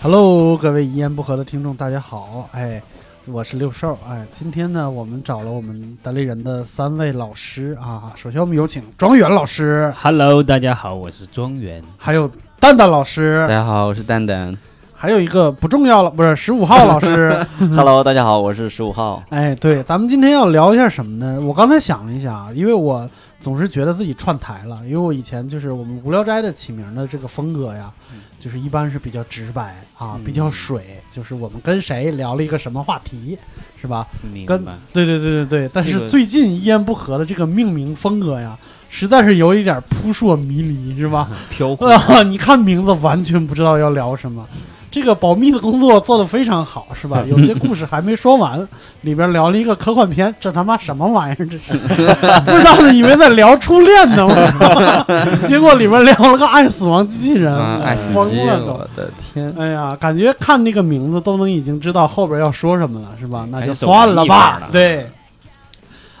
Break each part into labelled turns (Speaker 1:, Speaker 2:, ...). Speaker 1: Hello，各位一言不合的听众，大家好，哎，我是六兽，哎，今天呢，我们找了我们单立人的三位老师啊，首先我们有请庄园老师，
Speaker 2: Hello，大家好，我是庄 园。
Speaker 1: 还有蛋蛋老师
Speaker 3: 大，家好，我是 蛋蛋。
Speaker 1: 还有一个不重要了，不是十五号老师，
Speaker 3: Hello，大家好，我是十五号。
Speaker 1: 哎，对，咱们今天要聊一下什么呢？我刚才想了一下啊，因为我总是觉得自己串台了，因为我以前就是我们无聊斋的起名的这个风格呀，就是一般是比较直白啊，比较水，就是我们跟谁聊了一个什么话题，是吧？
Speaker 3: 明
Speaker 1: 跟
Speaker 3: 白。
Speaker 1: 对对对对对，但
Speaker 3: 这
Speaker 1: 是
Speaker 3: 个
Speaker 1: 最近一言不合的这个命名风格呀，实在是有一点扑朔迷离，是吧？
Speaker 2: 飘忽，
Speaker 1: 啊，你看名字完全不知道要聊什么。这个保密的工作做得非常好，是吧？有些故事还没说完，里边聊了一个科幻片，这他妈什么玩意儿？这是不知道的，以为在聊初恋呢，我操！结果里边聊了个爱死亡机器人，
Speaker 3: 啊，爱死
Speaker 1: 嗯疯
Speaker 3: 机！
Speaker 1: 了都
Speaker 3: 我。的天，
Speaker 1: 哎呀，感觉看这个名字都能已经知道后边要说什么了，是吧？那
Speaker 2: 开
Speaker 1: 就
Speaker 2: 始哎走
Speaker 1: 算了
Speaker 2: 文艺范
Speaker 1: 吧
Speaker 2: 儿了。
Speaker 1: 对，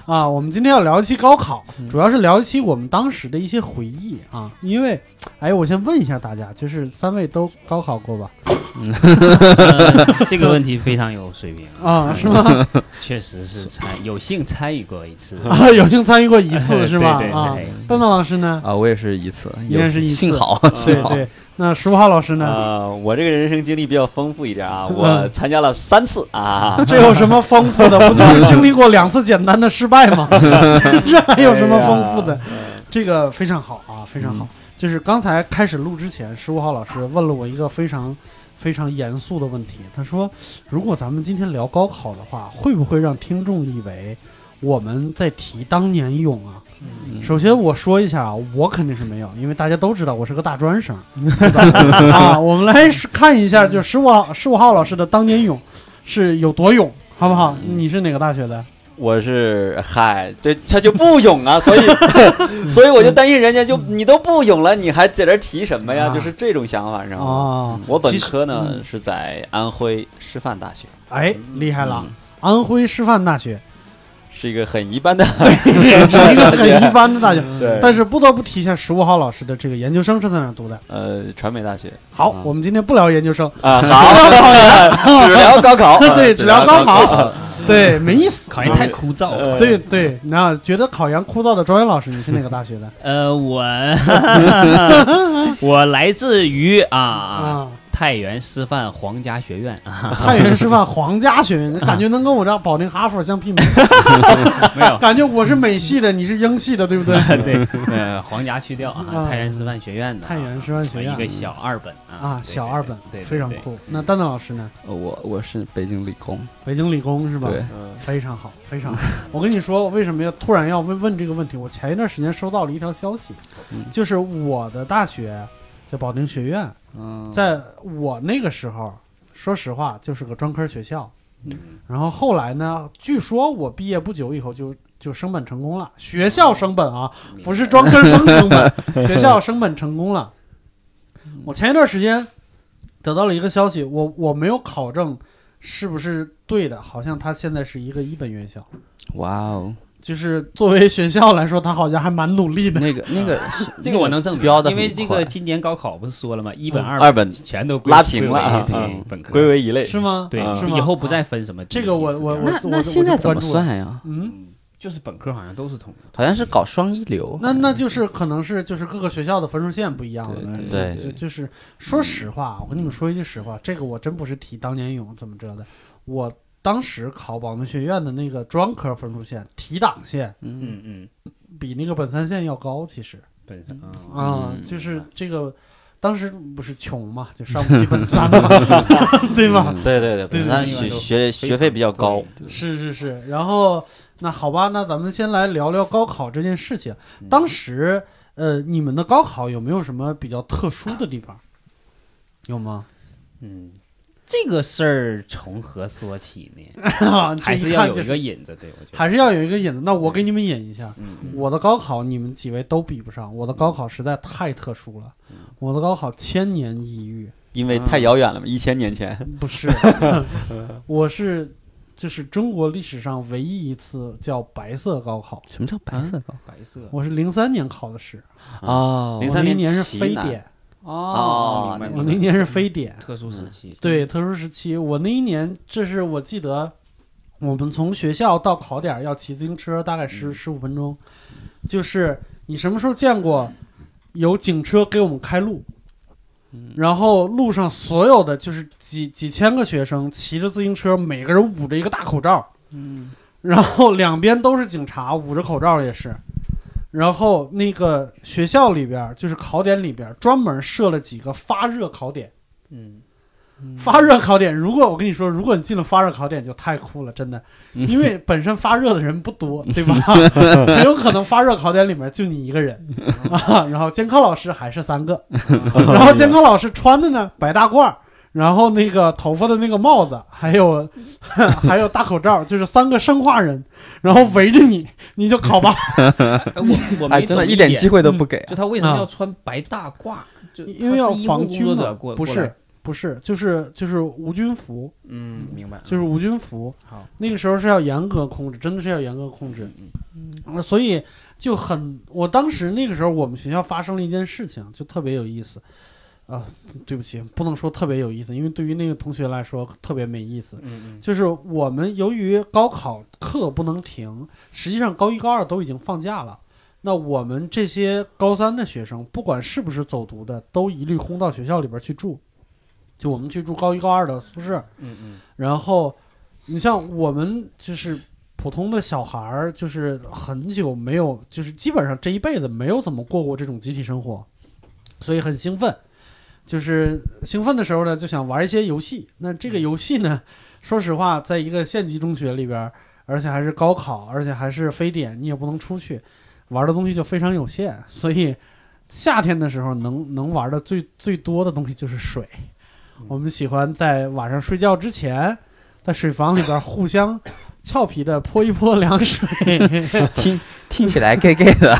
Speaker 1: 啊，我们今天要聊一期高考，
Speaker 2: 嗯
Speaker 1: 主要是聊一期我们当时的一些回忆啊。因为，哎，我先问一下大家，就是三位都高考过吧？
Speaker 2: 呃这个问题非常有水平
Speaker 1: 啊，是？吗？
Speaker 2: 确实是参有幸参与过一次，
Speaker 1: 啊，有幸参与过一次是吧？
Speaker 2: 嗯 对对
Speaker 1: 啊
Speaker 2: 对，
Speaker 1: 蛋蛋老师呢？
Speaker 3: 啊，我也是一次，
Speaker 1: 你也是一次
Speaker 3: 幸好，
Speaker 1: 对
Speaker 2: 嗯
Speaker 3: 幸好。
Speaker 1: 对，那十五号老师呢？
Speaker 4: 啊，我这个人生经历比较丰富一点啊，
Speaker 1: 嗯
Speaker 4: 我参加了三次啊
Speaker 1: ，这有什么丰富的？不
Speaker 2: 嗯
Speaker 1: 就是经历过两次简单的失败吗？这 还有
Speaker 4: 哎
Speaker 1: 什么丰富的？这个非常好啊，非常
Speaker 4: 嗯
Speaker 1: 好。就是刚才开始录之前，十五号老师问了我一个非常非常严肃的问题，他说：“如果咱们今天聊高考的话，会不会让听众以为我们在提当年勇啊？”
Speaker 3: 嗯
Speaker 1: 首先我说一下啊，我肯定是没有，因为大家都知道我是个大专 生对吧啊。我们来看一下，就十五号十五号老师的当年勇是有多勇，好不好？
Speaker 4: 嗯
Speaker 1: 你是哪个大学的？
Speaker 4: 我是嗨，这他就不勇 啊，所以所以我就担心人家就你都不勇了，你还在这儿提什么呀？
Speaker 1: 啊
Speaker 4: 就是这种想法，然后
Speaker 1: 啊，
Speaker 4: 我本
Speaker 1: 其实
Speaker 4: 科呢
Speaker 1: 嗯
Speaker 4: 是在安徽师范大学，
Speaker 1: 哎，厉害了！安徽师范大学
Speaker 4: 是一个很一般的
Speaker 1: 是一个很一般的大学，
Speaker 4: 对
Speaker 1: 但是不得不提一下十五号老师的这个研究生是在哪儿读的。
Speaker 4: 呃传媒大学
Speaker 1: 好，
Speaker 3: 啊
Speaker 1: 我们今天不聊研究生，，
Speaker 4: 啊，好，只聊高考
Speaker 1: 对，
Speaker 4: 啊
Speaker 1: 只聊高考，
Speaker 4: 啊
Speaker 1: 对，没意 思。
Speaker 2: 考研太枯燥了。
Speaker 4: 呃
Speaker 1: 对对，那觉得考研枯燥的庄园老师，你是哪个大学的？
Speaker 2: 呃，我我来自于啊
Speaker 1: 啊，
Speaker 2: 太原师范皇家学院啊，
Speaker 1: 太原师范皇家学院，感觉能跟我这保定哈佛相媲美。
Speaker 2: 没有，
Speaker 1: 感觉我是美系的，你是英系的，对不对？
Speaker 2: 对，呃，皇家去掉
Speaker 1: 啊
Speaker 2: 啊，太原师范学院的啊
Speaker 1: 太原师范学院
Speaker 2: 一个小二本啊
Speaker 1: 啊，，小二本
Speaker 2: 对，对
Speaker 1: 非常。
Speaker 2: 对对
Speaker 1: 酷。那丹丹老师呢？
Speaker 3: 呃我我是北京理工，
Speaker 1: 北京理工是吧？
Speaker 3: 对，
Speaker 4: 嗯
Speaker 1: 非常好，非 常好。我跟你说，为什么要突然要问问这个问题？我前一段时间收到了一条消息，
Speaker 3: 嗯
Speaker 1: 就是我的大学叫保定学院，
Speaker 3: 嗯，
Speaker 1: 在我那个时候，说实话就是个专科学校。
Speaker 3: 嗯
Speaker 1: 然后后来呢，据说我毕业不久以后就就升本成功了，学校
Speaker 3: 哦
Speaker 1: 升本啊，不是专科生升 本，学校升本成功了。我前一段时间得到了一个消息，我我没有考证是不是对的，好像它现在是一个一本院校，
Speaker 3: 哇哦，
Speaker 1: 就是作为学校来说，它好像还蛮努力的。
Speaker 3: 那个 那个是，
Speaker 2: 这个我能证明
Speaker 3: 标，的
Speaker 2: 因为这个今年高考不是说了吗？一本、
Speaker 1: 嗯
Speaker 2: 二
Speaker 4: 二本
Speaker 2: 全都
Speaker 4: 拉平了啊
Speaker 2: 归为
Speaker 3: 嗯
Speaker 2: 对本科
Speaker 4: 归为一类，
Speaker 1: 是吗？
Speaker 2: 对
Speaker 4: 啊，
Speaker 1: 是吗
Speaker 2: 以后不再分什么
Speaker 1: 这个我
Speaker 2: 第一
Speaker 1: 我
Speaker 2: 第二
Speaker 1: 我
Speaker 3: 那那
Speaker 1: 我
Speaker 3: 现在
Speaker 1: 我就
Speaker 3: 怎
Speaker 1: 关
Speaker 3: 么
Speaker 1: 注了
Speaker 3: 算呀？
Speaker 1: 嗯，
Speaker 2: 嗯，就是本科好像都是统一，
Speaker 3: 好像是搞双一流，
Speaker 1: 那那就是可能是就是各个学校的分数线不一样了呗。
Speaker 3: 对
Speaker 4: 对
Speaker 1: 就就是说实话，我跟你们说一句实话，这个我真不是提当年勇怎么着的，我当时考保门学院的那个专科分数线提档线
Speaker 3: 嗯，
Speaker 2: 嗯，
Speaker 1: 比那个本三线要高，其实
Speaker 2: 本身啊，
Speaker 1: 啊、
Speaker 3: 嗯
Speaker 1: 就是这个当时不是穷嘛，就上不起本三 嘛，对吧？
Speaker 3: 嗯？
Speaker 4: 对对对，
Speaker 1: 对
Speaker 4: 本山
Speaker 2: 对
Speaker 4: 学
Speaker 2: 对对
Speaker 4: 学学费比较高，
Speaker 1: 是是是，然后那好吧，那咱们先来聊聊高考这件事
Speaker 2: 嗯
Speaker 1: 情。当时呃，你们的高考有没有什么比较特殊的地方？有 吗？
Speaker 2: 嗯，这个事儿从何说起呢？ 还
Speaker 1: 这
Speaker 2: 是
Speaker 1: 一
Speaker 2: 要
Speaker 1: 看
Speaker 2: 有
Speaker 1: 就
Speaker 2: 一个引子，对我觉得，
Speaker 1: 还是要有一个引子。那我给你们引一下，
Speaker 2: 嗯，
Speaker 1: 我的高考你们几位都比不上，我的高考实在太特殊了，
Speaker 2: 嗯
Speaker 1: 我的高考千年一遇，
Speaker 4: 因为太遥远了嘛，一千年前。
Speaker 1: 不是，我是就是中国历史上唯一一次叫白色高考，
Speaker 3: 什
Speaker 1: 啊
Speaker 3: 么叫白色高
Speaker 2: 白色
Speaker 1: 我是零三年考的试，
Speaker 3: 哦
Speaker 4: 零三
Speaker 1: 我那
Speaker 4: 年
Speaker 1: 年是
Speaker 4: 旗
Speaker 1: 非
Speaker 4: 南
Speaker 1: 典。
Speaker 4: 哦
Speaker 3: 明白
Speaker 1: 我
Speaker 4: 那
Speaker 1: 那
Speaker 3: 明白
Speaker 1: 年是非典，
Speaker 2: 特殊时期，
Speaker 1: 对特殊时期，我那一年这是我记得，我们从学校到考点要骑自行车，大概十十五分钟。就是你什么时候见过有警车给我们开路？
Speaker 3: 嗯
Speaker 1: 然后路上所有的就是几几千个学生骑着自行车，每个人捂着一个大口罩，
Speaker 3: 嗯，
Speaker 1: 然后两边都是警察，捂着口罩也是。然后那个学校里边儿，就是考点里边儿，专门设了几个发热考点。
Speaker 2: 嗯，
Speaker 1: 发热考点，如果我跟你说，如果你进了发热考点，就太酷了，真的，
Speaker 2: 嗯
Speaker 1: 因为本身发热的人不 多，对吧？很有可能发热考点里面就你一个 人啊，然后监考老师还是三个，
Speaker 2: 啊
Speaker 1: 然后监考老师穿的呢白大褂儿，然后那个头发的那个帽子，还有 还有大口罩，就是三个生化人，然后围着你，你就考吧。
Speaker 2: 哎我
Speaker 1: 嗯
Speaker 2: 我
Speaker 3: 哎，
Speaker 2: 没
Speaker 3: 真的
Speaker 2: 懂
Speaker 3: 一点机会都不给啊
Speaker 2: 就他为什么要穿白大褂？就
Speaker 1: 因为要
Speaker 2: 他是医务
Speaker 1: 防
Speaker 2: 工
Speaker 1: 菌
Speaker 2: 作
Speaker 1: 嘛
Speaker 2: 者过
Speaker 1: 不，
Speaker 2: 过
Speaker 1: 是
Speaker 2: 来
Speaker 1: 不是，就是就是无菌服，
Speaker 2: 嗯，明白，嗯
Speaker 1: 就是无菌服。
Speaker 2: 好，
Speaker 1: 那个时候是要严格控制，真的是要严格控制。嗯，所以就很，我当时那个时候我们学校发生了一件事情，就特别有意思。啊、对不起，不能说特别有意思，因为对于那个同学来说特别没意思。
Speaker 2: 嗯
Speaker 1: 就是我们由于高考课不能停，实际上高一高二都已经放假了。那我们这些高三的学生，不管是不是走读的，都一律轰到学校里边去住。就我们去住高一高二的宿舍，
Speaker 2: 嗯嗯
Speaker 1: 然后，你像我们就是普通的小孩儿，就是很久没有，就是基本上这一辈子没有怎么过过这种集体生活，所以很兴奋。就是兴奋的时候呢，就想玩一些游戏。那这个游戏呢，说实话，在一个县级中学里边儿，而且还是高考，而且还是非典，你也不能出去，玩的东西就非常有限。所以夏天的时候能能玩的最最多的东西就是水。我们喜欢在晚上睡觉之前，在水房里边互相俏皮的泼一泼凉水。
Speaker 3: 听听起来 gay gay 的，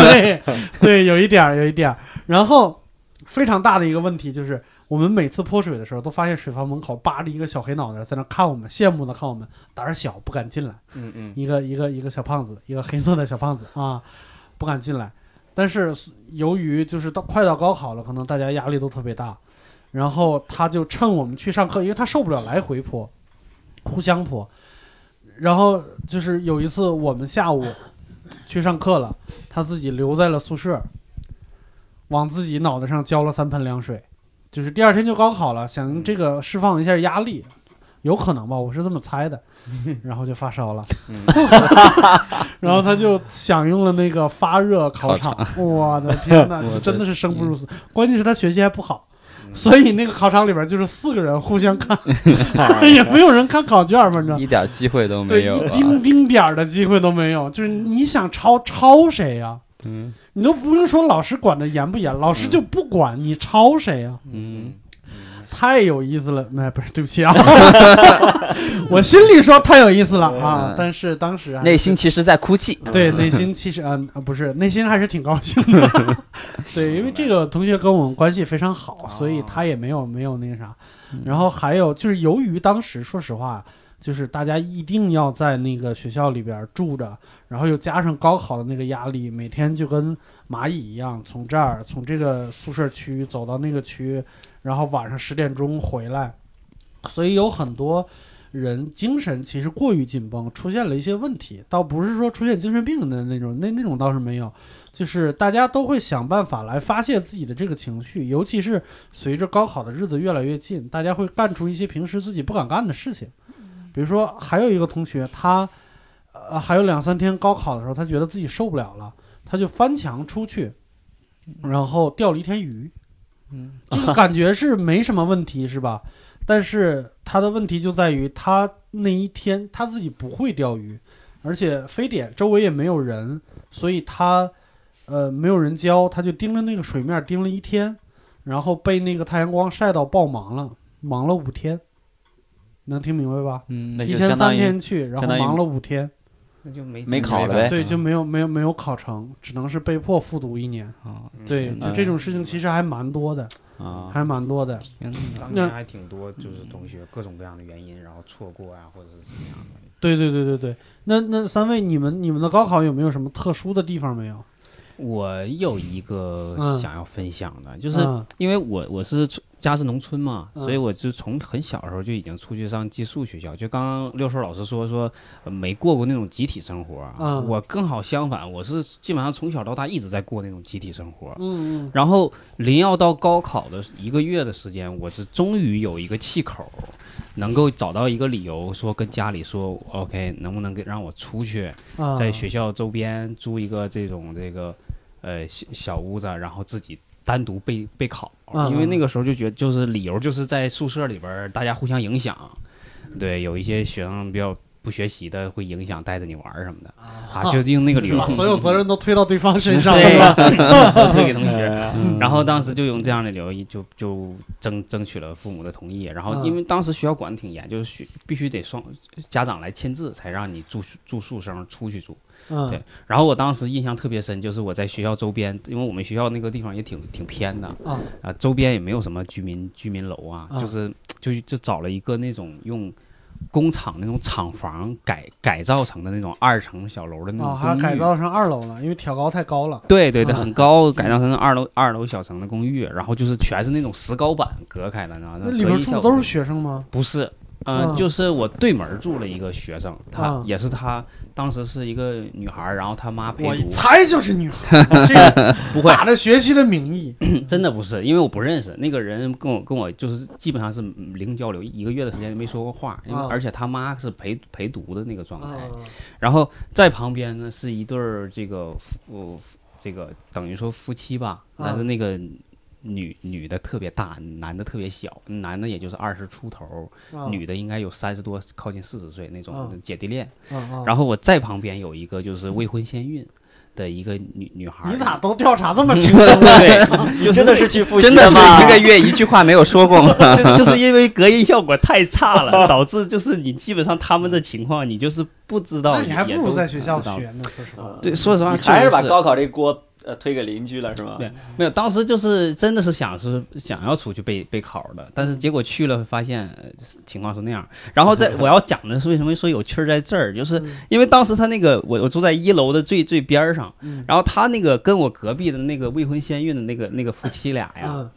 Speaker 1: 对对，有一点儿，有一点儿。然后非常大的一个问题就是，我们每次泼水的时候，都发现水房门口扒着一个小黑脑袋在那看我们，羡慕的看我们，胆儿小不敢进来。
Speaker 2: 嗯嗯
Speaker 1: 一个一个一个小胖子，一个黑色的小胖子啊，不敢进来。但是由于就是到快到高考了，可能大家压力都特别大，然后他就趁我们去上课，因为他受不了来回泼，互相泼。然后就是有一次我们下午去上课了，他自己留在了宿舍，往自己脑袋上浇了三盆凉水。就是第二天就高考了，想用这个释放一下压力，有可能吧，我是这么猜 的。然后就发烧了， 然后他就享用了那个发热烤场，我的天 哪，
Speaker 3: 我
Speaker 1: 这
Speaker 3: 的
Speaker 1: 真的嗯是生不如死。关键是他学习还不好，所以那个考场里边就是四个人互相 看，也没有人看考卷，反正
Speaker 3: 一点机会都
Speaker 1: 对
Speaker 3: 没有
Speaker 1: 一
Speaker 3: 啊。
Speaker 1: 丁丁点儿的机会都没有。就是你想抄抄谁呀、
Speaker 3: 嗯
Speaker 1: 你都不用说老师管的严不严，老师就不管你抄谁呀、
Speaker 3: 嗯，
Speaker 1: 太有意思了。那不是，对不 起啊，我心里说太有意思了啊
Speaker 3: 嗯，
Speaker 1: 但是当时还
Speaker 3: 内心其实在哭泣。
Speaker 1: 对，内心其实嗯、啊不是，内心还是挺高兴的。对，因为这个同学跟我们关系非常好，所以他也没有没有那个啥。然后还有就是，由于当时说实话，就是大家一定要在那个学校里边住着，然后又加上高考的那个压力，每天就跟蚂蚁一样，从这儿从这个宿舍区走到那个区，然后晚上十点钟回来，所以有很多人精神其实过于紧绷，出现了一些问题，倒不是说出现精神病的那种，那那种倒是没有，就是大家都会想办法来发泄自己的这个情绪，尤其是随着高考的日子越来越近，大家会干出一些平时自己不敢干的事情，比如说还有一个同学，他呃还有两三天高考的时候，他觉得自己受不了了，他就翻墙出去，然后钓了一天鱼。
Speaker 3: 嗯
Speaker 1: 这个感觉是没什么问题，是吧？但是他的问题就在于他那一天他自己不会钓鱼，而且非典周围也没有人，所以他呃没有人教，他就盯着那个水面盯了一天，然后被那个太阳光晒到爆忙了，忙了五天，能听明白吧？
Speaker 3: 嗯
Speaker 4: 那
Speaker 1: 一
Speaker 4: 就
Speaker 1: 天
Speaker 4: 相当
Speaker 1: 三
Speaker 4: 于
Speaker 1: 天去，然后
Speaker 4: 相当于
Speaker 1: 忙了五天，
Speaker 2: 那就没
Speaker 4: 没考了呗
Speaker 1: 对，就没有没有没有考成，只能是被迫复读一年。
Speaker 3: 哦
Speaker 2: 嗯
Speaker 1: 对，就这种事情其实还蛮多的，
Speaker 4: 啊，
Speaker 1: 还蛮多的。
Speaker 3: 天哪
Speaker 5: 当年还挺多，就是同学各种各样的原因，然后错过啊，或者是什么样的。
Speaker 1: 对对对对对，那那三位，你们你们的高考有没有什么特殊的地方没有？
Speaker 2: 我有一个
Speaker 1: 嗯
Speaker 2: 想要分享的，就是
Speaker 1: 嗯
Speaker 2: 因为我我是出家是农村嘛，
Speaker 1: 嗯
Speaker 2: 所以我就从很小的时候就已经出去上寄宿学校。就刚刚六叔老师说说呃没过过那种集体生活啊，
Speaker 1: 嗯
Speaker 2: 我刚好相反，我是基本上从小到大一直在过那种集体生活。
Speaker 1: 嗯
Speaker 2: 然后临要到高考的一个月的时间，我是终于有一个气口，能够找到一个理由，说跟家里说，OK，能不能给让我出去，
Speaker 1: 嗯啊，
Speaker 2: 在学校周边租一个这种这个呃小小屋子，然后自己单独备备考，
Speaker 1: 嗯
Speaker 2: 因为那个时候就觉得就是理由就是在宿舍里边儿大家互相影响，对，有一些学生比较不学习的会影响带着你玩儿什么的啊，就用那个理由
Speaker 1: 把所有责任都推到对方身上，
Speaker 2: 对
Speaker 1: 是吧？
Speaker 2: 推给同学。
Speaker 3: 嗯
Speaker 2: 然后当时就用这样的理由，就就争争取了父母的同意。然
Speaker 1: 嗯
Speaker 2: 后因为当时学校管得挺严，就是学必须得双家长来签字，才让你住宿住宿生出去住。
Speaker 1: 嗯，
Speaker 2: 对然后我当时印象特别深，就是我在学校周边，因为我们学校那个地方也挺挺偏的
Speaker 1: 啊
Speaker 2: 啊，周边也没有什么居民居民楼啊，
Speaker 1: 啊
Speaker 2: 就是就就找了一个那种用。工厂那种厂房改改造成的那种二层小楼的那
Speaker 1: 哦，
Speaker 2: 种
Speaker 1: 还
Speaker 2: 公寓，
Speaker 1: 改造成二楼了，因为挑高太高了。
Speaker 2: 对对对，
Speaker 1: 啊
Speaker 2: 很高，改造成二楼二楼小层的公寓，然后就是全是那种石膏板隔开的，然后
Speaker 1: 那里边住的都是学生吗？
Speaker 2: 不是？嗯、
Speaker 1: 啊
Speaker 2: 就是我对门住了一个学生，她、
Speaker 1: 啊
Speaker 2: 也是她当时是一个女孩儿，然后她妈陪
Speaker 1: 我一
Speaker 2: 读，
Speaker 1: 猜就是女孩， 这个
Speaker 2: 不会，
Speaker 1: 打着学习的名义，
Speaker 2: 真的不是，因为我不认识那个人，跟我跟我就是基本上是零交流，一个月的时间没说过话，因为、
Speaker 1: 啊
Speaker 2: 而且她妈是陪陪读的那个状态，
Speaker 1: 啊
Speaker 2: 然后在旁边呢是一对儿这个夫、呃这个等于说夫妻吧，
Speaker 1: 啊
Speaker 2: 但是那个女女的特别大，男的特别小，男的也就是二十出头，
Speaker 1: 啊
Speaker 2: 女的应该有三十多，靠近四十岁那种、
Speaker 1: 啊
Speaker 2: 姐弟恋。
Speaker 1: 啊啊！
Speaker 2: 然后我在旁边有一个就是未婚先孕的一个女女孩儿，
Speaker 1: 你 咋都调查这么清楚？
Speaker 4: 你真的是去复习
Speaker 3: 真的是
Speaker 4: 吗
Speaker 3: 一个月一句话没有说过 吗？
Speaker 2: 就就是因为隔音效果太差了，导致就是你基本上他们的情况，你就是不知道，
Speaker 1: 那你还不
Speaker 2: 也
Speaker 1: 如
Speaker 2: 都
Speaker 1: 在学校
Speaker 2: 知道呃
Speaker 1: 学呢，说实话。
Speaker 2: 对，说实话，
Speaker 4: 你还
Speaker 2: 确
Speaker 4: 是
Speaker 2: 实
Speaker 4: 把高考这锅呃推给邻居了是吗？
Speaker 2: 对，没有，当时就是真的是想是想要出去备备考的，但是结果去了发现、呃情况是那样。然后在我要讲的是为什么说有趣儿在这儿，就是
Speaker 1: 嗯
Speaker 2: 因为当时他那个我我住在一楼的最最边儿上，
Speaker 1: 嗯
Speaker 2: 然后他那个跟我隔壁的那个未婚先孕的那个那个夫妻俩哎呀，
Speaker 1: 嗯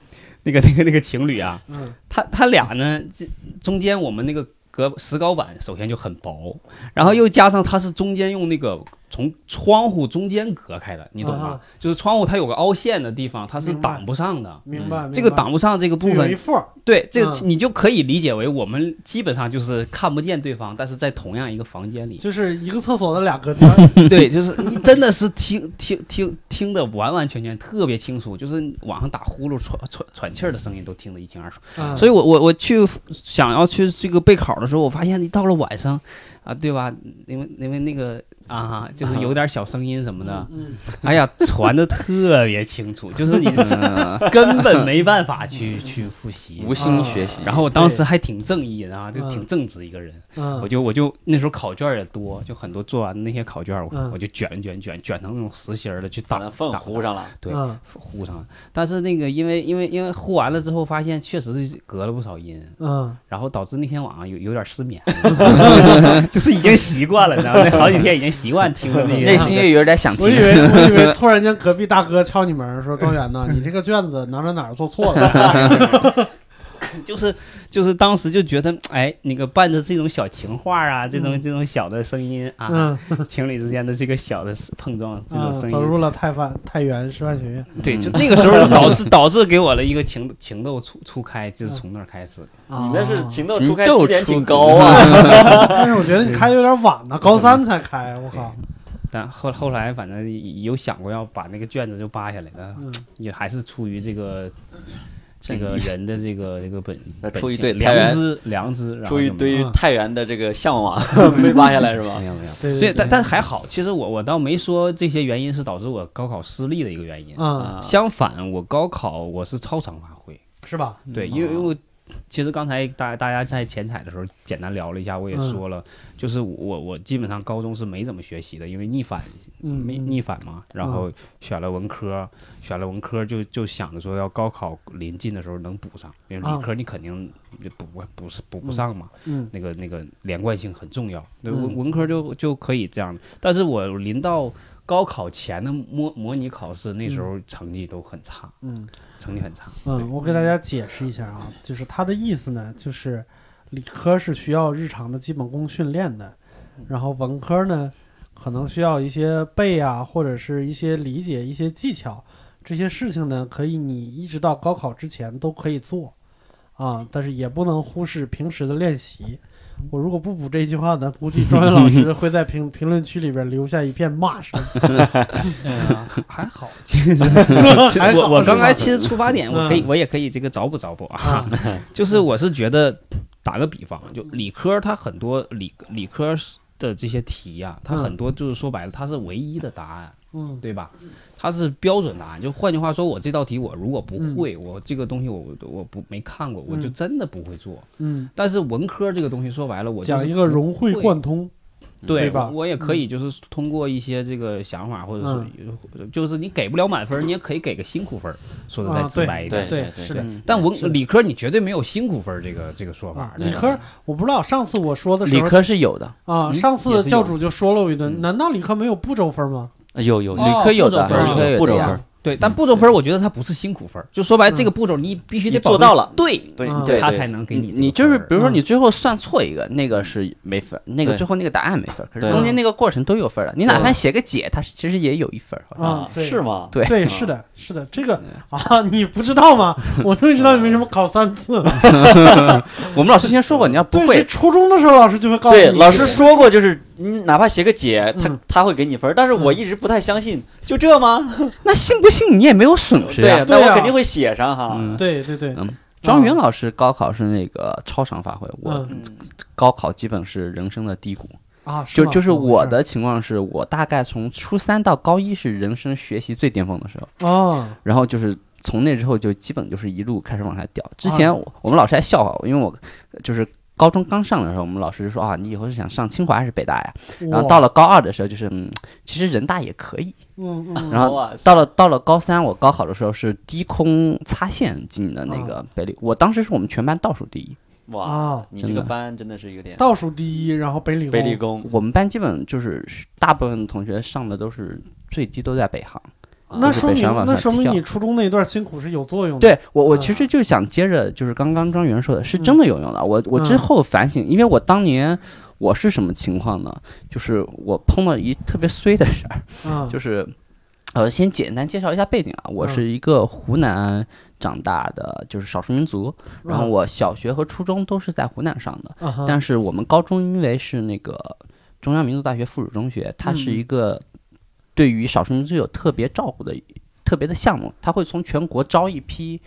Speaker 2: 那个那个那个情侣啊，
Speaker 1: 嗯
Speaker 2: 他他俩呢，这中间我们那个隔石膏板首先就很薄，然后又加上它是中间用那个从窗户中间隔开的，你懂吗？
Speaker 1: 啊
Speaker 2: 就是窗户它有个凹陷的地方，它是
Speaker 1: 明白
Speaker 2: 挡不上的。
Speaker 1: 明白。明白
Speaker 2: 这个挡不上这个部
Speaker 1: 有一缝
Speaker 2: 分，
Speaker 1: 儿，
Speaker 2: 对，这个
Speaker 1: 嗯
Speaker 2: 你就可以理解为我们基本上就是看不见对方，但是在同样一个房间 里，
Speaker 1: 就是一个厕所的 俩隔间儿。
Speaker 2: 对，就是你真的是听听听听的完完全全特别清楚，就是晚上打呼噜喘喘喘气儿的声音都听得一清二楚。
Speaker 1: 嗯
Speaker 2: 所以我我我去想要去这个备考的时候，我发现你到了晚上啊，对吧？因为因为那个啊，就是有点小声音什么 的，
Speaker 1: 嗯
Speaker 2: 哎呀，传的特别清楚，就是你
Speaker 3: 嗯
Speaker 2: 根本没办法去去复习。啊
Speaker 3: 无心学
Speaker 1: 哦
Speaker 3: 习，
Speaker 2: 然后我当时还挺正义的啊，就挺正直一个人，
Speaker 1: 嗯
Speaker 2: 我就我就那时候考卷也多，就很多做完的那些考卷，我、
Speaker 1: 嗯
Speaker 2: 我就卷卷卷卷成那种实心儿的去
Speaker 4: 把
Speaker 2: 打
Speaker 4: 那缝
Speaker 2: 打
Speaker 4: 糊上了，
Speaker 2: 对
Speaker 1: 嗯
Speaker 2: 糊上了。但是那个因为因为因为糊完了之后，发现确实是隔了不少音，
Speaker 1: 嗯
Speaker 2: 然后导致那天晚上有有点失眠， 就是已经习惯了，你知道吗？那好几天已经习惯听的那个
Speaker 3: 内心也有点想
Speaker 1: 我
Speaker 3: 听
Speaker 1: 以。为我以 为突然间隔壁大哥敲你门儿说：“庄园呐，你这个卷子哪哪哪儿做错了
Speaker 2: 就是就是当时就觉得，哎，那个伴着这种小情话啊，这种
Speaker 1: 嗯
Speaker 2: 这种小的声音？” 啊，
Speaker 1: 嗯，
Speaker 2: 情侣之间的这个小的碰撞，这
Speaker 1: 啊
Speaker 2: 种声
Speaker 1: 走
Speaker 2: 音，
Speaker 1: 入了太范太原师范学院
Speaker 2: 对，
Speaker 3: 嗯
Speaker 2: 就那个时候导致导致给我了一个情情窦初初开，就是从那儿开始。
Speaker 1: 啊
Speaker 4: 你那是情窦
Speaker 3: 情
Speaker 4: 初开
Speaker 3: 窦
Speaker 4: 起点
Speaker 3: 初
Speaker 4: 挺高啊，
Speaker 1: 但是我觉得你开的有点晚呢，高三才开，我靠，
Speaker 2: 但后后来反正有想过要把那个卷子就扒下来，但
Speaker 1: 嗯，
Speaker 2: 也还是出于这个这个人的这个这个本
Speaker 3: 那，
Speaker 2: 本
Speaker 3: 出于
Speaker 2: 性
Speaker 3: 对太
Speaker 2: 良
Speaker 3: 原
Speaker 2: 知良知，然后
Speaker 4: 出于啊
Speaker 2: 就没
Speaker 4: 对于
Speaker 1: 嗯
Speaker 4: 太原的这个向往没扒下来是吧
Speaker 2: 没？有没有。
Speaker 1: 对
Speaker 2: 对，
Speaker 1: 对，
Speaker 2: 但但还好，其实我我倒没说这些原因是导致我高考失利的一个原因。
Speaker 1: 嗯，
Speaker 4: 啊，
Speaker 2: 相反，我高考我是超常发挥。
Speaker 1: 是吧？
Speaker 2: 对，
Speaker 3: 嗯
Speaker 2: 因为因为我其实刚才大大家在前彩的时候简单聊了一下，我也
Speaker 1: 嗯
Speaker 2: 说了，就是我我基本上高中是没怎么学习的，因为逆反
Speaker 1: 嗯，
Speaker 2: 没逆反嘛，然后选了文科，选了文科就就想着说要高考临近的时候能补上，因为
Speaker 1: 啊
Speaker 2: 理科你肯定就补不补是补不上嘛，
Speaker 1: 嗯
Speaker 2: 那个那个连贯性很重要，对
Speaker 1: 嗯
Speaker 2: 文文科就就可以这样，但是我临到高考前的模模拟考试，那时候成绩都很差，
Speaker 1: 嗯，
Speaker 2: 成绩很 差。
Speaker 1: 嗯，我给大家解释一下啊，就是他的意思呢，就是理科是需要日常的基本功训练的，然后文科呢，可能需要一些背啊，或者是一些理解、一些技巧，这些事情呢，可以你一直到高考之前都可以做啊，但是也不能忽视平时的练习。我如果不补这句话呢，估计庄园老师会在评评论区里边留下一片骂 声。
Speaker 2: 嗯，还好，其实我我刚才其实出发点，我可以
Speaker 1: 嗯
Speaker 2: 我也可以这个找补找补啊，就是我是觉得打个比方，就理科它很多理理科的这些题呀、它
Speaker 1: 嗯
Speaker 2: 很多就是说白了，它是唯一的答案，
Speaker 1: 嗯
Speaker 2: 对吧？它是标准答案，就换句话说，我这道题我如果不会，我这个东西我我我不没看过，我就
Speaker 1: 嗯
Speaker 2: 真的不会做。
Speaker 1: 嗯，
Speaker 2: 但是文科这个东西说白了， 我就是
Speaker 1: 讲一个融会
Speaker 2: 会
Speaker 1: 贯通。
Speaker 2: 对
Speaker 1: 对吧嗯
Speaker 2: 我我也可以，就是通过一些这个想法，或者是、就是你给不了满分，你也可以给个辛苦分儿，说的再
Speaker 1: 啊
Speaker 2: 直白一点。
Speaker 4: 对对
Speaker 1: 是的。
Speaker 3: 嗯
Speaker 2: 但
Speaker 1: 是的
Speaker 2: 文理科你绝对没有辛苦分儿这个这个说法
Speaker 1: 啊，
Speaker 2: 儿的。
Speaker 1: 理科我不知道，上次我说的时
Speaker 3: 理
Speaker 1: 候
Speaker 3: 科是有的，
Speaker 1: 啊，
Speaker 2: 嗯
Speaker 1: 上次
Speaker 2: 也是有
Speaker 1: 教主就说了我一顿，
Speaker 2: 嗯
Speaker 1: 难道理科没有步骤分吗？
Speaker 4: 有有
Speaker 2: 哦
Speaker 3: 理科
Speaker 1: 啊
Speaker 3: 有的，
Speaker 2: 步骤分儿
Speaker 3: 理科有的
Speaker 4: 步骤
Speaker 3: 呀
Speaker 4: 分儿
Speaker 2: 对，但步骤分儿我觉得它不是辛苦分儿，就说白了这个步骤嗯你必须得
Speaker 4: 你做
Speaker 2: 保证
Speaker 4: 到了
Speaker 2: 对，
Speaker 4: 对
Speaker 1: 嗯
Speaker 4: 对
Speaker 2: 他
Speaker 4: 对
Speaker 2: 才能给
Speaker 3: 你
Speaker 2: 你
Speaker 3: 你
Speaker 2: 这
Speaker 3: 就
Speaker 2: 个
Speaker 3: 是，
Speaker 2: 分儿
Speaker 3: 比如说
Speaker 1: 嗯
Speaker 3: 你最后算错一个，那个是没分儿，那个
Speaker 4: 对
Speaker 3: 最后那个答案没分儿，可
Speaker 4: 对
Speaker 3: 是中间那个过程都有分儿的。你哪怕写个解，它是其实也有一分儿，好像
Speaker 1: 啊，对
Speaker 4: 是吗？
Speaker 3: 对
Speaker 1: 对，是的，是的，这个啊，你不知道 吗？我终于知道你为什么考三次了。
Speaker 3: 我们老师先说过，你要嗯不
Speaker 1: 对，这
Speaker 3: 会，
Speaker 1: 初中的时候老师就会告诉
Speaker 4: 对，
Speaker 1: 你，
Speaker 4: 老师说过，就是你哪怕写个解，他
Speaker 1: 嗯
Speaker 4: 他会给你分儿，但是我一直不太相信，就这吗？
Speaker 3: 那信不信你也没有损失呀。
Speaker 4: 对，啊那
Speaker 1: 对呀啊
Speaker 4: 我肯定会写上哈。
Speaker 3: 嗯，
Speaker 1: 对对啊对，
Speaker 3: 嗯庄云老师高考是那个超常发挥，我
Speaker 1: 嗯
Speaker 3: 高考基本是人生的低谷。
Speaker 1: 啊，
Speaker 3: 就是
Speaker 1: 吗
Speaker 3: 就是
Speaker 1: 怎么回
Speaker 3: 我
Speaker 1: 事
Speaker 3: 的情况是我大概从初三到高一是人生学习最巅峰的时候，
Speaker 1: 啊，
Speaker 3: 然后就是从那之后就基本就是一路开始往下掉。之前我我们老师还笑话我，因为我就是高中刚上的时候，我们老师就说啊，你以后是想上清华还是北大呀？然后
Speaker 1: 哇
Speaker 3: 到了高二的时候，就是嗯，其实人大也可以。
Speaker 1: 嗯嗯
Speaker 3: 然后
Speaker 4: 哇塞
Speaker 3: 到了到了高三，我高考的时候是低空擦线进的那个北理，我当时是我们全班倒数第一。
Speaker 4: 哇，
Speaker 1: 啊，
Speaker 4: 你这个班真的是有点
Speaker 1: 倒数第一，然后北理
Speaker 4: 北理
Speaker 1: 工
Speaker 4: 工，
Speaker 3: 我们班基本就是大部分同学上的都是最低都在北航。
Speaker 1: 那
Speaker 3: 都是
Speaker 1: 说
Speaker 3: 北
Speaker 1: 明
Speaker 3: 上往
Speaker 1: 那
Speaker 3: 下
Speaker 1: 说明
Speaker 3: 跳
Speaker 1: 你初中那一段辛苦是有作用的。
Speaker 3: 对我，我
Speaker 1: 嗯
Speaker 3: 其实就想接着就是刚刚庄园说的，是真的有用的。我我之
Speaker 1: 嗯
Speaker 3: 后反省，因为我当年我是什么情况呢？就是我碰到一特别衰的事儿，
Speaker 1: 啊，
Speaker 3: 就是呃，先简单介绍一下背景啊，我
Speaker 1: 嗯
Speaker 3: 是一个湖南长大的，就是少数民族，然后
Speaker 1: 嗯
Speaker 3: 我小学和初中都是在湖南上的，
Speaker 1: 啊哈
Speaker 3: 但是我们高中因为是那个中央民族大学附属中学，它是一个对于少数民族有特别照顾的一特别的项目，它会从全国招一批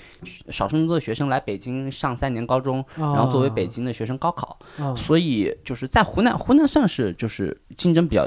Speaker 3: 少数民族的学生来北京上三年高中，然
Speaker 1: 哦
Speaker 3: 后作为北京的学生高考。
Speaker 1: 啊
Speaker 3: 所以就是在湖南，湖南算是就是竞争比较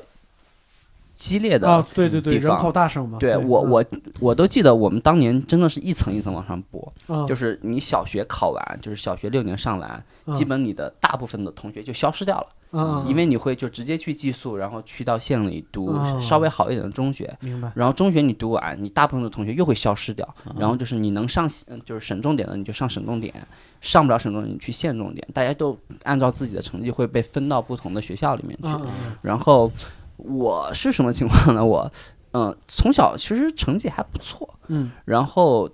Speaker 3: 激烈的。
Speaker 1: 啊，对对对，
Speaker 3: 地
Speaker 1: 人
Speaker 3: 方
Speaker 1: 口大省嘛。嗯
Speaker 3: 对我，我我都记得，我们当年真的是一层一层往上拨，
Speaker 1: 我
Speaker 3: 就是你小学考完，就是小学六年上完，基本你的大部分的同学就消失掉了。
Speaker 1: 嗯，
Speaker 3: 因为你会就直接去寄宿，然后去到县里读
Speaker 1: 哦
Speaker 3: 稍微好一点的中学，
Speaker 1: 嗯明白。
Speaker 3: 然后中学你读完，你大部分的同学又会消失掉，然后就是你能上嗯就是省重点的你就上省重点，上不了省重点你去县重点，大家都按照自己的成绩会被分到不同的学校里面去。
Speaker 1: 嗯嗯
Speaker 3: 然后我是什么情况呢？我嗯从小其实成绩还不错，
Speaker 1: 嗯
Speaker 3: 然后，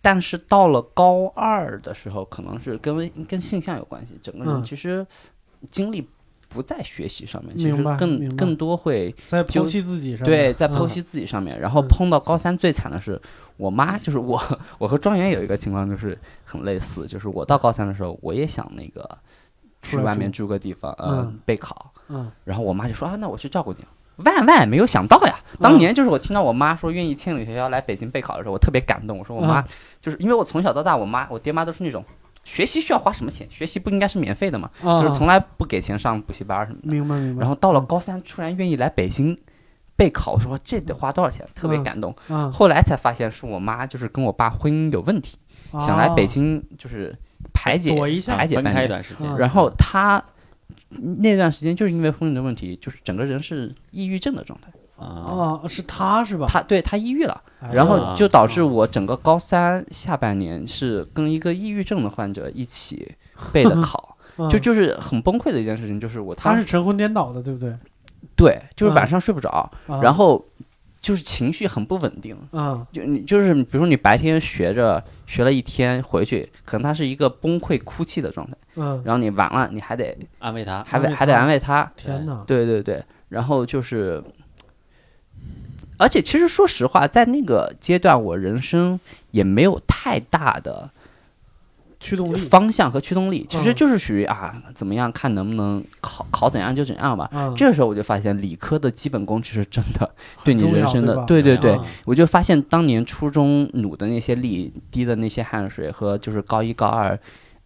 Speaker 3: 但是到了高二的时候，可能是跟跟性向有关系，整个人
Speaker 1: 嗯
Speaker 3: 其实精力不在学习上面，其
Speaker 1: 明
Speaker 3: 实
Speaker 1: 白明白
Speaker 3: 更更多会
Speaker 1: 嗯，在
Speaker 3: 就
Speaker 1: 剖析自己上面
Speaker 3: 对在剖
Speaker 1: 嗯
Speaker 3: 析自己上面。然后
Speaker 1: 嗯
Speaker 3: 碰到高三最惨的是，我妈就是我， 我和庄园有一个情况就是很类似，就是我到高三的时候，我也想那个
Speaker 1: 出
Speaker 3: 去
Speaker 1: 来
Speaker 3: 外
Speaker 1: 住
Speaker 3: 面住个地方，呃
Speaker 1: 嗯，
Speaker 3: 备考。
Speaker 1: 嗯
Speaker 3: 然后我妈就说啊，那我去照顾你。万万没有想到呀！
Speaker 1: 嗯
Speaker 3: 当年就是我听到我妈说愿意千里迢迢来北京备考的时候，我特别感动。我说我
Speaker 1: 嗯
Speaker 3: 妈、就是因为我从小到大，我妈我爹妈都是那种学习需要花什么钱？学习不应该是免费的嘛？
Speaker 1: 啊，
Speaker 3: 就是从
Speaker 1: 啊
Speaker 3: 来不给钱上补习班什么的。
Speaker 1: 嗯明白明白，
Speaker 3: 然后到了高三，突然愿意来北京备考，我说这得花多少钱？特别
Speaker 1: 嗯
Speaker 3: 感动。
Speaker 1: 啊
Speaker 3: 后来才发现是我妈就是跟我爸婚姻有问题，
Speaker 1: 嗯
Speaker 3: 想来北京就是排解
Speaker 1: 哦哎躲一下
Speaker 3: 排解
Speaker 4: 分
Speaker 3: 半
Speaker 4: 开一
Speaker 3: 年
Speaker 4: 段时间
Speaker 1: 嗯，
Speaker 3: 然后他那段时间就是因为婚姻的问题，就是整个人是抑郁症的状态。
Speaker 4: 啊，
Speaker 1: 啊，是他是吧？
Speaker 3: 他对他抑郁了，
Speaker 1: 哎呀
Speaker 3: 然
Speaker 4: 呀
Speaker 3: 后就导致我整个高三下半年是跟一个抑郁症的患者一起备的考，
Speaker 1: 嗯
Speaker 3: 就就是很崩溃的一件事情。就是我
Speaker 1: 他
Speaker 3: 当
Speaker 1: 是
Speaker 3: 时
Speaker 1: 晨昏颠倒的，对不对？
Speaker 3: 对，就是晚
Speaker 1: 嗯
Speaker 3: 上睡不着，
Speaker 1: 啊
Speaker 3: 然后就是情绪很不稳定。
Speaker 1: 嗯
Speaker 3: 就你就是，比如说你白天学着学了一天，回去可能他是一个崩溃哭泣的状态，
Speaker 1: 嗯，
Speaker 3: 然后你完了，你还得
Speaker 4: 安慰他。啊
Speaker 3: 还
Speaker 1: 安
Speaker 3: 得
Speaker 1: 慰
Speaker 3: 还得
Speaker 1: 他
Speaker 3: 安慰他，
Speaker 1: 天哪，
Speaker 3: 对对对，然后就是，而且其实说实话，在那个阶段，我人生也没有太大的
Speaker 1: 驱动力
Speaker 3: 方向和驱动力，其实
Speaker 1: 嗯
Speaker 3: 就是属于啊，怎么样看能不能考考怎样就怎样吧。
Speaker 1: 啊，
Speaker 3: 这个时候我就发现，理科的基本功其实真的对你
Speaker 1: 重
Speaker 3: 人
Speaker 1: 要
Speaker 3: 生
Speaker 1: 对
Speaker 3: 的
Speaker 1: 吧，
Speaker 3: 对对对
Speaker 1: 啊，
Speaker 3: 我就发现当年初中努的那些力、滴的那些汗水和就是高一高二，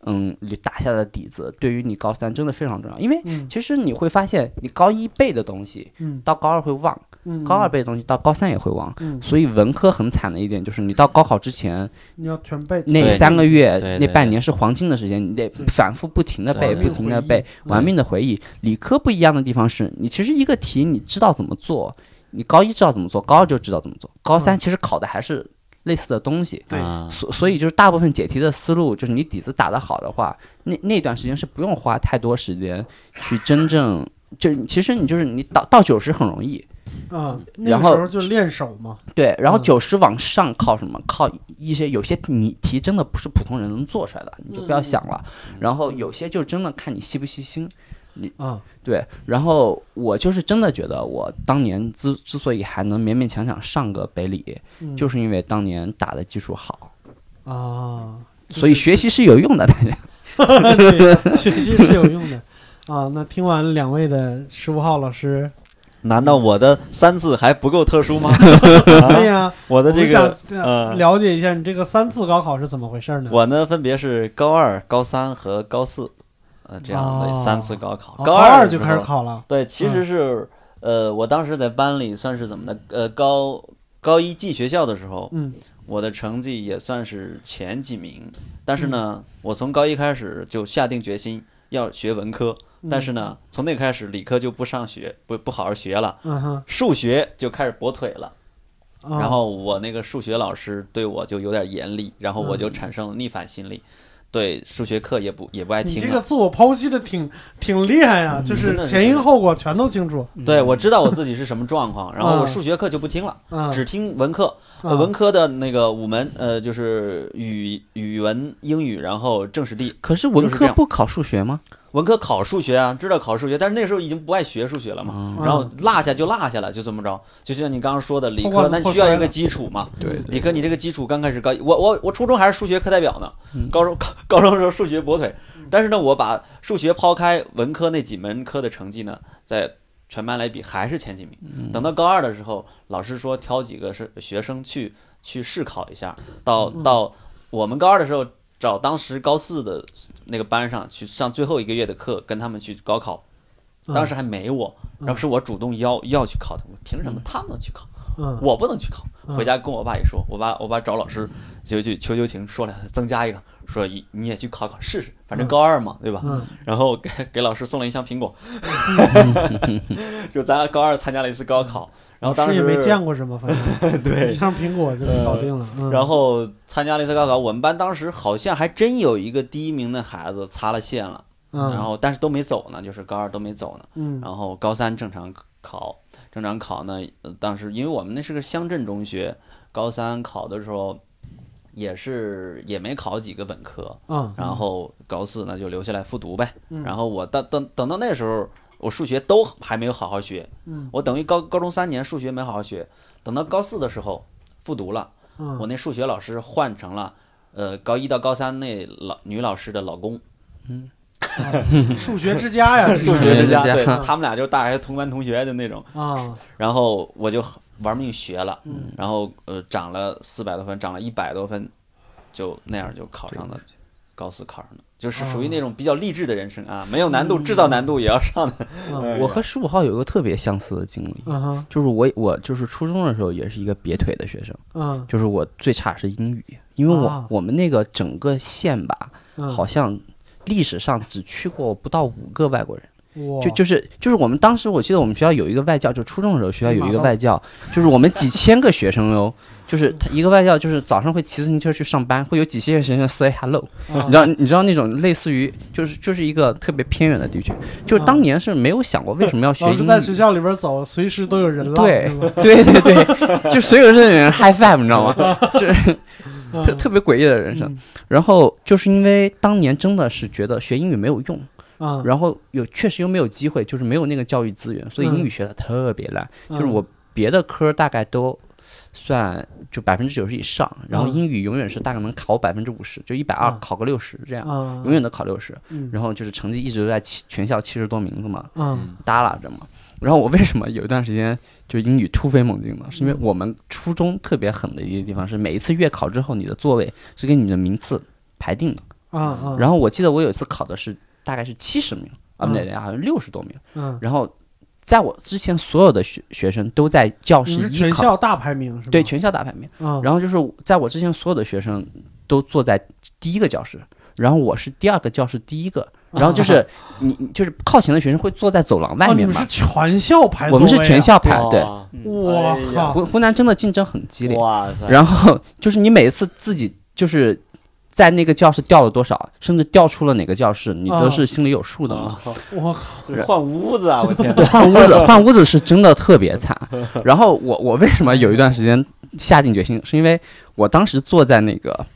Speaker 3: 嗯，你打下的底子，对于你高三真的非常重要，因为
Speaker 1: 嗯
Speaker 3: 其实你会发现，你高一背的东西
Speaker 1: 嗯
Speaker 3: 到高二会忘，
Speaker 1: 嗯，
Speaker 3: 高二背的东西到高三也会忘。
Speaker 1: 嗯，
Speaker 3: 所以文科很惨的一点就是，你到高考之前
Speaker 1: 你要全背
Speaker 3: 那
Speaker 4: 对
Speaker 3: 三个月
Speaker 4: 对、
Speaker 3: 那
Speaker 4: 对
Speaker 3: 半年是黄金的时间，你得
Speaker 1: 对
Speaker 3: 反复不停的背，
Speaker 4: 对
Speaker 3: 不停的背，
Speaker 1: 玩
Speaker 3: 玩
Speaker 1: 命
Speaker 3: 命的回忆。理科不一样的地方是你其实一个题你知道怎么做，你高一知道怎么做，高二就知道怎么做，高三其实考的还是类似的东西。
Speaker 1: 对
Speaker 4: 啊，
Speaker 3: 所所以就是大部分解题的思路，就是你底子打得好的话，那那段时间是不用花太多时间去真正就其实你就是你到到九十很容易，
Speaker 1: 啊，那
Speaker 3: 然
Speaker 1: 个
Speaker 3: 后
Speaker 1: 时候就练手嘛，
Speaker 3: 对，然后
Speaker 1: 嗯
Speaker 3: 九十往上靠什么？靠一些有些你题真的不是普通人能做出来的，你就不要想了。然后有些就真的看你细不细心，
Speaker 1: 啊
Speaker 3: 对，然后我就是真的觉得，我当年之之所以还能勉勉强强上个北理，
Speaker 1: 嗯
Speaker 3: 就是因为当年打的基础好，
Speaker 1: 啊，就
Speaker 3: 所以
Speaker 1: 是
Speaker 3: 学习是有用的。大家，
Speaker 1: 对，学习是有用的啊。那听完两位的十五号老师，
Speaker 4: 难道我的三次还不够特殊吗？
Speaker 1: 对呀，
Speaker 4: 我
Speaker 1: 我
Speaker 4: 啊的这
Speaker 1: 们
Speaker 4: 个，
Speaker 1: 想
Speaker 4: 呃
Speaker 1: 了解一下你这个三次高考是怎么回事呢？
Speaker 4: 我呢分别是高二、高三和高四，呃，这样的
Speaker 1: 哦
Speaker 4: 三次高考。
Speaker 1: 啊
Speaker 4: 二
Speaker 1: 二
Speaker 4: 的
Speaker 1: 就
Speaker 4: 时
Speaker 1: 开始
Speaker 4: 候。
Speaker 1: 考了，
Speaker 4: 对，其
Speaker 1: 嗯
Speaker 4: 实是呃，我当时在班里算是怎么的？呃，高高一进学校的时候，
Speaker 1: 嗯
Speaker 4: 我的成绩也算是前几名，但是
Speaker 1: 嗯
Speaker 4: 呢，我从高一开始就下定决心要学文科，
Speaker 1: 嗯
Speaker 4: 但是呢，从那开始理科就不上学，不不好好学了，
Speaker 1: 嗯哼，
Speaker 4: 数学就开始跛腿了。
Speaker 1: 啊
Speaker 4: 然后我那个数学老师对我就有点严厉，然后我
Speaker 1: 嗯
Speaker 4: 就产生了逆反心理，对数学课也不也不爱
Speaker 1: 你
Speaker 4: 听
Speaker 1: 这
Speaker 4: 了。
Speaker 1: 个自我剖析的挺挺厉害呀，就
Speaker 4: 嗯真的
Speaker 1: 是
Speaker 4: 是
Speaker 1: 前因后果全都清楚，
Speaker 4: 对，我知道我自己是什么状况，然后
Speaker 1: 嗯
Speaker 4: 我数学课就不听了，
Speaker 1: 嗯，
Speaker 4: 只听文课。呃，
Speaker 1: 啊
Speaker 4: 文科的那个五门，呃，就是语语文、英语，然后政史地。
Speaker 3: 可是
Speaker 4: 就
Speaker 3: 文
Speaker 4: 是这
Speaker 3: 科
Speaker 4: 样
Speaker 3: 不考数学吗？
Speaker 4: 文科考数学啊，知道考数学，但是那时候已经不爱学数学了嘛。
Speaker 3: 嗯
Speaker 1: 嗯
Speaker 4: 然后落下就落下了，就这么着。就像你刚刚说的，理
Speaker 1: 破罐
Speaker 4: 科
Speaker 1: 子
Speaker 4: 那你
Speaker 1: 破
Speaker 4: 需要
Speaker 1: 摔
Speaker 4: 一个
Speaker 1: 了
Speaker 4: 基础嘛。
Speaker 3: 对
Speaker 4: 理科你这个基础刚开始高，我我我初中还是数学课代表呢
Speaker 3: 嗯，
Speaker 4: 高中高高中的时候数学跛腿，但是呢，我把数学抛开，文科那几门科的成绩呢，在全班来比还是前几名。
Speaker 1: 嗯
Speaker 4: 等到高二的时候，老师说挑几个是学生去去试考一下，到
Speaker 1: 嗯
Speaker 4: 到我们高二的时候。找当时高四的那个班上去上最后一个月的课，跟他们去高考。
Speaker 1: 嗯
Speaker 4: 当时还没我，然后是我主动邀要去考的。我凭什么他们能去考，
Speaker 1: 嗯
Speaker 4: 我不能去考？
Speaker 1: 嗯
Speaker 4: 回家跟我爸也说，我爸我爸找老师就去求求情，说了增加一个，说一你也去考考试试，反正
Speaker 1: 嗯
Speaker 4: 高二嘛，对吧？
Speaker 1: 嗯
Speaker 4: 然后给给老师送了一箱苹 果， 就咱高二参加了一次高考，然后当时
Speaker 1: 嗯也没见过什么，反正
Speaker 4: 对，呃
Speaker 1: 像苹果就搞定了。嗯
Speaker 4: 然后参加了一次高考，我们班当时好像还真有一个第一名的孩子擦了线了，
Speaker 1: 嗯，
Speaker 4: 然后但是都没走呢，就是高二都没走呢，
Speaker 1: 嗯
Speaker 4: 然后高三正常考，正常考呢，呃当时因为我们那是个乡镇中学，高三考的时候也是也没考几个本科，
Speaker 1: 嗯，
Speaker 4: 然后高四呢就留下来复读呗。
Speaker 1: 嗯
Speaker 4: 然后我到等等到那时候，我数学都还没有好好学，
Speaker 1: 嗯
Speaker 4: 我等于高高中三年数学没好好学，等到高四的时候复读了，
Speaker 1: 嗯
Speaker 4: 我那数学老师换成了呃高一到高三那老女老师的老公，
Speaker 1: 数学之家 呀，数
Speaker 4: 数学之
Speaker 3: 之
Speaker 4: 家，
Speaker 3: 家
Speaker 4: 对他们俩就是大学同班同学就那种。
Speaker 1: 啊，
Speaker 4: 然后我就很玩命学了，
Speaker 1: 嗯
Speaker 4: 然后呃涨了四百多分，涨了一百多分，就那样就考上了高四考上了，就是
Speaker 1: 啊
Speaker 4: 属于那种比较励志的人生啊，没有难度，制造难度也要上的。
Speaker 1: 嗯
Speaker 3: 我和十五号有一个特别相似的经历，
Speaker 1: 嗯哼
Speaker 3: 就是我我就是初中的时候也是一个瘪腿的学生，
Speaker 1: 嗯
Speaker 3: 就是我最差是英语，因为我、
Speaker 1: 啊
Speaker 3: 我们那个整个县吧，
Speaker 1: 嗯，
Speaker 3: 好像历史上只去过不到五个外国人。
Speaker 1: 哇
Speaker 3: 就就是就是我们 当时我记得我们学校有一个外教，就初中的时候学校有一个外教，就是我们几千个学生哟，就是他一个外教，就是早上会骑自行车去上班，会有几些学生 say hello，
Speaker 1: 啊
Speaker 3: 你知道你知道那种类似于就是就是一个特别偏远的地区，就是当年是没有想过为什么要
Speaker 1: 嗯
Speaker 3: 学
Speaker 1: 老
Speaker 3: 英
Speaker 1: 师
Speaker 3: 语
Speaker 1: 在学校里边走，随时都有人浪，
Speaker 3: 对
Speaker 1: 是吧
Speaker 3: 对对对，就所有人都有人 high five，你 知道吗？就是
Speaker 1: 嗯
Speaker 3: 特特别诡异的人生。然后就是因为当年真的是觉得学英语没有用，
Speaker 1: 啊，
Speaker 3: 然后有确实又没有机会，就是没有那个教育资源，所以英语学的特别烂。
Speaker 1: 嗯
Speaker 3: 就是我别的科儿大概都算就百分之九十以上，然后
Speaker 1: 嗯
Speaker 3: 英语永远是大概能考百分之五十，就一百二
Speaker 1: 嗯
Speaker 3: 考个六十这样，
Speaker 1: 啊，
Speaker 3: 永远都考六十。
Speaker 1: 嗯
Speaker 3: 然后就是成绩一直都在七全校七十多名字嘛，
Speaker 1: 啊
Speaker 3: 耷拉着嘛。然后我为什么有一段时间就英语突飞猛进呢？是因为我们初中特别狠的一个地方是，每一次月考之后，你的座位是跟你的名次排定的。
Speaker 1: 啊啊，
Speaker 3: 然后我记得我有一次考的是大概是七十名啊，不对，好像六十多名。
Speaker 1: 嗯，
Speaker 3: 然后在我之前所有的学学生都在教室
Speaker 1: 你是
Speaker 3: 一
Speaker 1: 全
Speaker 3: 考，
Speaker 1: 校大排名是吧？
Speaker 3: 对全校大排名。
Speaker 1: 啊，
Speaker 3: 然后就是在我之前所有的学生都坐在第一个教室，然后我是第二个教室第 一个。然后就是你你就是靠前的学生会坐在走廊外
Speaker 1: 哦你
Speaker 3: 面
Speaker 1: 们
Speaker 3: 嘛
Speaker 1: 是，全啊校排，
Speaker 3: 我们是全，校排，对。
Speaker 4: 哇
Speaker 1: 我
Speaker 4: 哎呀
Speaker 1: 靠，
Speaker 3: 湖湖南真的竞争很激烈，
Speaker 4: 哇塞，
Speaker 3: 然后就是你每一次自己就是在那个教室掉了多少，甚至掉出了哪个教室，你
Speaker 1: 啊
Speaker 3: 都是心里有数的嘛。
Speaker 1: 我靠，
Speaker 4: 后哦换屋子啊！我天，
Speaker 3: 对，换屋子，换屋子是真的特 别惨。然后我我为什么有一段时间下定决心，是因为我当时坐在那个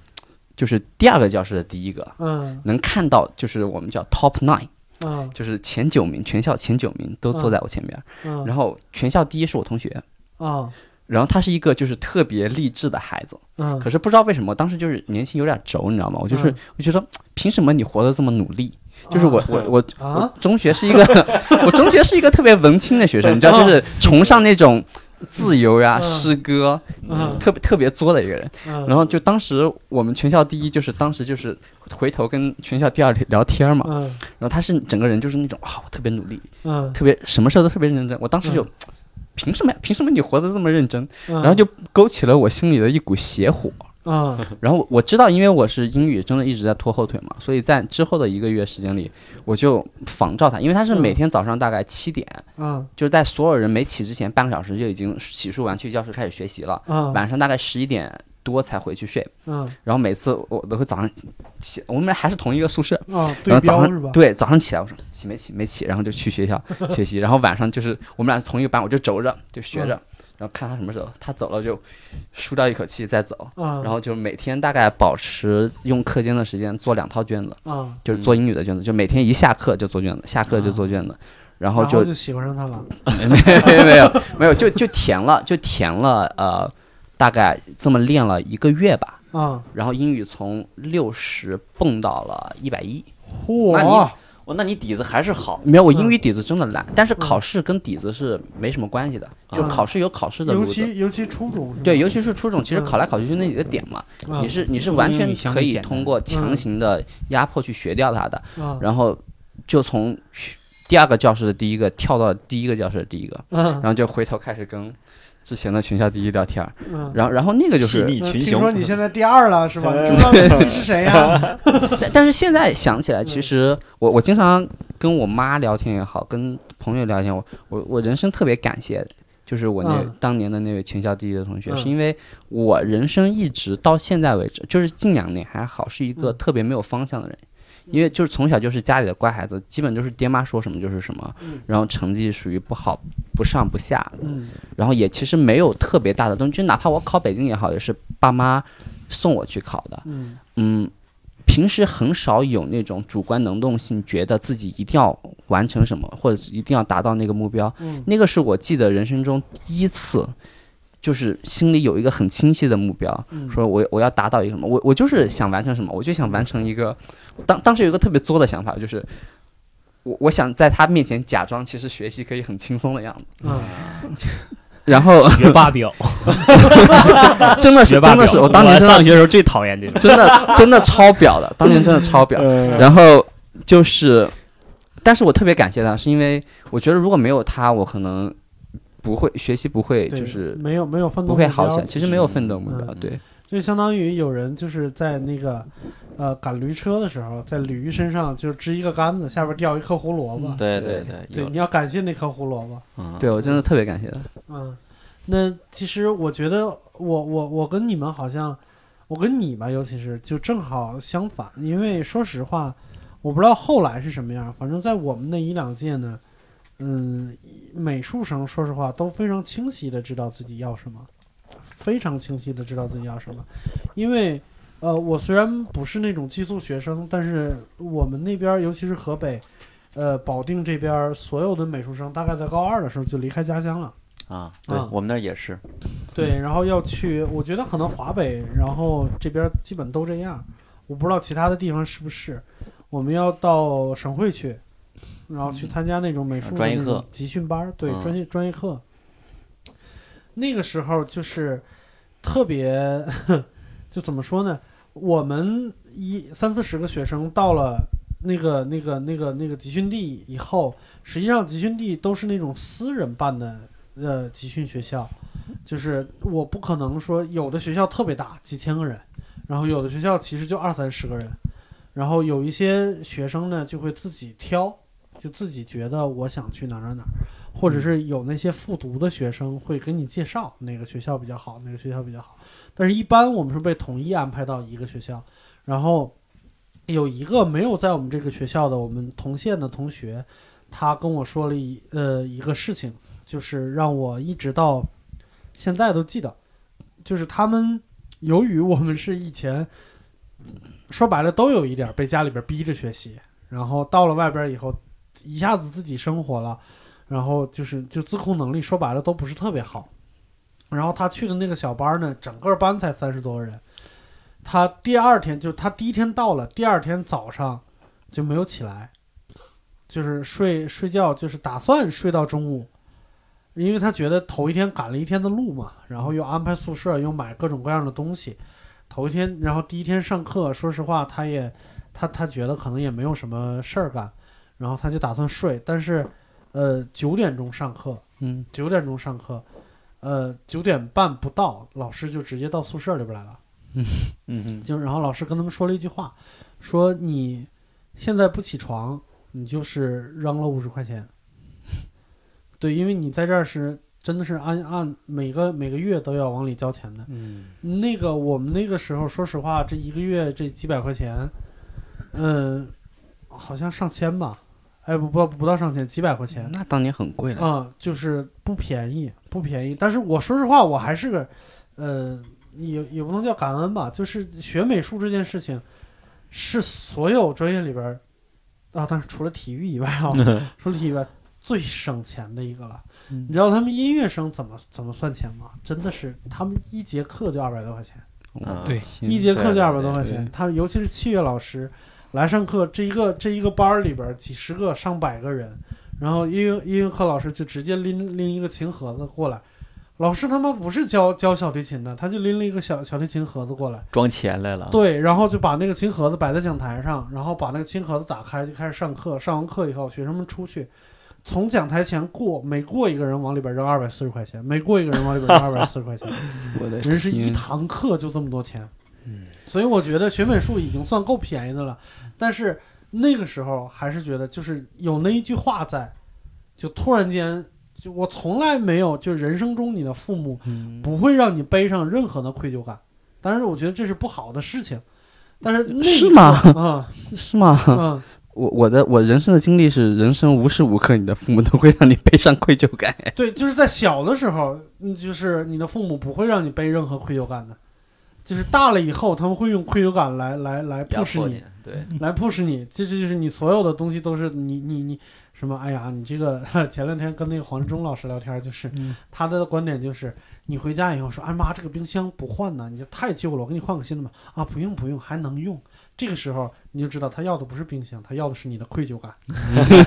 Speaker 3: 就是第二个教室的第一个，
Speaker 1: 嗯
Speaker 3: 能看到就是我们叫 top nine，
Speaker 1: 嗯
Speaker 3: 就是前九名，全校前九名都坐在我前边儿，
Speaker 1: 嗯
Speaker 3: 然后全校第一是我同学。
Speaker 1: 啊
Speaker 3: 然后他是一个就是特别励志的孩子，
Speaker 1: 嗯，
Speaker 3: 可是不知道为什么，当时就是年轻有点轴，你知道吗？我就是、
Speaker 1: 嗯
Speaker 3: 我觉得，凭什么你活得这么努力？就是我我我
Speaker 1: 啊
Speaker 3: 中学是一个 我中学是一个特别文青的学生，你知道，就是崇尚那种自由呀、
Speaker 1: 嗯
Speaker 3: 诗歌，
Speaker 1: 嗯
Speaker 3: 特别特别作的一个人。
Speaker 1: 嗯，
Speaker 3: 然后就当时我们全校第一，就是当时就是回头跟全校第二聊天嘛，
Speaker 1: 嗯
Speaker 3: 然后他是整个人就是那种啊，我特别努力，
Speaker 1: 嗯，
Speaker 3: 特别什么事儿都特别认真。我当时就。凭什么呀？凭什么你活得这么认真？
Speaker 1: 然
Speaker 3: 然后就勾起了我心里的一股邪火。
Speaker 1: 啊
Speaker 3: 然后我知道，因为我是英语真的一直在拖后腿嘛，所以在之后的一个月时间里，我就仿照他，因为他是每天早上大概七点，
Speaker 1: 啊
Speaker 3: 就是在所有人没起之前半个小时就已经洗漱完去教室开始学习了，
Speaker 1: 啊，
Speaker 3: 晚上大概十一点多才回去睡。
Speaker 1: 嗯
Speaker 3: 然后每次我都会早上起，我们还是同一个宿舍，
Speaker 1: 啊，
Speaker 3: 然
Speaker 1: 对
Speaker 3: 后早
Speaker 1: 标是吧
Speaker 3: 上？对早上起来我说起没起没起，然后就去学校学习，然后晚上就是我们俩同一个班，我就轴着就学
Speaker 1: 嗯
Speaker 3: 着，然后看他什么时候他走了就舒掉一口气再走。
Speaker 1: 啊，
Speaker 3: 然后就是每天大概保持用课间的时间做两套卷子，
Speaker 1: 啊，
Speaker 3: 就是做英语的卷子，就每天一下课就做卷子，下课就做卷子，然后
Speaker 1: 然
Speaker 3: 就
Speaker 1: 就喜欢上他了
Speaker 3: 没没 没有没有就就填了就填了呃，大概这么练了一个月吧，
Speaker 1: 啊，
Speaker 3: 然后英语从六十蹦到了一百一。
Speaker 4: 那
Speaker 1: 嚯
Speaker 4: 你，我哦那你底子还是好，
Speaker 3: 没有，我英语底子真的烂，但是考试跟底子是没什么关系的，就
Speaker 1: 嗯
Speaker 3: 考试有考试的
Speaker 1: 尤
Speaker 3: 路子。
Speaker 1: 其尤其初中是吧
Speaker 3: 对，尤其是初中，其实
Speaker 1: 嗯
Speaker 3: 考来考去就那几个点嘛，
Speaker 1: 啊
Speaker 3: 你是你是
Speaker 2: 初中
Speaker 3: 完
Speaker 2: 英
Speaker 3: 全
Speaker 2: 语相
Speaker 3: 可
Speaker 2: 对
Speaker 3: 以
Speaker 2: 简单
Speaker 3: 通过强行的压迫去学掉它的。
Speaker 1: 啊
Speaker 3: 然后就从去第二个教室的第一个跳到第一个教室的第一个，
Speaker 1: 嗯
Speaker 3: 然后就回头开始跟之前的全校第一聊天儿，
Speaker 1: 嗯。
Speaker 3: 然后然后那个就
Speaker 4: 细
Speaker 3: 是，
Speaker 4: 腻
Speaker 1: 嗯
Speaker 4: 群
Speaker 1: 听
Speaker 4: 雄
Speaker 1: 说。你现在第二了是吧？你知道你是谁呀？
Speaker 3: 但但是现在想起来，
Speaker 1: 嗯
Speaker 3: 其实我我经常跟我妈聊天也好，跟朋友聊天，我我我人生特别感谢。就是我那
Speaker 1: 嗯
Speaker 3: 当年的那位全校第一的同学，
Speaker 1: 嗯
Speaker 3: 是因为我人生一直到现在为止，就是近两年还好，是一个
Speaker 1: 嗯
Speaker 3: 特别没有方向的人，因为就是从小就是家里的乖孩子，基本就是爹妈说什么就是什么，然后成绩属于不好不上不下，
Speaker 1: 嗯
Speaker 3: 然后也其实没有特别大的东西，就哪怕我考北京也好，也是爸妈送我去考的。
Speaker 1: 嗯
Speaker 3: 嗯，平时很少有那种主观能动性，觉得自己一定要完成什么，或者是一定要达到那个目标。
Speaker 1: 嗯
Speaker 3: 那个是我记得人生中第一次，就是心里有一个很清晰的目标，
Speaker 1: 嗯
Speaker 3: 说我我要达到一个什么，我我就是想完成什么，我就想完成一个，当当时有一个特别作的想法，就是我我想在他面前假装其实学习可以很轻松的样子，
Speaker 1: 嗯
Speaker 3: 然后
Speaker 2: 学霸表，
Speaker 3: 真的是
Speaker 2: 学霸表
Speaker 3: 真的是我当年
Speaker 2: 我
Speaker 3: 真
Speaker 2: 上
Speaker 3: 的
Speaker 2: 学的时候最讨厌这 种。
Speaker 3: 真的 真的超表的，当年真的超表，
Speaker 1: 嗯
Speaker 3: 然后就是，但是我特别感谢他，是因为我觉得如果没有他，我可能不会学习不会
Speaker 1: 对
Speaker 3: 就是
Speaker 1: 没有没有奋斗
Speaker 3: 不会
Speaker 1: 目
Speaker 3: 好
Speaker 1: 标
Speaker 3: 起来，其实没有奋斗目标，
Speaker 1: 嗯
Speaker 3: 对。
Speaker 1: 就相当于有人就是在那个呃赶驴车的时候，在驴身上就支一个杆子，下边吊一颗胡萝卜。
Speaker 4: 对对对，
Speaker 1: 嗯对，
Speaker 4: 有
Speaker 1: 你要感谢那颗胡萝卜。
Speaker 4: 嗯
Speaker 3: 对，我真的特别感谢他。
Speaker 1: 嗯，那其实我觉得我，我我跟你们好像，我跟你吧，尤其是就正好相反，因为说实话，我不知道后来是什么样，反正在我们那一两届呢，嗯，美术生说实话都非常清晰的知道自己要什么，非常清晰的知道自己要什么，因为。呃，我虽然不是那种寄宿学生，但是我们那边儿，尤其是河北，呃，保定这边儿所有的美术生，大概在高二的时候就离开家乡了。
Speaker 4: 啊，对
Speaker 1: 嗯
Speaker 4: 我们那儿也是，嗯
Speaker 1: 对，然后要去，我觉得可能华北，然后这边基本都这样，我不知道其他的地方是不是。我们要到省会去，然后去参加那种美术的
Speaker 4: 嗯啊专业
Speaker 1: 那种
Speaker 4: 课
Speaker 1: 集训班儿，对，
Speaker 4: 嗯
Speaker 1: 专业专业课。那个时候就是特别， 就怎么说呢？我们一三四十个学生到了那个那个那个那个集训地以后，实际上集训地都是那种私人办的呃集训学校，就是我不可能说有的学校特别大，几千个人，然后有的学校其实就二三十个人，然后有一些学生呢就会自己挑，就自己觉得我想去哪儿哪儿哪儿，或者是有那些复读的学生会给你介绍哪个学校比较好，哪个学校比较好，但是一般我们是被统一安排到一个学校，然后有一个没有在我们这个学校的我们同县的同学，他跟我说了一呃一个事情，就是让我一直到现在都记得，就是他们由于我们是以前说白了都有一点儿被家里边逼着学习，然后到了外边以后，一下子自己生活了，然后就是就自控能力说白了都不是特别好。然后他去的那个小班呢，整个班才三十多个人，他第二天就他第一天到了，第二天早上就没有起来，就是睡睡觉，就是打算睡到中午，因为他觉得头一天赶了一天的路嘛，然后又安排宿舍，又买各种各样的东西，头一天，然后第一天上课，说实话，他也他他觉得可能也没有什么事儿干，然后他就打算睡，但是呃九点钟上课，
Speaker 3: 嗯，
Speaker 1: 九点钟上课，呃九点半不到，老师就直接到宿舍里边来了。
Speaker 4: 嗯哼，
Speaker 1: 就然后老师跟他们说了一句话，说你现在不起床，你就是扔了五十块钱。 对，因为你在这儿是真的是按按每个每个月都要往里交钱的。
Speaker 5: 嗯，
Speaker 1: 那个我们那个时候，说实话，这一个月这几百块钱，嗯、好像上千吧，哎不不不到上千，几百块钱。
Speaker 3: 那当年很贵了，
Speaker 1: 啊、就是不便宜，不便宜。但是我说实话，我还是个，呃，也也不能叫感恩吧，就是学美术这件事情，是所有专业里边儿，啊，但是除了体育以外 啊，除了体育以外最省钱的一个了。
Speaker 3: 嗯
Speaker 1: 你知道他们音乐生怎么怎么算钱吗？真的是他们一节课就二百多块钱。
Speaker 4: 嗯
Speaker 3: 啊对，
Speaker 1: 一节课就
Speaker 4: 对
Speaker 1: 二百多块
Speaker 3: 对
Speaker 1: 钱。他尤其是器乐老师来上课，这一个这一个班儿里边儿几十个、上百个人，然后音乐音乐课老师就直接拎拎一个琴盒子过来。老师他妈不是教教小提琴的，他就拎了一个小小提琴盒子过来，
Speaker 4: 装钱来了，
Speaker 1: 对，然后就把那个琴盒子摆在讲台上，然后把那个琴盒子打开，就开始上课。上完课以后，学生们出去，从讲台前过，每过一个人往里边扔二百四十块钱，每过一个人往里边扔二百四十块钱，
Speaker 3: 我的
Speaker 1: 人是一
Speaker 3: 天
Speaker 1: 堂课就这么多钱，
Speaker 3: 嗯
Speaker 1: 所以我觉得学美术已经算够便宜的了。但是那个时候还是觉得，就是有那一句话在，就突然间，就我从来没有，就人生中你的父母
Speaker 3: 嗯
Speaker 1: 不会让你背上任何的愧疚感，当然我觉得这是不好的事情。但是那一
Speaker 3: 是
Speaker 1: 刻
Speaker 3: 吗
Speaker 1: 啊
Speaker 3: 是吗？
Speaker 1: 啊！
Speaker 3: 我我的我人生的经历是，人生无时无刻你的父母都会让你背上愧疚感。
Speaker 1: 对，就是在小的时候，嗯就是你的父母不会让你背任何愧疚感的，就是大了以后他们会用愧疚感来来来
Speaker 4: 压
Speaker 1: push
Speaker 4: 迫
Speaker 1: 你
Speaker 4: 你，，对，
Speaker 1: 来 push 你，这这就是你所有的东西都是你你你什么？哎呀，你这个 前两天跟那个黄志忠老师聊天，就是、
Speaker 3: 嗯
Speaker 1: 他的观点就是，你回家以后说，哎妈，这个冰箱不换呢，你这太旧了，我给你换个新的吧。啊，不用不用，还能用。这个时候你就知道他要的不是冰箱，他要的是你的愧疚 感，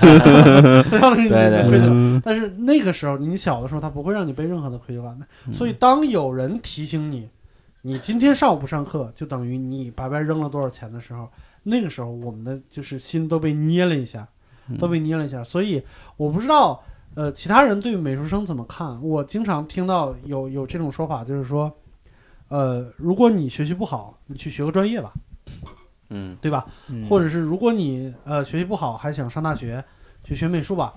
Speaker 1: 他要的是你的愧
Speaker 4: 对
Speaker 1: 疚感。
Speaker 3: 嗯
Speaker 1: 但是那个时候你小的时候，他不会让你背任何的愧疚感的。
Speaker 4: 嗯
Speaker 1: 所以当有人提醒你，你今天上午不上课，就等于你白白扔了多少钱的时候，那个时候我们的就是心都被捏了一下，
Speaker 4: 嗯
Speaker 1: 都被捏了一下。所以我不知道，呃，其他人对美术生怎么看？我经常听到有有这种说法，就是说，呃，如果你学习不好，你去学个专业吧，
Speaker 4: 嗯，
Speaker 1: 对吧？或者是如果你呃学习不好还想上大学，去学美术吧，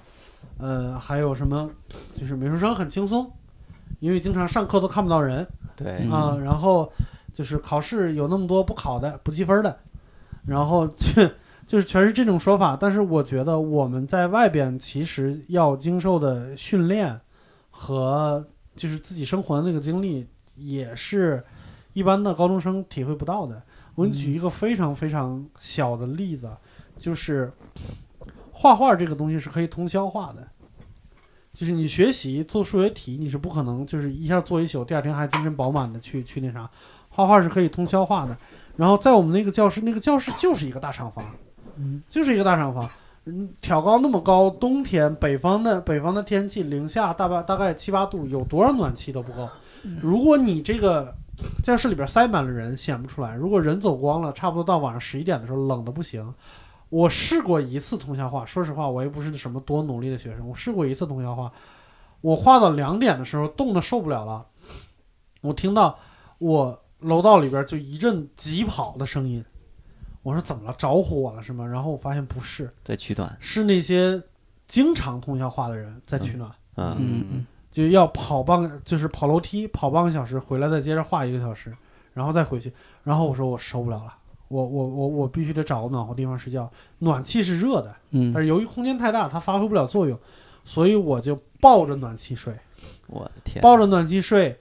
Speaker 1: 呃，还有什么就是美术生很轻松，因为经常上课都看不到人
Speaker 4: 对
Speaker 1: 啊，然后就是考试有那么多不考的、不积分的，然后就就是全是这种说法。但是我觉得我们在外边其实要经受的训练和就是自己生活的那个经历，也是一般的高中生体会不到的。我给你举一个非常非常小的例子，就是画画这个东西是可以通宵画的，就是你学习做数学题，你是不可能就是一下做一宿，第二天还精神饱满的去去那啥。画画是可以通宵画的。然后在我们那个教室，那个教室就是一个大厂房，
Speaker 5: 嗯，
Speaker 1: 就是一个大厂房，嗯，挑高那么高，冬天北方的北方的天气零下大概大概七八度，有多少暖气都不够。如果你这个教室里边塞满了人，显不出来。如果人走光了，差不多到晚上十一点的时候，冷的不行。我试过一次通宵画，说实话，我也不是什么多努力的学生，我试过一次通宵画，我画到两点的时候，冻得受不了了，我听到我楼道里边就一阵疾跑的声音，我说怎么了？着火了是吗？然后我发现不是，
Speaker 4: 在取暖，
Speaker 1: 是那些经常通宵画的人在取暖。
Speaker 4: 嗯，
Speaker 3: 嗯嗯
Speaker 1: 就要跑半个，就是跑楼梯跑半个小时，回来再接着画一个小时，然后再回去。然后我说我受不了了，我我我我必须得找个暖和地方睡觉。暖气是热的，但
Speaker 3: 嗯，
Speaker 1: 是由于空间太大，它发挥不了作用，所以我就抱着暖气睡，
Speaker 4: 我的天，
Speaker 1: 抱着暖气睡。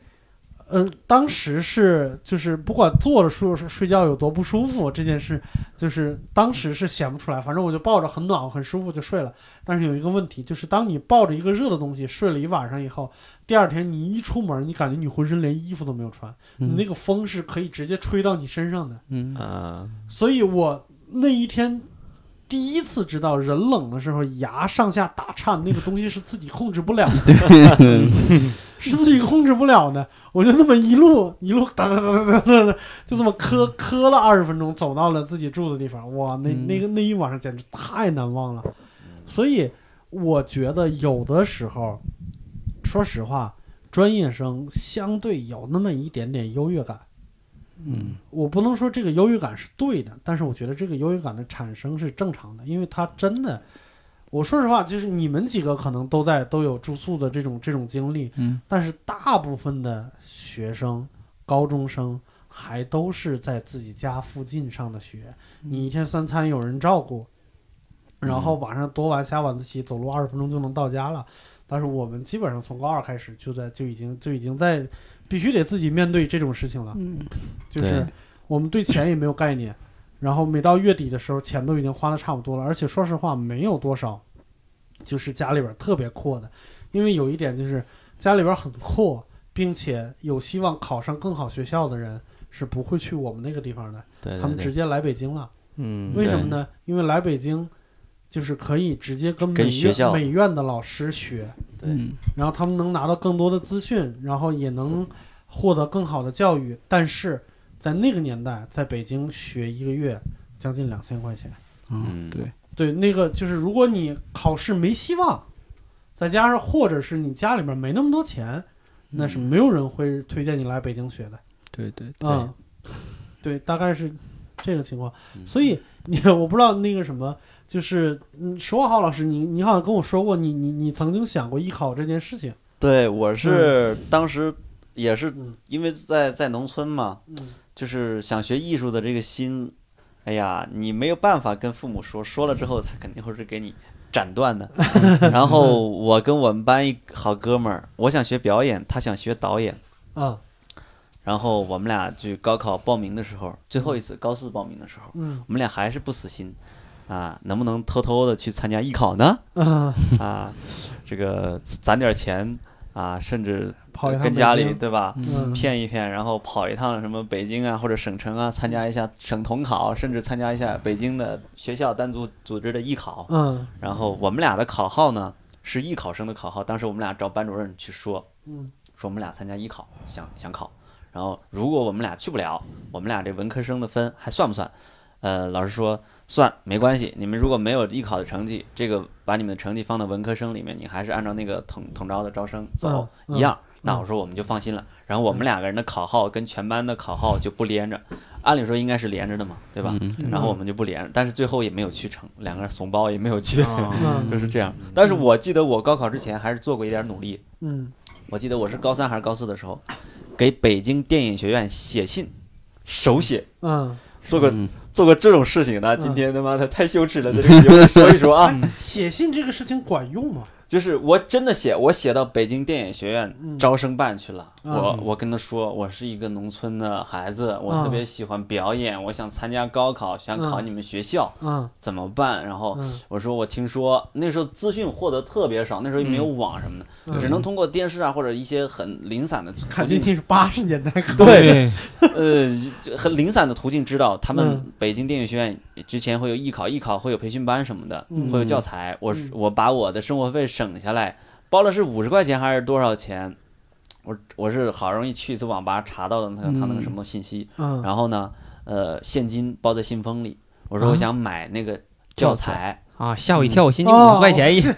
Speaker 1: 嗯、当时是就是不管坐着睡睡觉有多不舒服这件事，就是当时是显不出来，反正我就抱着很暖和很舒服就睡了。但是有一个问题，就是当你抱着一个热的东西睡了一晚上以后，第二天你一出门，你感觉你浑身连衣服都没有穿，你那
Speaker 3: 个
Speaker 1: 个风是可以直接吹到你身上的。
Speaker 3: 嗯
Speaker 4: 嗯，
Speaker 1: 所以我那一天第一次知道人冷的时候牙上下打颤，那个东西是自己控制不了的，嗯是自己控制不了的。我就那么一路一路哒哒哒哒哒哒，就这么磕磕了二十分钟，走到了自己住的地方。哇，那
Speaker 3: 嗯
Speaker 1: 那个那一晚上简直太难忘了。所以我觉得有的时候，说实话，专业生相对有那么一点点优越感。
Speaker 3: 嗯
Speaker 1: 我不能说这个优越感是对的，但是我觉得这个优越感的产生是正常的，因为它真的，我说实话，就是你们几个可能都在都有住宿的这种这种经历，
Speaker 3: 嗯，
Speaker 1: 但是大部分的学生、高中生还都是在自己家附近上的学，你一天三餐有人照顾，然后晚上多晚下晚自习，走路二十分钟就能到家了。但是我们基本上从高二开始就在就已经就已经在必须得自己面对这种事情了，
Speaker 3: 嗯
Speaker 1: 就是
Speaker 4: 对
Speaker 1: 我们对钱也没有概念，然后每到月底的时候，钱都已经花的差不多了，而且说实话没有多少，就是家里边特别阔的，因为有一点就是家里边很阔，并且有希望考上更好学校的人是不会去我们那个地方的，
Speaker 4: 对
Speaker 1: 他
Speaker 4: 对
Speaker 1: 们直
Speaker 4: 对，
Speaker 1: 接来北京了。
Speaker 2: 嗯
Speaker 1: 为什么呢？因为来北京就是可以直接跟美
Speaker 4: 跟学
Speaker 1: 院
Speaker 4: 校
Speaker 1: 美院的老师学，
Speaker 3: 嗯
Speaker 1: 然后他们能拿到更多的资讯，然后也能获得更好的教育。但是在那个年代，在北京学一个月将近两千块钱，
Speaker 4: 嗯
Speaker 3: 嗯对，
Speaker 1: 对，那个就是如果你考试没希望，再加上或者是你家里面没那么多钱，那
Speaker 4: 嗯
Speaker 1: 是没有人会推荐你来北京学的。
Speaker 3: 对对对，
Speaker 1: 嗯，对，大概是这个情况。
Speaker 4: 嗯
Speaker 1: 所以你我不知道那个什么，就是嗯，石化浩老师，你你好像跟我说过，你你你曾经想过艺考这件事情。
Speaker 4: 对，我是当时也是
Speaker 1: 嗯
Speaker 4: 因为在在农村嘛，
Speaker 1: 嗯
Speaker 4: 就是想学艺术的这个心，哎呀，你没有办法跟父母说，说了之后他肯定会是给你斩断的。然后我跟我们班一好哥们儿，我想学表演，他想学导演，
Speaker 1: 啊
Speaker 4: 然后我们俩去高考报名的时候，最后一次高四报名的时候，
Speaker 1: 嗯
Speaker 4: 我们俩还是不死心。啊，能不能偷偷的去参加艺考呢？
Speaker 1: 啊，
Speaker 4: 啊，这个攒点钱啊，甚至
Speaker 1: 跑一趟
Speaker 4: 跟
Speaker 1: 北
Speaker 4: 家里
Speaker 1: 京
Speaker 4: 对吧？
Speaker 1: 嗯
Speaker 4: 骗一骗，然后跑一趟什么北京啊或者省城啊，参加一下省统考，甚至参加一下北京的学校单独组织的艺考。
Speaker 1: 嗯
Speaker 4: 然后我们俩的考号呢是艺考生的考号，当时我们俩找班主任去说，
Speaker 1: 嗯
Speaker 4: 说我们俩参加艺考，想想考。然后如果我们俩去不了，我们俩这文科生的分还算不算？呃，老师说算，没关系。你们如果没有艺考的成绩，这个把你们的成绩放到文科生里面，你还是按照那个统统招的招生走、
Speaker 1: 嗯嗯嗯
Speaker 4: 一样。那我说我们就放心了。然后我们两个人的考号跟全班的考号就不连着，按理说应该是连着的嘛，对吧？
Speaker 3: 嗯
Speaker 4: 然后我们就不连，但是最后也没有去成，两个人怂包也没有去，
Speaker 5: 啊
Speaker 1: 嗯
Speaker 4: 就是这样。但是我记得我高考之前还是做过一点努力，
Speaker 1: 嗯
Speaker 4: 我记得我是高三还是高四的时候，给北京电影学院写信，手写，
Speaker 1: 嗯，
Speaker 4: 做过
Speaker 3: 嗯
Speaker 4: 做过这种事情的，今天他妈的太羞耻了，在这个节目里说一 说啊，
Speaker 1: 哎写信这个事情管用吗？
Speaker 4: 就是我真的写，我写到北京电影学院招生办去了。
Speaker 1: 嗯
Speaker 4: 我我跟他说，我是一个农村的孩子，我
Speaker 1: 嗯
Speaker 4: 特别喜欢表演，我想参加高考，想考你们学校，
Speaker 1: 嗯
Speaker 4: 怎么办？然后
Speaker 1: 嗯
Speaker 4: 我说，我听说那时候资讯获得特别少，那时候也没有网什么的，
Speaker 1: 嗯
Speaker 4: 只能通过电视啊或者一些很零散的途
Speaker 1: 看这
Speaker 4: 径
Speaker 1: 是八十年代 搞的，
Speaker 4: 对，呃，就很零散的途径知道他们
Speaker 1: 嗯
Speaker 4: 北京电影学院之前会有艺考，艺考会有培训班什么的，
Speaker 1: 嗯
Speaker 4: 会有教材。我是
Speaker 1: 嗯
Speaker 4: 我把我的生活费省下来，包了是五十块钱还是多少钱？我我是好容易去一次网吧查到的那个他那个什么信息，
Speaker 1: 嗯
Speaker 4: 然后呢，呃，现金包在信封里。我
Speaker 1: 啊
Speaker 4: 说我想买那个教
Speaker 2: 教
Speaker 4: 材，
Speaker 2: 啊，吓我一跳，我心里五
Speaker 1: 哦
Speaker 2: 十块钱一
Speaker 1: 是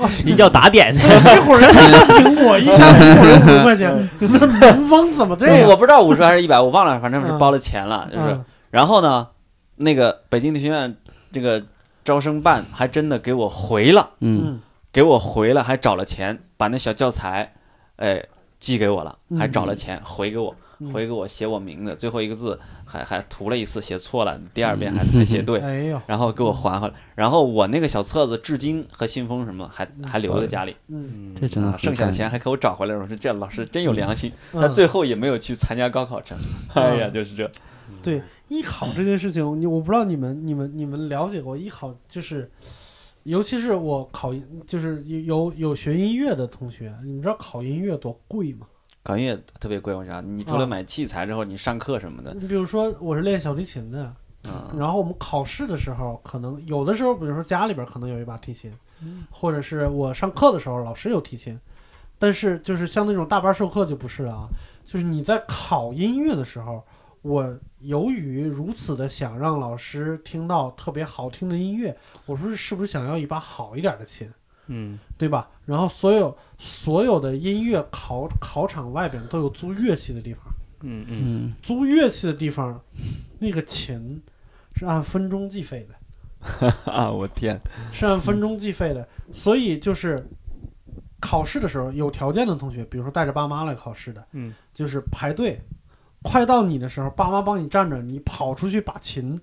Speaker 1: 哦是
Speaker 2: 一觉打点，
Speaker 1: 一会儿人家是苹果，一下苹果五十块 钱，那民风怎么这
Speaker 4: 对，
Speaker 1: 样？
Speaker 4: 嗯我不知道五十还是一百，我忘了，反正是
Speaker 1: 嗯
Speaker 4: 包了钱了，就是
Speaker 1: 嗯
Speaker 4: 然后呢，那个北京电影学院这个招生办还真的给我回了，
Speaker 3: 嗯
Speaker 1: 嗯
Speaker 4: 给我回了，还找了钱，把那小教材，哎，寄给我了，还找了钱回给我，
Speaker 1: 嗯
Speaker 4: 回给我写我名字，最后一个字还还涂了一次，写错
Speaker 1: 嗯
Speaker 4: 了，第二遍还 才写对。
Speaker 1: 哎呦，
Speaker 4: 然后给我还回来，然后我那个小册子至今和信封什么还还留在家里，
Speaker 1: 嗯
Speaker 3: 这真的
Speaker 4: 啊剩下的
Speaker 3: 很
Speaker 4: 钱还给我找回来了。我说这老师真有良心，
Speaker 1: 嗯
Speaker 4: 他最后也没有去参加高考成。 哎呀，就是这，
Speaker 1: 对艺考这件事情，你我不知道你们你们你们了解过艺考，就是尤其是我考音，就是有有有学音乐的同学，你们知道考音乐多贵吗？
Speaker 4: 搞音乐特别贵，我啥？你除了买器材之后，你上课什么的，
Speaker 1: 你比如说我是练小提琴的，
Speaker 4: 嗯，
Speaker 1: 然后我们考试的时候，可能有的时候，比如说家里边可能有一把提琴，或者是我上课的时候老师有提琴，但是就是像那种大班授课就不是了啊，就是你在考音乐的时候，我由于如此的想让老师听到特别好听的音乐，我说是不是想要一把好一点的琴，
Speaker 2: 嗯，
Speaker 1: 对吧？然后所有所有的音乐考考场外边都有租乐器的地方。
Speaker 2: 嗯嗯，
Speaker 3: 嗯
Speaker 1: 租乐器的地方，那个琴是按分钟计费的，
Speaker 4: 啊，我天，
Speaker 1: 是按分钟计费的，所以就是考试的时候，有条件的同学，比如说带着爸妈来考试的，
Speaker 2: 嗯，
Speaker 1: 就是排队，快到你的时候，爸妈帮你站着，你跑出去把琴。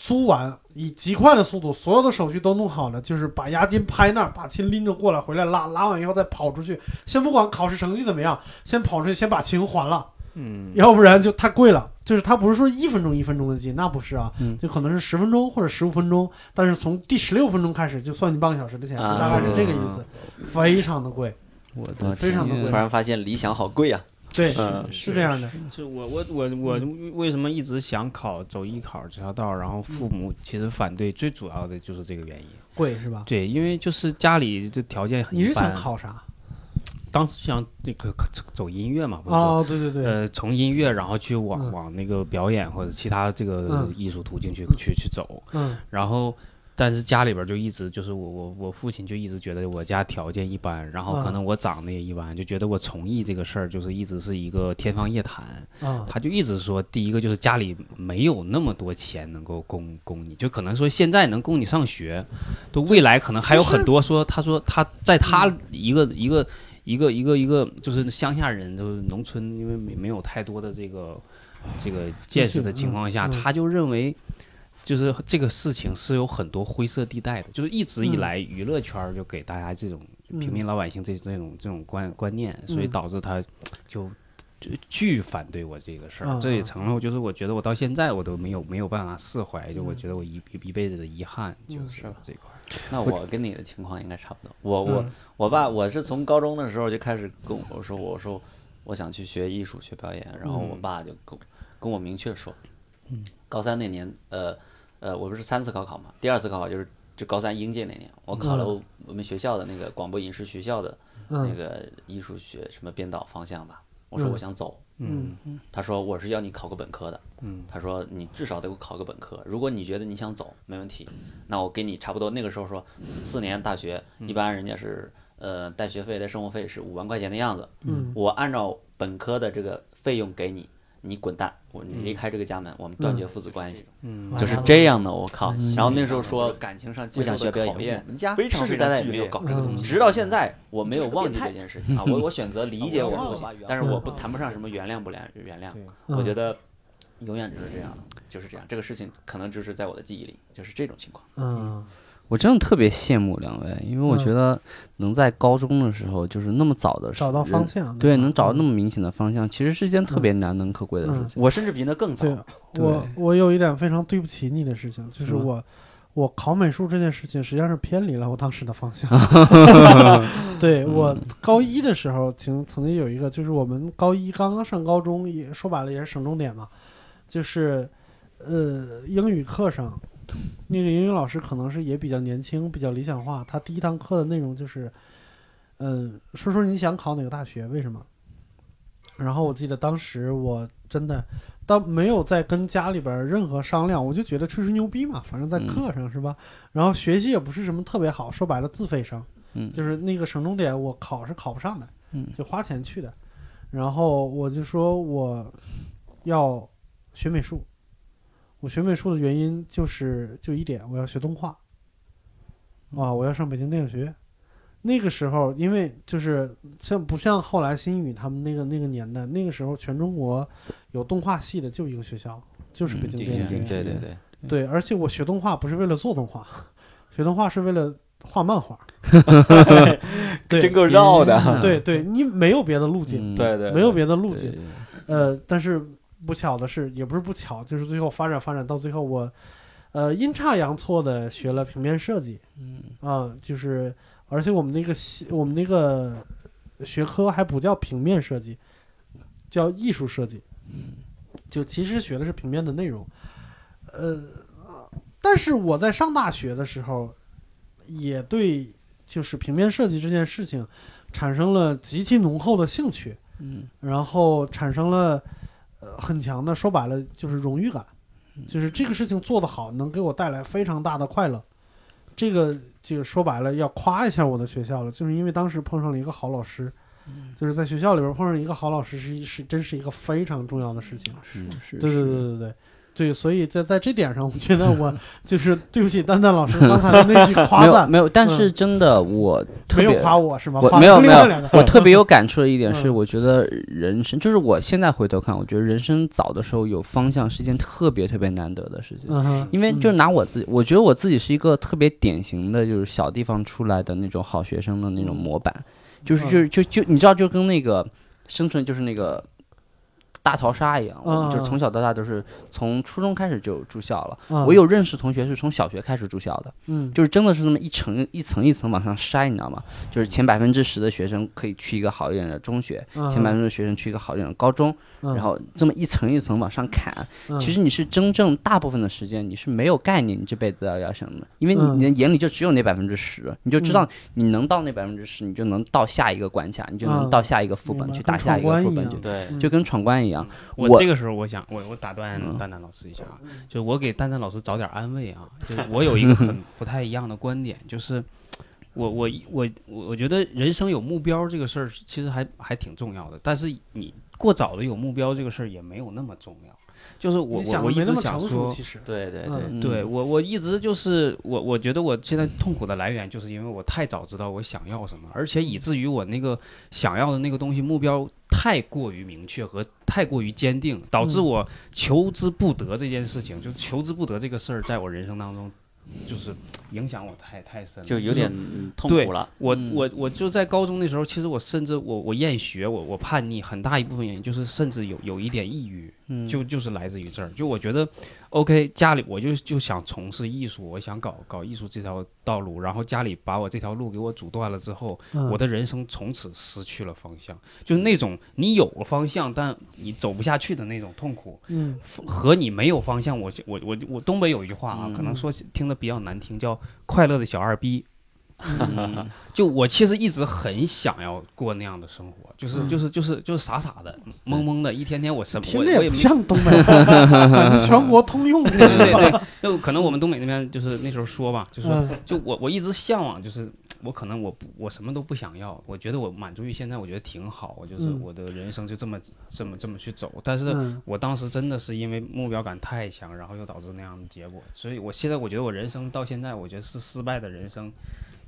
Speaker 1: 租完，以极快的速度，所有的手续都弄好了，就是把押金拍那儿，把琴拎着过来，回来拉，拉完以后再跑出去，先不管考试成绩怎么样，先跑出去，先把琴还了，
Speaker 2: 嗯，
Speaker 1: 要不然就太贵了。就是它不是说一分钟一分钟的计，那不是啊，
Speaker 3: 嗯
Speaker 1: 就可能是十分钟或者十五分钟，但是从第十六分钟开始就算你半个小时的钱，
Speaker 4: 啊
Speaker 1: 就大概是这个意思，非常的贵。
Speaker 3: 我
Speaker 4: 我
Speaker 3: 的
Speaker 1: 非常的
Speaker 3: 天
Speaker 1: 贵
Speaker 4: 突然发现理想好贵啊，
Speaker 1: 对，
Speaker 4: 嗯
Speaker 1: 是这样的。
Speaker 2: 就我我我我为什么一直想考走艺考这条道，然后父母其实反对，最主要的就是这个原因。
Speaker 1: 贵是吧？
Speaker 2: 对，因为就是家里的条件很
Speaker 1: 你
Speaker 2: 一
Speaker 1: 是想
Speaker 2: 般，
Speaker 1: 考啥？
Speaker 2: 当时想那个走音乐嘛，不是说
Speaker 1: 哦，对对对，
Speaker 2: 呃，从音乐然后去往、
Speaker 1: 嗯
Speaker 2: 往那个表演或者其他这个
Speaker 1: 嗯
Speaker 2: 艺术途径去、去去走，
Speaker 1: 嗯
Speaker 2: 然后但是家里边儿就一直就是我我我父亲就一直觉得我家条件一般，然后可
Speaker 1: 嗯
Speaker 2: 能我长得也一般，就觉得我从艺这个事儿就是一直是一个天方夜谭。
Speaker 1: 啊，
Speaker 2: 他就一直说，第一个就是家里没有那么多钱能够供供你，就可能说现在能供你上学，都未来可能还有很多说，他说他在他
Speaker 1: 嗯
Speaker 2: 一个一个一个一个一个就是乡下人，就是农村，因为没没有太多的这个这个见识的情况下，
Speaker 1: 嗯嗯
Speaker 2: 他就认为。就是这个事情是有很多灰色地带的，就是一直以
Speaker 1: 嗯
Speaker 2: 来娱乐圈儿就给大家这种平民
Speaker 1: 嗯
Speaker 2: 老百姓这这种这种观观念，所以
Speaker 1: 嗯
Speaker 2: 导致他就就巨反对我这个事
Speaker 1: 嗯
Speaker 2: 儿，这也
Speaker 1: 嗯
Speaker 2: 成了我就是我觉得我到现在我都没有没有办法释怀，就我
Speaker 1: 嗯
Speaker 2: 觉得我一一一辈子的遗憾就是
Speaker 4: 是吧
Speaker 2: 这块儿。
Speaker 4: 那我跟你的情况应该差不多，我我
Speaker 1: 嗯
Speaker 4: 我爸我是从高中的时候就开始跟我说，我说我想去学艺术学表演，然后我
Speaker 1: 嗯
Speaker 4: 爸就跟跟我明确说，高三那年，呃呃，我不是三次高考嘛，第二次高考就是就高三应届那年，我考了
Speaker 1: 嗯
Speaker 4: 我们学校的那个广播影视学校的那
Speaker 1: 嗯
Speaker 4: 个艺术学什么编导方向吧，我说
Speaker 1: 嗯
Speaker 4: 我想走。
Speaker 1: 嗯
Speaker 4: 他说我是要你考个本科的，嗯，他说你至少得给我考个本科。如果你觉得你想走，没问题，那我给你差不多那个时候说四四年大学，一般人家是呃带学费带生活费是五万块钱的样子，
Speaker 1: 嗯
Speaker 4: 我按照本科的这个费用给你，你滚蛋，我你离开这个家门，我们断绝父子关系，
Speaker 2: 嗯
Speaker 1: 嗯
Speaker 4: 嗯就是这样的。我靠！
Speaker 3: 嗯
Speaker 4: 然后那时候说感情上接
Speaker 6: 不想
Speaker 4: 受
Speaker 6: 学
Speaker 4: 的
Speaker 6: 表
Speaker 4: 考
Speaker 6: 演，
Speaker 4: 验
Speaker 6: 我，们家
Speaker 4: 非常
Speaker 6: 世世
Speaker 4: 非
Speaker 6: 代
Speaker 4: 常
Speaker 6: 代
Speaker 4: 剧
Speaker 6: 没
Speaker 4: 烈
Speaker 6: 有搞这个东西，
Speaker 4: 直到现在我没
Speaker 6: 你
Speaker 4: 有
Speaker 6: 就是个
Speaker 4: 忘
Speaker 6: 变
Speaker 4: 记这
Speaker 6: 态
Speaker 4: 件事情啊，我我选择理 解我
Speaker 6: 我
Speaker 4: 父
Speaker 6: 知
Speaker 4: 亲
Speaker 6: 道我知道，
Speaker 4: 但是我不
Speaker 1: 嗯
Speaker 4: 谈不上什么原谅不原原谅，
Speaker 1: 嗯
Speaker 4: 我觉得永远就是这样的，就是这样。这个事情可能就是在我的记忆里就是这种情况。
Speaker 1: 嗯
Speaker 3: 我真的特别羡慕两位，因为我
Speaker 1: 嗯
Speaker 3: 觉得能在高中的时候，就是那么早的时候
Speaker 1: 找到方，向，
Speaker 3: 对，能找到那
Speaker 1: 么
Speaker 3: 么明显的方向，其实是一件特别难能可贵的事
Speaker 1: 嗯
Speaker 3: 情。
Speaker 4: 我甚至比那更早
Speaker 1: 对，我我有一点非常对不起你的事情，就是是
Speaker 3: 吗
Speaker 1: 我我考美术这件事情实际上是偏离了我当时的方 向。对我高一的时候，曾曾经有一个，就是我们高一刚刚上高中，也说白了也是省重点嘛，就是呃英语课上，那个英语老师可能是也比较年轻，比较理想化，他第一堂课的内容就是，嗯、说说你想考哪个大学，为什么？然后我记得当时我真的当没有在跟家里边儿任何商量，我就觉得吹吹牛逼嘛，反正在课上是吧？然后学习也不是什么特别好，说白了自费生，
Speaker 3: 嗯
Speaker 1: 就是那个省重点我考是考不上的，
Speaker 3: 嗯
Speaker 1: 就花钱去的。然后我就说我要学美术，我学美术的原因就是就一点，我要学动画，
Speaker 3: 嗯
Speaker 1: 啊，我要上北京电影学院。那个时候，因为就是像不像后来新宇他们那个那个年代，那个时候全中国有动画系的就一个学校，就是北
Speaker 3: 嗯
Speaker 1: 京
Speaker 4: 对
Speaker 1: 电影学院。
Speaker 4: 对对对，
Speaker 1: 对，而且我学动画不是为了做动画， 学动画是为了画漫 画。 对
Speaker 4: 真够绕的。
Speaker 1: 对对，你没有别的路径，
Speaker 4: 嗯
Speaker 3: 嗯
Speaker 4: 对对，
Speaker 1: 没有别的路
Speaker 3: 对
Speaker 1: 径。呃，但是不巧的是，也不是不巧，就是最后发展发展到最后我，呃，阴差阳错的学了平面设计。
Speaker 3: 嗯
Speaker 1: 啊，就是而且我们那个系，我们那个学科还不叫平面设计，叫艺术设计，就其实学的是平面的内容。呃，但是我在上大学的时候，也对就是平面设计这件事情产生了极其浓厚的兴趣，
Speaker 3: 嗯
Speaker 1: 然后产生了呃很强的，说白了就是荣誉感，
Speaker 3: 嗯
Speaker 1: 就是这个事情做得好，能给我带来非常大的快乐。这个就说白了要夸一下我的学校了，就是因为当时碰上了一个好老师，
Speaker 3: 嗯
Speaker 1: 就是在学校里边碰上一个好老师是一是真是一个非常重要的事情。
Speaker 3: 是嗯是，
Speaker 1: 对对
Speaker 3: 是
Speaker 1: 对对对。对，所以在在这点上，我觉得 我就是对不起丹丹老师刚才的那句夸
Speaker 3: 没有
Speaker 1: 赞，
Speaker 3: 没有，但是真的我
Speaker 1: 嗯
Speaker 3: 特
Speaker 1: 没
Speaker 3: 别
Speaker 1: 有夸我是吗？
Speaker 3: 我
Speaker 1: 夸
Speaker 3: 没有
Speaker 1: 另
Speaker 3: 没有
Speaker 1: 外两个
Speaker 3: 我特别有感触的一点是，
Speaker 1: 嗯
Speaker 3: 我觉得人生就是我现在回头看，我觉得人生早的时候有方向是一件特别特别难得的事情。
Speaker 1: 嗯哼，
Speaker 3: 因为就拿我自己，我觉得我自己是一个特别典型的，就是小地方出来的那种好学生的那种
Speaker 1: 嗯
Speaker 3: 模板，就是就是就就你知道，就跟那个生存就是那个大逃杀一样，我们就
Speaker 1: 嗯嗯
Speaker 3: 是从小到大都是从初中开始就住校了。
Speaker 1: 嗯
Speaker 3: 我有认识同学是从小学开始住校的，
Speaker 1: 嗯
Speaker 3: 就是真的是这么一层一层一层往上筛，你知道吗？就是前百分之十的学生可以去一个好一点的中学，
Speaker 1: 嗯
Speaker 3: 前百分之学生去一个好一点的高中，
Speaker 1: 嗯
Speaker 3: 然后这么一层一层往上砍。
Speaker 1: 嗯
Speaker 3: 其实你是真正大部分的时间你是没有概念你这辈子要要什么的，因为你
Speaker 1: 嗯
Speaker 3: 你的眼里就只有那百分之十，你就知道你能到那百分之十，你就能到下一个关卡，你就能
Speaker 1: 嗯
Speaker 3: 到下一个副
Speaker 1: 明
Speaker 3: 本
Speaker 1: 白
Speaker 3: 去
Speaker 1: 跟
Speaker 3: 打下
Speaker 1: 闯
Speaker 3: 一个
Speaker 1: 关
Speaker 3: 副
Speaker 1: 一
Speaker 3: 本
Speaker 1: 样
Speaker 3: 去。
Speaker 4: 对，
Speaker 3: 就跟闯关一样，
Speaker 2: 我
Speaker 3: 我
Speaker 2: 这个时候，我想，我我打断
Speaker 3: 嗯
Speaker 2: 蛋蛋老师一下啊，就我给蛋蛋老师找点安慰啊，就是我有一个 很不太一样的观点，就是我我我我我觉得人生有目标这个事儿是其实还还挺重要的，但是你过早的有目标这个事儿也没有那么重要。就是我
Speaker 1: 你想
Speaker 2: 我
Speaker 1: 的没
Speaker 2: 我一
Speaker 1: 那
Speaker 2: 直
Speaker 1: 么
Speaker 2: 想
Speaker 1: 成熟，
Speaker 2: 说，
Speaker 1: 其实，
Speaker 4: 对对对
Speaker 1: 嗯，
Speaker 3: 嗯
Speaker 2: 对我我一直就是我我觉得我现在痛苦的来源就是因为我太早知道我想要什么，而且以至于我那个想要的那个东西目标太过于明确和太过于坚定，导致
Speaker 1: 嗯
Speaker 2: 我求之不得这件事情，就求之不得这个事儿，在我人生当中就是影响我太太深了，
Speaker 4: 就有
Speaker 2: 是
Speaker 4: 点嗯痛
Speaker 2: 对
Speaker 4: 苦了。
Speaker 2: 我
Speaker 3: 嗯
Speaker 2: 我我就在高中的时候，其实我甚至我我厌学，我我叛逆，很大一部分原因就是甚至有有一点抑郁，
Speaker 3: 嗯
Speaker 2: 就就是来自于这儿。就我觉得，OK，家里我就就想从事艺术，我想搞搞艺术这条道路，然后家里把我这条路给我阻断了之后，
Speaker 1: 嗯
Speaker 2: 我的人生从此失去了方向，就是那种你有了方向，但你走不下去的那种痛苦，
Speaker 1: 嗯
Speaker 2: 和你没有方向。我我我我东北有一句话
Speaker 1: 嗯
Speaker 2: 啊，可能说听的比较难听，叫“快乐的小二逼”。
Speaker 3: 嗯
Speaker 2: 就我其实一直很想要过那样的生活，就是
Speaker 1: 嗯
Speaker 2: 就是就是就是傻傻的、懵懵的，一天天我什么我
Speaker 1: 听着
Speaker 2: 我
Speaker 1: 也
Speaker 2: 也
Speaker 1: 不
Speaker 2: 没
Speaker 1: 像东北话，感 觉全国通用。
Speaker 2: 对对对，就可能我们东北那边就是那时候说吧，就说
Speaker 1: 嗯
Speaker 2: 就我我一直向往就是我可能我不我什么都不想要，我觉得我满足于现在，我觉得挺好，我就是
Speaker 1: 嗯
Speaker 2: 我的人生就这么这么这么去走。但是
Speaker 1: 嗯
Speaker 2: 我当时真的是因为目标感太强，然后又导致那样的结果，所以我现在我觉得我人生到现在，我觉得是失败的人生，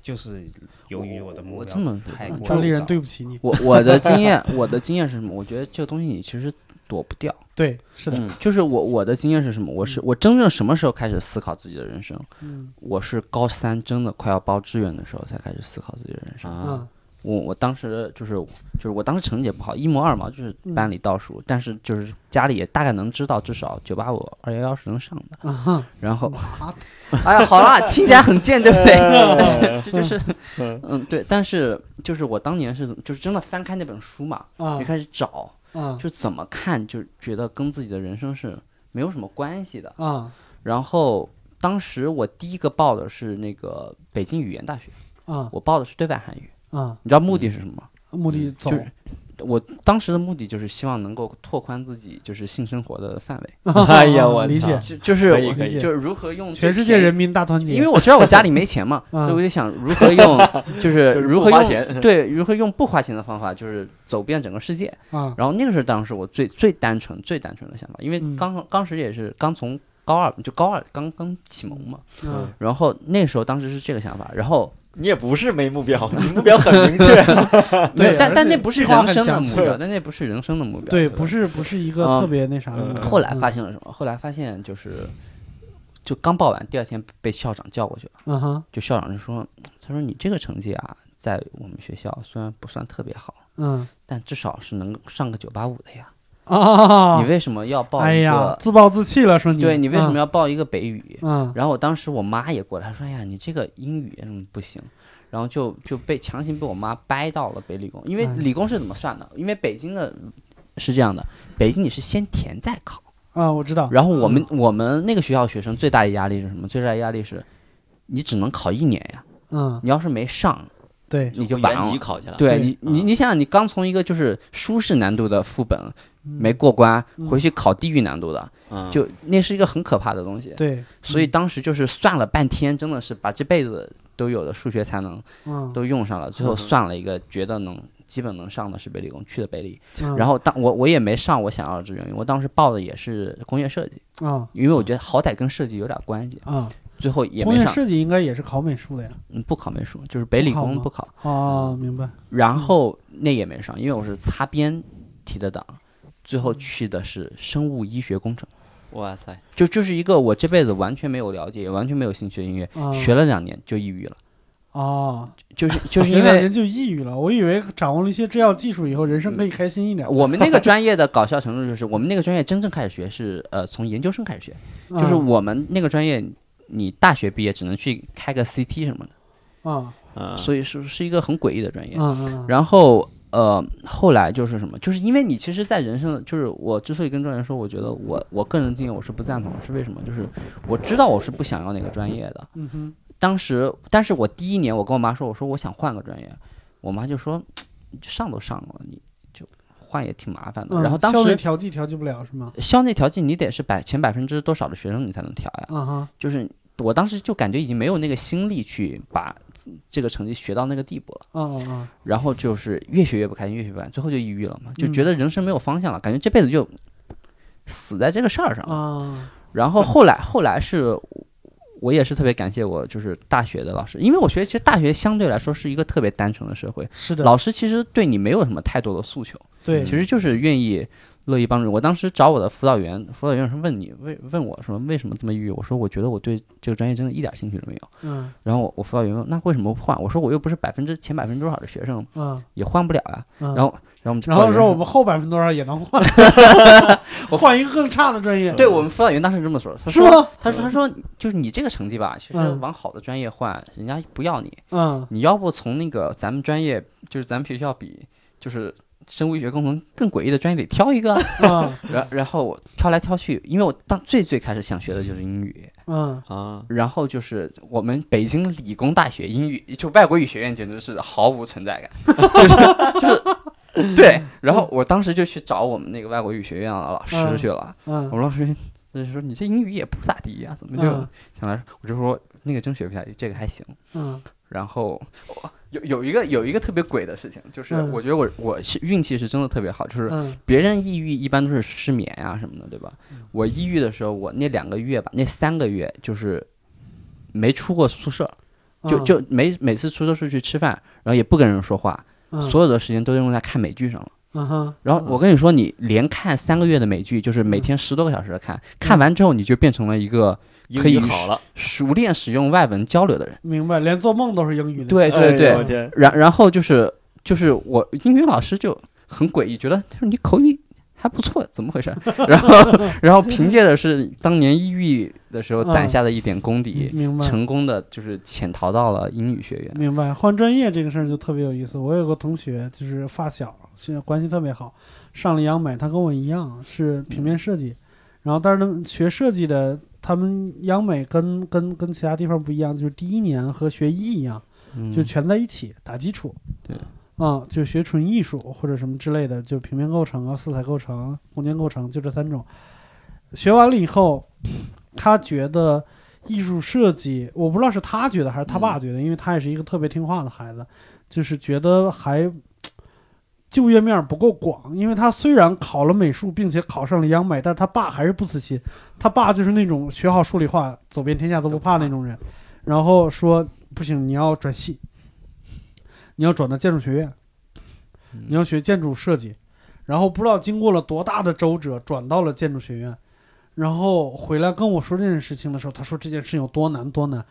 Speaker 2: 就是由于我的目
Speaker 3: 我
Speaker 2: 标
Speaker 3: 这么
Speaker 2: 太
Speaker 3: 我
Speaker 2: 过
Speaker 1: 主理人，
Speaker 2: 早
Speaker 1: 对不起你。
Speaker 3: 我我的经验，我的经验是什么？我觉得这个东西你其实躲不掉。
Speaker 1: 对，是的，
Speaker 4: 嗯
Speaker 3: 就是我我的经验是什么？我是我真正什么时候开始思考自己的人生？
Speaker 1: 嗯
Speaker 3: 我是高三真的快要报志愿的时候才开始思考自己的人生。
Speaker 4: 啊，
Speaker 1: 嗯
Speaker 3: 我我当时就是就是我当时成绩也不好，一模二嘛，就是
Speaker 1: 嗯
Speaker 3: 班里倒数，但是就是家里也大概能知道，至少九八五二幺幺是能上的。
Speaker 1: 啊哈，
Speaker 3: 然后
Speaker 1: 啊
Speaker 3: 哎呀，好啦，听起来很贱，对不对？但 是这就是，
Speaker 4: 嗯
Speaker 3: 嗯，对，但是就是我当年是怎就是真的翻开那本书嘛，
Speaker 1: 啊
Speaker 3: 就开始找，
Speaker 1: 啊
Speaker 3: 就怎么看就觉得跟自己的人生是没有什么关系的。
Speaker 1: 啊
Speaker 3: 然后当时我第一个报的是那个北京语言大学，
Speaker 1: 啊
Speaker 3: 我报的是对外汉语，
Speaker 1: 啊！
Speaker 3: 你知道目的是什么吗？
Speaker 1: 目的走啊
Speaker 3: 嗯就是我当时的目的就是希望能够拓宽自己就是性生活的范围，
Speaker 4: 哎呀我
Speaker 1: 理
Speaker 4: 操
Speaker 1: 解，
Speaker 3: 就就是
Speaker 4: 可以
Speaker 3: 我
Speaker 1: 可以
Speaker 3: 就是如何用
Speaker 1: 全世
Speaker 3: 最
Speaker 1: 界
Speaker 3: 便宜
Speaker 1: 人民大团结，
Speaker 3: 因为我知道我家里没 钱嘛，
Speaker 1: 嗯
Speaker 3: 所以我就想如何用，就是
Speaker 4: 就是
Speaker 3: 如
Speaker 4: 不
Speaker 3: 何
Speaker 4: 花
Speaker 3: 用
Speaker 4: 钱
Speaker 3: 对如何用不花钱的方法，就是走遍整个世界。
Speaker 1: 啊
Speaker 3: 然后那个是当时我最最单纯、最单纯的想法，因为
Speaker 1: 嗯
Speaker 3: 刚当时也是刚从高二就高二刚刚启蒙嘛，
Speaker 1: 啊
Speaker 3: 然后那时候当时是这个想法，然后
Speaker 4: 你也不是没目标，你目标很明确。
Speaker 1: 对
Speaker 3: 没有但
Speaker 1: 而
Speaker 3: 但
Speaker 1: 且
Speaker 3: 那不是
Speaker 1: 计划
Speaker 3: 人
Speaker 1: 很
Speaker 3: 生的
Speaker 1: 详
Speaker 3: 目
Speaker 1: 细
Speaker 3: 标，但那不是人生的目标，
Speaker 1: 对，
Speaker 3: 对，
Speaker 1: 不。是不是一个
Speaker 3: 嗯
Speaker 1: 特别那啥的目标。
Speaker 3: 后来
Speaker 1: 嗯
Speaker 3: 发现了什么？后来发现就是，就刚报完，第二天被校长叫过去了。
Speaker 1: 嗯哼
Speaker 3: 就校长就说，他说你这个成绩啊，在我们学校虽然不算特别好，
Speaker 1: 嗯
Speaker 3: 但至少是能上个九八五的呀。
Speaker 1: 啊
Speaker 3: 你，为什么要报
Speaker 1: 哎
Speaker 3: 一
Speaker 1: 呀，
Speaker 3: 个？
Speaker 1: 自暴自弃了，说你
Speaker 3: 对你为什么
Speaker 1: 要
Speaker 3: 要报一个北语？
Speaker 1: 嗯
Speaker 3: 然后我当时我妈也过来，她说：“哎呀，你这个英语嗯不行。”然后就就被强行被我妈掰到了北理工，因为
Speaker 1: 哎
Speaker 3: 理工是怎么算的？因为北京的是这样的，北京你是先填再考。
Speaker 1: 啊？我知道，
Speaker 3: 然后我们我们那个学校学生最大的压力是什么？最大的压力是，你只能考一年呀。
Speaker 1: 嗯，
Speaker 3: 你要是没上，
Speaker 1: 对，
Speaker 3: 你就
Speaker 4: 回
Speaker 3: 完
Speaker 4: 延
Speaker 3: 了
Speaker 4: 级考去了。
Speaker 3: 啊对啊
Speaker 1: 对
Speaker 3: 你，你
Speaker 4: 嗯
Speaker 3: 你想想，你刚从一个就是舒适难度的副本没
Speaker 1: 嗯
Speaker 3: 过关，
Speaker 1: 嗯
Speaker 3: 回去考地狱难度的，
Speaker 4: 嗯，
Speaker 3: 就那是一个很可怕的东西。
Speaker 1: 对，
Speaker 3: 所以
Speaker 1: 嗯
Speaker 3: 当时就是算了半天，真的是把这辈子都有的数学才能
Speaker 1: 嗯，
Speaker 3: 都用上了，最
Speaker 4: 嗯
Speaker 3: 后
Speaker 4: 哼
Speaker 3: 算了一个觉得能基本能上的是北理工，去的北理。
Speaker 1: 嗯
Speaker 3: 然后当我我也没上我想要的志愿，因为我当时报的也是工业设计，
Speaker 1: 啊
Speaker 3: 因为我觉得好歹跟设计有点关系，
Speaker 1: 啊，
Speaker 3: 最后也
Speaker 1: 工
Speaker 3: 没
Speaker 1: 业
Speaker 3: 上。
Speaker 1: 设计应该也是考美术的呀。
Speaker 3: 嗯，不考美术，就是北理
Speaker 1: 不考
Speaker 3: 工
Speaker 1: 吗
Speaker 3: 不考，
Speaker 1: 哦，明白。
Speaker 3: 然后那也没上，
Speaker 1: 嗯
Speaker 3: 因为我是擦边提的档，最后去的是生物医学工程，
Speaker 4: 哇塞，
Speaker 3: 就就是一个我这辈子完全没有了解，也完全没有兴趣的音乐，
Speaker 1: 啊
Speaker 3: 学了两年就抑郁了，
Speaker 1: 哦，
Speaker 3: 就是就是
Speaker 1: 前
Speaker 3: 因
Speaker 1: 两年
Speaker 3: 为
Speaker 1: 就抑郁了。我以为掌握了一些制药技术以后，人生可以开心一点。
Speaker 3: 嗯我们那个专业的搞笑程度就是，我们那个专业真正开始学是呃从研究生开始学，就是
Speaker 1: 嗯
Speaker 3: 我们那个专业。你大学毕业只能去开个 CT 什么的，
Speaker 1: 啊
Speaker 4: 嗯，
Speaker 3: 所以是是一个很诡异的专业。
Speaker 1: 嗯嗯
Speaker 3: 然后呃，后来就是什么？就是因为你其实，在人生的，就是我之所以跟专业说，我觉得我我个人经验我是不赞同，是为什么？就是我知道我是不想要那个专业的。
Speaker 1: 嗯哼
Speaker 3: 当时，但是我第一年，我跟我妈说，我说我想换个专业，我妈就说，上都上了，你就换也挺麻烦的。
Speaker 1: 嗯，
Speaker 3: 然后当
Speaker 1: 校内
Speaker 3: 时
Speaker 1: 调剂调剂不了是吗？
Speaker 3: 校内调剂，你得是百前百分之多少的学生你才能调呀？
Speaker 1: 啊哈，
Speaker 3: 就是我当时就感觉已经没有那个心力去把这个成绩学到那个地步了。
Speaker 1: 嗯嗯嗯，
Speaker 3: 然后就是越学越不开心，越学越不开心，最后就抑郁了嘛，就
Speaker 1: 嗯
Speaker 3: 觉得人生没有方向了，感觉这辈子就死在这个事儿上了。
Speaker 1: 啊，
Speaker 3: 然后后来后来是，我也是特别感谢我就是大学的老师，因为我觉得其实大学相对来说是一个特别单纯的社会，
Speaker 1: 是的，
Speaker 3: 老师其实对你没有什么太多的诉求，
Speaker 1: 对，
Speaker 3: 其实就是愿意。乐意帮助你。我当时找我的辅导员，辅导员是问你为问我说为什么这么抑郁？我说我觉得我对这个专业真的一点兴趣都没有。
Speaker 1: 嗯
Speaker 3: 然后我我辅导员问那为什么不换？我说我又不是百分之前百分之多少的学生，
Speaker 1: 嗯
Speaker 3: 也换不了呀、
Speaker 1: 嗯，
Speaker 3: 然后，然后我们
Speaker 1: 然后
Speaker 3: 辅导员
Speaker 1: 说我们后百分之多少也能 换，我换一个更差的专业，
Speaker 3: 对我们辅导员当时这么说，他
Speaker 1: 是
Speaker 3: 说
Speaker 1: 吗？
Speaker 3: 他说他说就是你这个成绩吧，其实
Speaker 1: 嗯
Speaker 3: 往好的专业换，人家不要你，
Speaker 1: 嗯，
Speaker 3: 你要不从那个咱们专业，就是咱们学校比，就是生物医学工程更诡异的专业里 挑一个啊。
Speaker 1: 嗯
Speaker 3: 然然后我挑来挑去，因为我当最最开始想学的就是英语，
Speaker 1: 嗯
Speaker 4: 啊，
Speaker 3: 然后就是我们北京理工大学英语就外国语学院简直是毫无存在 感，就是就是对。然后我当时就去找我们那个外国语学院的老师去了。
Speaker 1: 嗯嗯
Speaker 3: 我老师就是说你这英语也不咋地呀、怎么就
Speaker 1: 嗯
Speaker 3: 想来？我就说那个真学不下去，这个还行。
Speaker 1: 嗯
Speaker 3: 然后我有有一个有一个特别鬼的事情，就是
Speaker 1: 嗯
Speaker 3: 我觉得我我是运气是真的特别好，就是
Speaker 1: 嗯
Speaker 3: 别人抑郁一般都是失眠啊什么的，对吧？我抑郁的时候，我那两个月吧，那三个月就是没出过宿舍，就
Speaker 1: 嗯
Speaker 3: 就每每次出都是去吃饭，然后也不跟人说话，
Speaker 1: 嗯
Speaker 3: 所有的时间都用在看美剧上了。
Speaker 1: 嗯哼，
Speaker 3: 然后我跟你说，你连看三个月的美剧，就是每天十多个小时的看，
Speaker 1: 嗯
Speaker 3: 看完之后你就变成了一个
Speaker 4: 英
Speaker 3: 可以
Speaker 4: 语好了，
Speaker 3: 熟练使用外文交流的人。
Speaker 1: 明白，连做梦都是英语的。
Speaker 3: 对
Speaker 4: 哎
Speaker 3: 对
Speaker 4: 呦
Speaker 3: 对，
Speaker 4: 我天，
Speaker 3: 然然后就是就是我英语老师就很诡异，觉得他说你口语还不错，怎么回事？ 然后然后凭借的是当年抑郁的时候攒下的一点功底，
Speaker 1: 明白。
Speaker 3: 成功的就是潜逃到了英语学院。
Speaker 1: 明白，换专业这个事儿就特别有意思。我有个同学就是发小，现在关系特别好，上了央美，他跟我一样是平面设
Speaker 3: 嗯
Speaker 1: 计，然后但是他们学设计的，他们央美跟跟跟其他地方不一样，就是第一年和学医一样，
Speaker 3: 嗯
Speaker 1: 就全在一起打基础。
Speaker 3: 对。
Speaker 1: 啊、就学纯艺术或者什么之类的，就平面构成啊、色彩构成、空间构成，就这三种。学完了以后，他觉得艺术设计，我不知道是他觉得还是他爸觉得，因为他也是一个特别听话的孩子，就是觉得还就业面不够广。因为他虽然考了美术，并且考上了央美，但是他爸还是不死心。他爸就是那种学好数理化，走遍天下都不怕那种人。然后说不行，你要转系，你要转到建筑学院，你要学建筑设计。然后不知道经过了多大的周折，转到了建筑学院。然后回来跟我说这件事情的时候，他说这件事情有多难多难。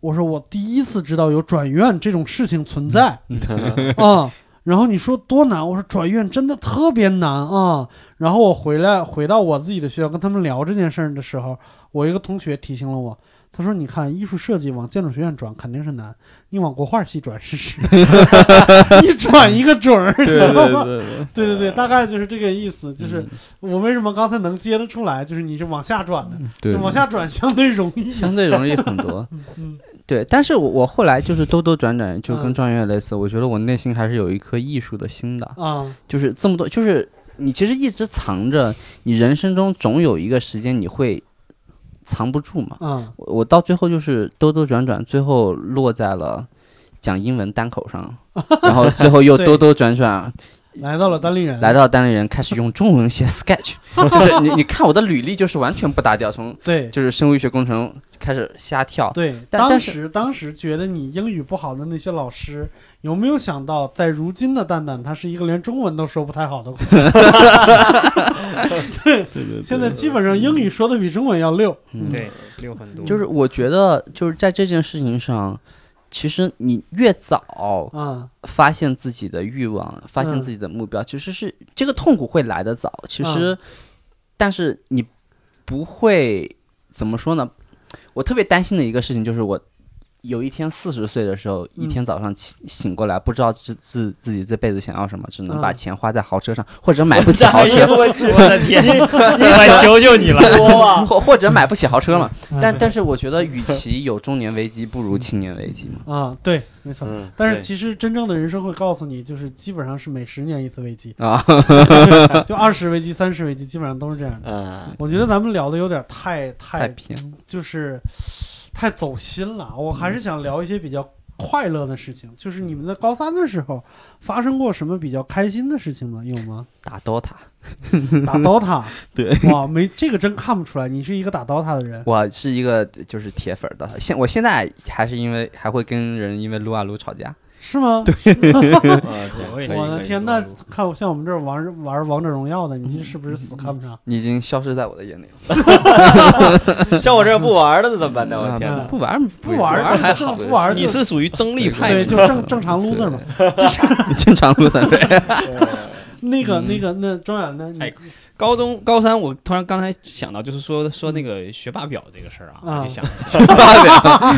Speaker 1: 我说我第一次知道有转院这种事情存在
Speaker 3: 嗯
Speaker 1: 啊。然后你说多难，我说转院真的特别难啊。然后我回来回到我自己的学校跟他们聊这件事儿的时候，我一个同学提醒了我，他说你看艺术设计往建筑学院转肯定是难，你往国画系转试试，你转 一个准儿，你知道吗？
Speaker 3: 对，嗯
Speaker 1: 对对对，大概就是这个意思。就是我为什么刚才能接得出来，就是你是往下转的，
Speaker 3: 对
Speaker 1: 就往下转相对容易。
Speaker 3: 相对容易很多。
Speaker 1: 嗯
Speaker 3: 对，但是我我后来就是兜兜转转，就跟
Speaker 1: 嗯
Speaker 3: 状元类似，我觉得我内心还是有一颗艺术的心的。
Speaker 1: 啊，
Speaker 3: 就是这么多，就是你其实一直藏着，你人生中总有一个时间你会藏不住嘛。
Speaker 1: 嗯
Speaker 3: 我我到最后就是兜兜转转，最后落在了讲英文单 口上，然后最后又
Speaker 1: 对
Speaker 3: 兜兜转转
Speaker 1: 来到了单立人，
Speaker 3: 来到单立人，开始用中文 写 sketch，就是你你看我的履历就是完全不搭调，从
Speaker 1: 对
Speaker 3: 就是生物医学工程开始瞎跳。
Speaker 1: 对。
Speaker 3: 但
Speaker 1: 当
Speaker 3: 但是
Speaker 1: 时当时觉得你英语不好的那些老师，有没有想到，在如今的蛋蛋，他是一个连中文都说不太好的姑娘？ 对，现在基本上英语说的比中文要溜。
Speaker 3: 嗯
Speaker 5: 对，六很多，
Speaker 3: 就是我觉得就是在这件事情上，其实你越早
Speaker 1: 啊，
Speaker 3: 发现自己的欲望，发现
Speaker 1: 嗯
Speaker 3: 自己的目标，其实是这个痛苦会来得早。其实，
Speaker 1: 嗯
Speaker 3: 但是你不会怎么说呢？我特别担心的一个事情就是我。有一天四十岁的时候，一
Speaker 1: 嗯
Speaker 3: 天早上醒醒过来，不知道自自自己这辈子想要什么，只
Speaker 1: 嗯
Speaker 3: 能把钱花在豪车上，或者 买不起豪
Speaker 4: 哎呀
Speaker 3: 车，
Speaker 4: 我去，
Speaker 5: 我的天，我求求 你了，
Speaker 4: 多吧，
Speaker 3: 或或者买不起豪车嘛。
Speaker 1: 啊嗯
Speaker 3: 但但是我觉得，与其有中年危机，不如青年危机嘛。，
Speaker 1: 啊，对，没错。
Speaker 4: 嗯，
Speaker 1: 但是
Speaker 4: 对
Speaker 1: 其实真正的人生会告诉你，就是基本上是每十年一次危机
Speaker 3: 啊，
Speaker 1: 就二十危机、三十危机，基本上都是这样的。
Speaker 4: 嗯，
Speaker 1: 我觉得咱们聊的有点太
Speaker 3: 太
Speaker 1: 太
Speaker 3: 偏了。
Speaker 1: 就是太走心了，我
Speaker 2: 嗯
Speaker 1: 还是想聊一些比较快乐的事情。就是你们在高三的时候发生过什么比较开心的事情吗？有吗？
Speaker 3: 打 DOTA，
Speaker 1: 打 DOTA，
Speaker 3: 对，
Speaker 1: 哇，没这个真看不出来，你是一个打 DOTA 的人。
Speaker 3: 我是一个就是铁粉儿的，现我现在还是因为还会跟人因为撸啊撸吵架。
Speaker 1: 是吗？
Speaker 4: 我
Speaker 5: 我
Speaker 4: 的
Speaker 5: 也
Speaker 4: 天
Speaker 5: 是
Speaker 1: 我的
Speaker 4: 啊可以
Speaker 1: 天，那看我像我们这种玩玩王者荣耀的，你是不是
Speaker 2: 嗯
Speaker 1: 死看不上？
Speaker 3: 你已经消失在我的眼里了。
Speaker 4: 像我这样不玩的怎么办呢？我
Speaker 3: 啊
Speaker 4: 的哦天哪！
Speaker 3: 不玩儿
Speaker 1: 不玩
Speaker 3: 儿
Speaker 1: 儿
Speaker 3: 还
Speaker 1: 就
Speaker 3: 好，
Speaker 1: 不玩儿
Speaker 2: 你是属于争
Speaker 3: 对
Speaker 2: 立派
Speaker 1: 对，
Speaker 2: 的，
Speaker 1: 就正正常 loser 嘛。
Speaker 3: 你经常撸三对。
Speaker 1: 那个、
Speaker 3: 嗯
Speaker 1: 那个、那庄远呢？你
Speaker 2: 哎高中高三，我突然刚才想到，就是说说那个学霸表这个事儿啊，
Speaker 1: 啊
Speaker 3: 嗯
Speaker 2: 我就想
Speaker 5: 吵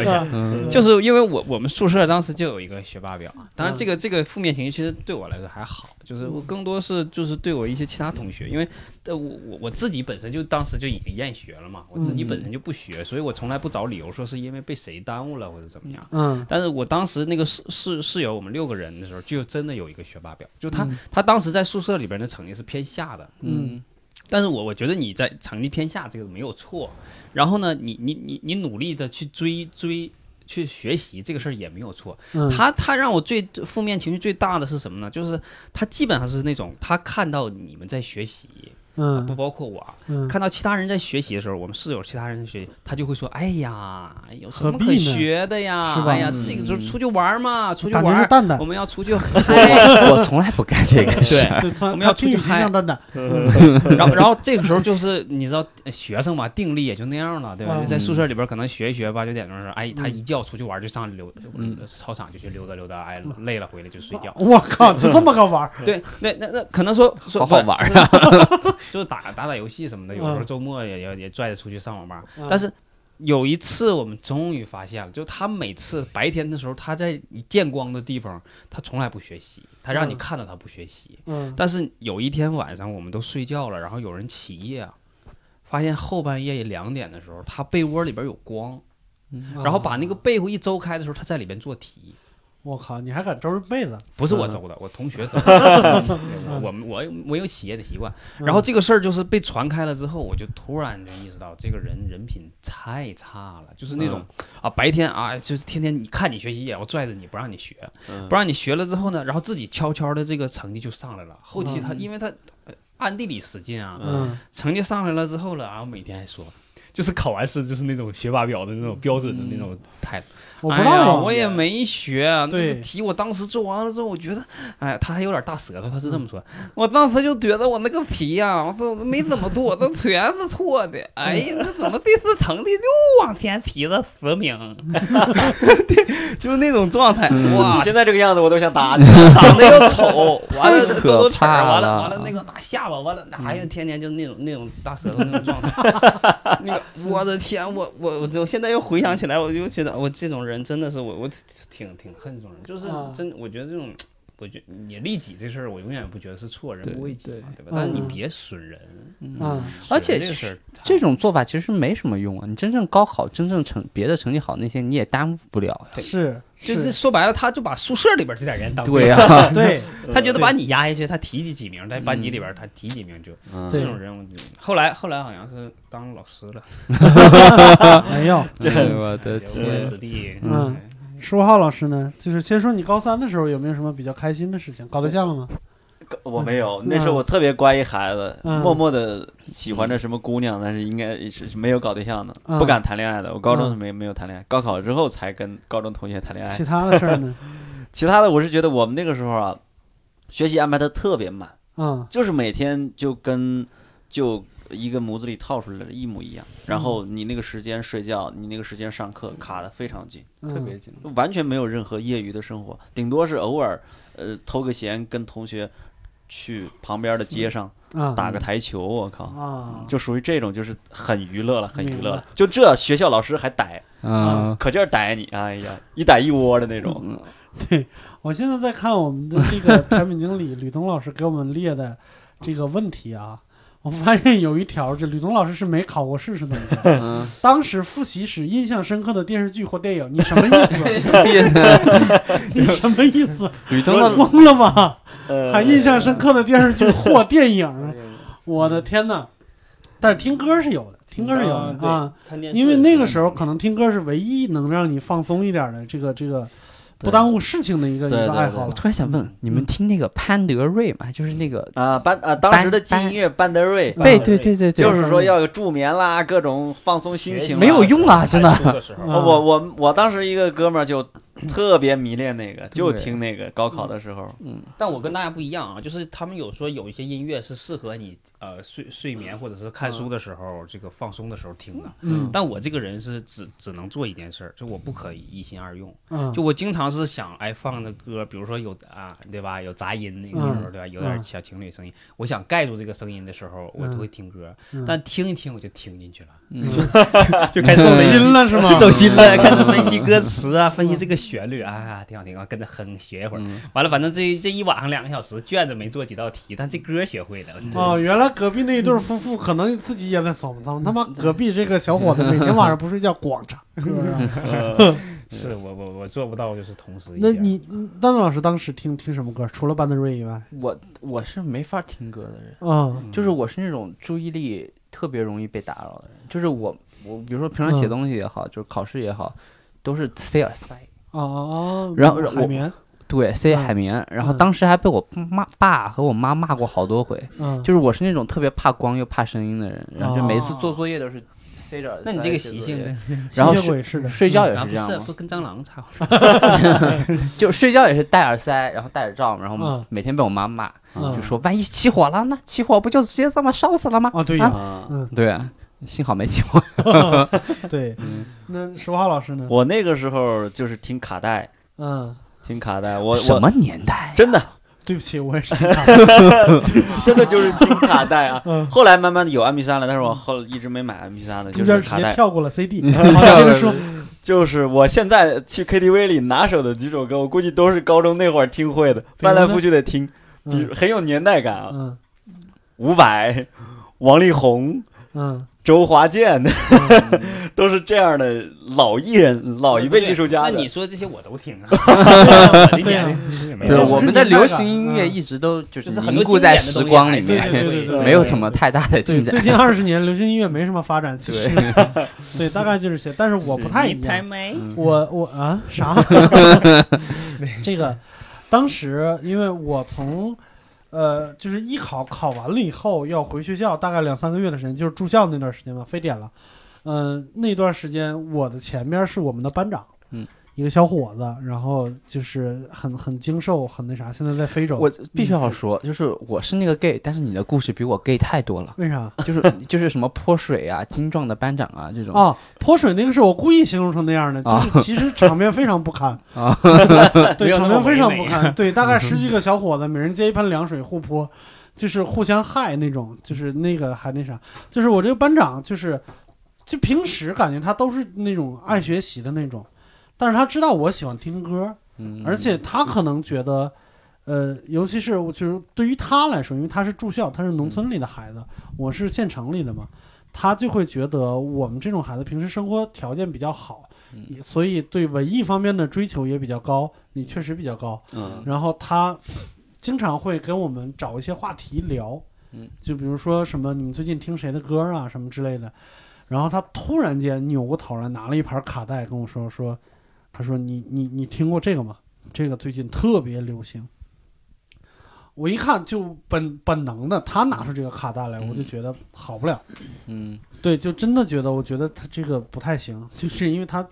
Speaker 5: 一下，
Speaker 1: 嗯
Speaker 2: 就是因为我我们宿舍当时就有一个学霸表，当
Speaker 1: 嗯
Speaker 2: 然这个这个负面情绪其实对我来说还好，就是我更多是就是对我一些其他同学，因为呃我我我自己本身就当时就已经厌学了嘛，我自己
Speaker 1: 嗯
Speaker 2: 本身就不学，所以我从来不找理由说是因为被谁耽误了或者怎么样。
Speaker 1: 嗯
Speaker 2: 但是我当时那个室室室友，我们六个人的时候，就真的有一个学霸表，就他、
Speaker 1: 嗯
Speaker 2: 他当时在宿舍里边的成绩是偏下的，
Speaker 1: 嗯
Speaker 2: 但是我我觉得你在成绩偏下这个没有错，然后呢，你你你你努力的去追追去学习这个事儿也没有错。
Speaker 1: 嗯
Speaker 2: 他他让我最负面情绪最大的是什么呢？就是他基本上是那种他看到你们在学习，不
Speaker 1: 嗯
Speaker 2: 包括我啊，
Speaker 1: 嗯，
Speaker 2: 看到其他人在学习的时候，我们室友其他人在学习，他就会说：“哎呀，有什
Speaker 1: 何
Speaker 2: 么
Speaker 1: 必
Speaker 2: 可
Speaker 1: 呢
Speaker 2: 学的呀？
Speaker 1: 是吧嗯
Speaker 2: 哎呀，这个就是出去玩嘛，出去
Speaker 1: 感觉
Speaker 2: 玩
Speaker 1: 是，蛋蛋
Speaker 2: 我，们要 出去
Speaker 1: 哎
Speaker 2: 嗨。
Speaker 3: 我我从来不干 这个事儿。
Speaker 1: 对，从
Speaker 2: 我们要
Speaker 1: 他定
Speaker 2: 出
Speaker 1: 语
Speaker 2: 去
Speaker 1: 极
Speaker 2: 嗨
Speaker 1: 像蛋蛋，
Speaker 2: 然后，然后这个时候就是你知道呃学生嘛，定力也就那样了，对吧？
Speaker 1: 嗯
Speaker 2: 在宿舍里边可能学一学，八九点钟的时候，哎，他
Speaker 1: 嗯
Speaker 2: 一觉出去玩就上溜
Speaker 3: 嗯
Speaker 2: 操场就去溜达溜达，哎，累了回来就睡觉。
Speaker 1: 我靠，就这么个玩儿，
Speaker 2: 对，那那那可能说说
Speaker 3: 好好玩
Speaker 2: 啊，就是就是打打打游戏什么的，有时候
Speaker 1: 嗯
Speaker 2: 周末也也也拽着出去上网吧。
Speaker 1: 嗯
Speaker 2: 但是有一次我们终于发现了，就他每次白天的时候，他在你见光的地方，他从来不学习，他让你
Speaker 1: 嗯
Speaker 2: 看到他不学习。
Speaker 1: 嗯，
Speaker 2: 但是有一天晚上我们都睡觉了，然后有人起夜啊，发现后半夜两点的时候，他被窝里边有光，
Speaker 1: 嗯
Speaker 2: 然后把那个被子一周开的时候，他在里边做题。
Speaker 1: 我靠，你还敢周人被子？
Speaker 2: 不是我走的，我同学走的。嗯我们我我有企业的习惯，然后这个事儿就是被传开了之后，我就突然就意识到这个人人品太差了，就是那种啊白天啊就是天天你看你学习，我拽着你不让你学，
Speaker 4: 嗯
Speaker 2: 不让你学了之后呢，然后自己悄悄的这个成绩就上来了。后期他
Speaker 1: 嗯
Speaker 2: 因为他呃暗地里使劲啊，
Speaker 1: 嗯，
Speaker 2: 成绩上来了之后了，然后每天还说。就是考完试就是那种学霸表的那种标准的那种态度，
Speaker 1: 嗯我不知
Speaker 2: 哎呀
Speaker 1: 道啊，
Speaker 2: 我也没学啊。那
Speaker 1: 对
Speaker 2: 个题我当时做完了之后，我觉得，哎，他还有点大舌头，他是这么说。
Speaker 1: 嗯
Speaker 2: 我当时就觉得我那个题呀、我都没怎么做，都全是错的。
Speaker 1: 嗯
Speaker 2: 哎呀，那怎么这次成绩又往前提了 十名？对，就是那种状态，
Speaker 1: 嗯
Speaker 2: 哇
Speaker 1: 啊
Speaker 4: 你，现在这个样子我都想 打你。
Speaker 2: 长得又丑， 完了
Speaker 3: 太可
Speaker 2: 豆豆齿儿，
Speaker 3: 怕
Speaker 2: 完了
Speaker 3: 了嗯
Speaker 2: 完了那个大下巴，完了那还有天天就那种那种大舌头那种状态， 那个我的天，我我我就现在又回想起来，我就觉得我这种人真的是我我挺挺恨这种人，就是
Speaker 1: 啊
Speaker 2: 真我觉得这种。我觉你利己这事儿，我永远不觉得是错，人
Speaker 3: 对
Speaker 2: 不为己
Speaker 3: 对
Speaker 2: 嘛，对吧？但是你
Speaker 1: 嗯
Speaker 2: 别损人，
Speaker 1: 嗯，
Speaker 2: 损
Speaker 3: 而且
Speaker 2: 人这个事儿
Speaker 3: 这种做法其实没什么用啊！你真正高考，真正成别的成绩好那些，你也耽误不了呀。
Speaker 1: 是
Speaker 2: 就是说白了，他就把宿舍里边这点人当
Speaker 3: 对
Speaker 2: 呀，
Speaker 3: 呀、啊，
Speaker 1: 对，
Speaker 2: 他觉得
Speaker 1: 对
Speaker 2: 把你压下去，他提你几名，在班
Speaker 3: 嗯
Speaker 2: 级里边他提几名就
Speaker 4: 嗯
Speaker 1: 对
Speaker 2: 这种人，我就后来后来好像是当老师了，
Speaker 1: 没有。
Speaker 3: 哎我的
Speaker 2: 也为了子弟，
Speaker 1: 嗯十五号老师呢，就是先说你高三的时候有没有什么比较开心的事情？搞对象了吗？
Speaker 4: 我没有，那时候我特别乖一孩子，
Speaker 1: 嗯
Speaker 4: 默默的喜欢着什么姑娘，但是应该是是没有搞对象的，
Speaker 1: 嗯
Speaker 4: 不敢谈恋爱的。我高中是没没有谈恋爱，高考之后才跟高中同学谈恋爱
Speaker 2: 哎
Speaker 1: 其。他的事儿 呢？
Speaker 4: 其他的，我是觉得我们那个时候啊，学习安排的特别满，
Speaker 1: 嗯
Speaker 4: 就是每天就跟就一个模子里套出来的一模一样。然后你那个时间睡觉，你那个时间上课卡的非常紧，
Speaker 1: 嗯，
Speaker 3: 紧
Speaker 4: 完全没有任何业余的生活，顶多是偶尔呃偷个闲跟同学去旁边的街上
Speaker 3: 嗯
Speaker 1: 啊
Speaker 4: 打个台球，我靠。
Speaker 1: 啊，
Speaker 4: 就属于这种，就是很娱乐了，很娱乐
Speaker 1: 明白
Speaker 4: 了。就这学校老师还逮，
Speaker 3: 啊！
Speaker 4: 可劲儿逮你，哎呀，一逮一窝的那种。
Speaker 3: 嗯
Speaker 1: 对，我现在在看我们的这个产品经理吕东老师给我们列的这个问题啊，我发现有一条，这吕东老师是没考过试是怎么着？
Speaker 3: 嗯，
Speaker 1: 当时复习时印象深刻的电视剧或电影，你什么意思？你什么意思？
Speaker 3: 吕东的
Speaker 1: 疯了吧？
Speaker 4: 呃
Speaker 1: 还印象深刻的电视剧或电影，
Speaker 2: 嗯
Speaker 1: 我的天哪！但是听歌是有的，听歌是有
Speaker 2: 嗯
Speaker 1: 的啊，因为那个时候可能听歌是唯一能让你放松一点的这个这个不耽误事情的一个一
Speaker 4: 对
Speaker 1: 个
Speaker 4: 对
Speaker 1: 爱好
Speaker 3: 我
Speaker 1: 了。
Speaker 3: 突然想问，你们听那个潘德瑞嘛？就是那个
Speaker 4: 啊，班啊，当时的
Speaker 3: 班嗯
Speaker 4: 金音乐班德瑞，
Speaker 1: 班
Speaker 3: 对对对对对，
Speaker 4: 就是说要有助眠啦，各种放松心情啦。
Speaker 3: 没有用啊，真的。
Speaker 5: 的时候，
Speaker 1: 嗯
Speaker 4: 我我我我当时一个哥们儿就特别迷恋那个，就
Speaker 3: 对
Speaker 4: 听那个。高考的时候，
Speaker 2: 但我跟大家不一样啊，就是他们有说有一些音乐是适合你呃睡睡眠或者是看书的时候，这个放松的时候听的。
Speaker 1: 嗯
Speaker 2: 但我这个人是只只能做一件事儿，就我不可以一心二用。
Speaker 1: 嗯，
Speaker 2: 就我经常是想哎放的歌，比如说有啊对吧，有杂音那个时
Speaker 1: 嗯
Speaker 2: 候对吧，有点小情侣声音，我想盖住这个声音的时候，我就会听歌。
Speaker 1: 嗯
Speaker 2: 但听一听我就听进去了，
Speaker 3: 嗯
Speaker 2: 就开始走
Speaker 1: 心了是吗？
Speaker 2: 就走心了，开始分析歌词啊，分析这个旋律啊，挺好听啊，跟着哼学一会儿。
Speaker 1: 嗯
Speaker 2: 完了，反正这这一晚上两个小时，卷子没做几道题，但这歌学会
Speaker 3: 嗯
Speaker 2: 了。
Speaker 1: 哦，原来隔壁那一对夫妇可能自己也在琢磨琢磨，他妈隔壁这个小伙子每天晚上不睡觉， 光唱歌
Speaker 3: 嗯
Speaker 1: 啊。
Speaker 4: 呃
Speaker 2: 是我我我做不到，就是同时一
Speaker 1: 那
Speaker 2: 件
Speaker 1: 你丹丹老师当时听听什么歌？除了班德瑞以外，
Speaker 3: 我我是没法听歌的人，
Speaker 1: 嗯
Speaker 3: 就是我是那种注意力嗯特别容易被打扰的人，就是我我比如说平常写东西也好，就是考试也好，都是塞耳塞，
Speaker 1: 哦，
Speaker 3: 然后
Speaker 1: 海绵，
Speaker 3: 对，塞
Speaker 1: 嗯
Speaker 3: 海绵。然后
Speaker 1: 嗯
Speaker 3: 当时还被我妈爸和我妈骂过好多回，
Speaker 1: 嗯，
Speaker 3: 就是我是那种特别怕光又怕声音的人，然后就每次
Speaker 1: 哦
Speaker 3: 做作业都是塞着耳塞。
Speaker 2: 那你这个
Speaker 3: 塞着
Speaker 2: 习
Speaker 3: 作
Speaker 2: 性
Speaker 3: 业
Speaker 2: 呢，
Speaker 3: 然后
Speaker 1: 吸血
Speaker 3: 睡
Speaker 1: 鬼似的，嗯
Speaker 3: 睡觉也
Speaker 2: 啊
Speaker 3: 是
Speaker 2: 不
Speaker 3: 这样
Speaker 2: 是
Speaker 3: 吗？
Speaker 2: 不跟蟑螂差不多。
Speaker 3: 就睡觉也是戴耳塞，然后戴耳罩，然
Speaker 1: 嗯
Speaker 3: 后每天被我妈骂，
Speaker 1: 嗯
Speaker 3: 就说万一起火了，那起火不就直接这么烧死了吗？
Speaker 1: 啊，对呀，
Speaker 4: 啊，
Speaker 1: 嗯，
Speaker 3: 对啊，幸好没起火。
Speaker 1: 对，那石化老师呢？
Speaker 4: 我那个时候就是听卡带，
Speaker 1: 嗯，
Speaker 4: 听卡带，我
Speaker 3: 什
Speaker 4: 我
Speaker 3: 么年代？
Speaker 4: 真的
Speaker 1: 对不起，我也是听卡带，
Speaker 4: 真的就是听卡带啊。
Speaker 1: 嗯，
Speaker 4: 后来慢慢的有 MP 3了，但是我后来一直没买 MP 3的，
Speaker 1: 中
Speaker 4: 就
Speaker 1: 间
Speaker 4: 是
Speaker 1: 直
Speaker 4: 卡
Speaker 1: 接
Speaker 4: 带。
Speaker 1: 跳过了 CD，好，接着说，
Speaker 4: 就是我现在去 KTV 里拿手的几首歌，我估计都是高中那会儿听会的，
Speaker 1: 比如
Speaker 4: 翻
Speaker 1: 呢
Speaker 4: 来覆去的听，比
Speaker 1: 嗯
Speaker 4: 如很有年代感啊。
Speaker 1: 嗯
Speaker 4: 伍佰、王力宏、
Speaker 1: 嗯，
Speaker 4: 周华健， 都是这样的老艺人、老哦一辈艺术家
Speaker 2: 那你
Speaker 4: 的。
Speaker 2: 说这些我都听 啊，我的
Speaker 1: 对呀
Speaker 2: 年龄也没
Speaker 1: 对
Speaker 2: 有
Speaker 1: 我
Speaker 3: 我
Speaker 1: 们
Speaker 3: 们
Speaker 1: 的
Speaker 3: 的
Speaker 1: 流
Speaker 3: 流
Speaker 1: 行
Speaker 3: 行
Speaker 1: 音
Speaker 3: 音
Speaker 1: 乐
Speaker 3: 乐一直都就是
Speaker 2: 是很
Speaker 3: 凝
Speaker 2: 多
Speaker 3: 固
Speaker 2: 经
Speaker 3: 在
Speaker 2: 典的
Speaker 3: 时
Speaker 2: 东西啊
Speaker 3: 光
Speaker 2: 还
Speaker 3: 里
Speaker 2: 是
Speaker 1: 对对
Speaker 3: 面，
Speaker 1: 对对，
Speaker 3: 没有
Speaker 1: 对
Speaker 3: 什么太大的
Speaker 1: 对
Speaker 3: 进
Speaker 1: 最
Speaker 3: 展。
Speaker 1: 近二十年流行音乐没什么发展，其实， 对，大概就是这些，但是我不太一
Speaker 2: 你拍
Speaker 1: 样，
Speaker 3: 嗯
Speaker 2: 没？
Speaker 4: 嗯
Speaker 1: 我我啊 啥？这个当时因为我从呃就是艺考考完了以后要回学校，大概两三个月的时间，就是住校那段时间嘛，非典了。嗯、那段时间我的前面是我们的班长，
Speaker 3: 嗯，
Speaker 1: 一个小伙子，然后就是很很精瘦，很那啥，现在在非洲。
Speaker 3: 我必须要说，就是我是那个 gay，但是你的故事比我 gay 太 多了。
Speaker 1: 为啥？
Speaker 3: 就是就是什么泼水啊、精壮的班长啊这种
Speaker 1: 啊，泼水那个是我故意形容成那样的，就
Speaker 3: 啊
Speaker 1: 是其实场面非常不堪
Speaker 3: 啊，
Speaker 1: 对，
Speaker 2: 没有
Speaker 1: 场
Speaker 2: 那
Speaker 1: 面
Speaker 2: 么
Speaker 1: 非常
Speaker 2: 唯
Speaker 1: 不
Speaker 2: 美
Speaker 1: 堪，对，大概十几个小伙子，每人接一盆凉水互泼，就是互相害那种，就是那个还那啥，就是我这个班长就是，就平时感觉他都是那种爱学习的那种，但是他知道我喜欢听歌，
Speaker 3: 嗯
Speaker 1: 而且他可能觉得，呃，尤其是我就是对于他来说，因为他是住校，他是农村里的孩子，我是县城里的嘛，他就会觉得我们这种孩子平时生活条件比较好，
Speaker 3: 嗯
Speaker 1: 也所以对文艺方面的追求也比较高，你确实比较高。
Speaker 4: 嗯
Speaker 1: 然后他经常会跟我们找一些话题聊，
Speaker 3: 嗯，
Speaker 1: 就比如说什么你们最近听谁的歌啊什么之类的，然后他突然间扭过头来拿了一盘卡带跟我说说，他说你你你听过这个吗？这个最近特别流行。我一看就本本能的，他拿出这个卡带来，我就觉得好不了。
Speaker 3: 嗯
Speaker 1: 对，就真的觉得，我觉得他这个不太行，就是因为他，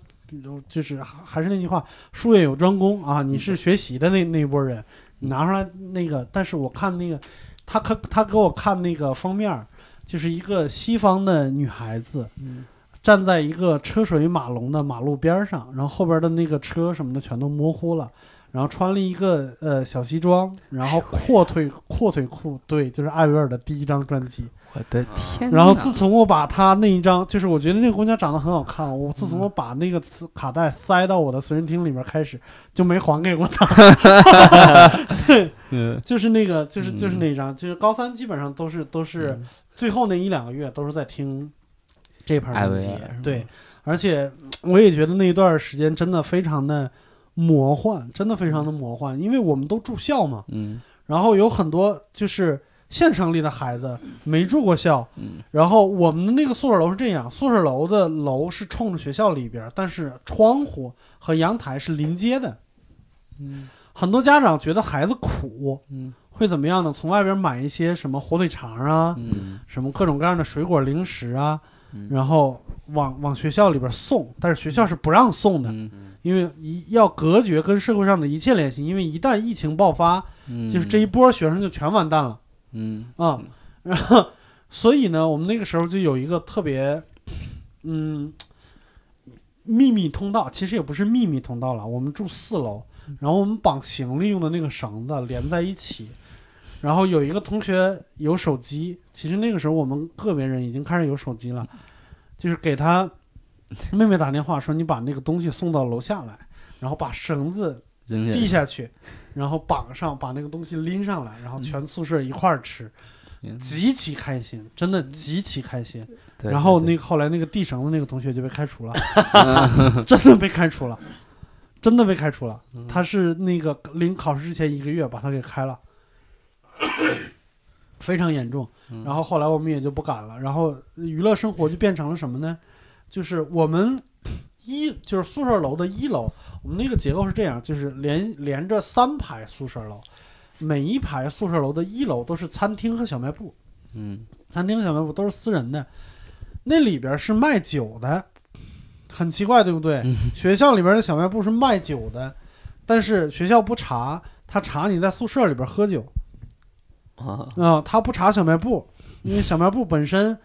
Speaker 1: 就是还还是那句话，术业有专攻啊，你是学习的那那一波人，你拿出来那个，但是我看那个，他看他给我看那个封面儿，就是一个西方的女孩子，
Speaker 3: 嗯
Speaker 1: 站在一个车水马龙的马路边儿上，然后后边的那个车什么的全都模糊了。然后穿了一个呃小西装，然后阔腿阔腿裤，对，就是艾薇儿的第一张专辑。
Speaker 3: 我的天呐，
Speaker 1: 然后自从我把她那一张，就是我觉得那个姑娘长得很好看，我自从
Speaker 3: 嗯
Speaker 1: 我把那个磁卡带塞到我的随身听里面开始，就没还给过 她。对，
Speaker 3: 嗯
Speaker 1: 就是那个，就是就是
Speaker 3: 嗯
Speaker 1: 那一张，就是高三基本上都是都是最后那一两个月都是在听这盘
Speaker 3: 艾
Speaker 1: 专
Speaker 3: 薇
Speaker 1: 辑
Speaker 3: 儿，
Speaker 1: 对，而且我也觉得那一段时间真的非常的魔幻，真的非常的魔幻，因为我们都住校嘛，
Speaker 3: 嗯
Speaker 1: 然后有很多就是县城里的孩子没住过校，
Speaker 3: 嗯
Speaker 1: 然后我们的那个宿舍楼是这样，宿舍楼的楼是冲着学校里边儿，但是窗户和阳台是临街的。
Speaker 3: 嗯
Speaker 1: 很多家长觉得孩子苦，
Speaker 3: 嗯
Speaker 1: 会怎么样呢？从外边买一些什么火腿肠啊，
Speaker 3: 嗯
Speaker 1: 什么各种各样的水果零食啊，
Speaker 4: 嗯
Speaker 1: 然后往往学校里边送，但是学校是不让送的，
Speaker 3: 嗯
Speaker 1: 因为一要隔绝跟社会上的一切联系，因为一旦疫情爆发，
Speaker 3: 嗯，
Speaker 1: 就是这一波学生就全完蛋了。
Speaker 3: 嗯
Speaker 1: 啊、然后所以呢，我们那个时候就有一个特别，嗯，秘密通道，其实也不是秘密通道了，我们住四楼，然后我们绑行李用的那个绳子连在一起。然后有一个同学有手机，其实那个时候我们个别人已经开始有手机了，就是给他妹妹打电话说：“你把那个东西送到楼下来，然后把绳子
Speaker 3: 扔下
Speaker 1: 递下去，然后绑上，把那个东西拎上来，然后全宿舍一块儿吃，
Speaker 3: 嗯
Speaker 1: 极其开心，真的极其开心。
Speaker 4: 对
Speaker 1: 然后那个后来那个递绳子那个同学就被开除了， 真的被开除了，真的被开除了。
Speaker 4: 嗯
Speaker 1: 他是那个临考试之前一个月把他给开 了，非常严重。
Speaker 4: 嗯
Speaker 1: 然后后来我们也就不敢了。然后娱乐生活就变成了什么呢？就是我们一就是宿舍楼的一楼，我们那个结构是这样，就是连连着三排宿舍楼，每一排宿舍楼的一楼都是餐厅和小卖部，
Speaker 3: 嗯
Speaker 1: 餐厅和小卖部都是私人的，那里边是卖酒的，很奇怪，对不对？
Speaker 3: 嗯
Speaker 1: 学校里边的小卖部是卖酒的，但是学校不查，他查你在宿舍里边喝酒
Speaker 4: 啊，
Speaker 1: 啊、他不查小卖部，因为小卖部本身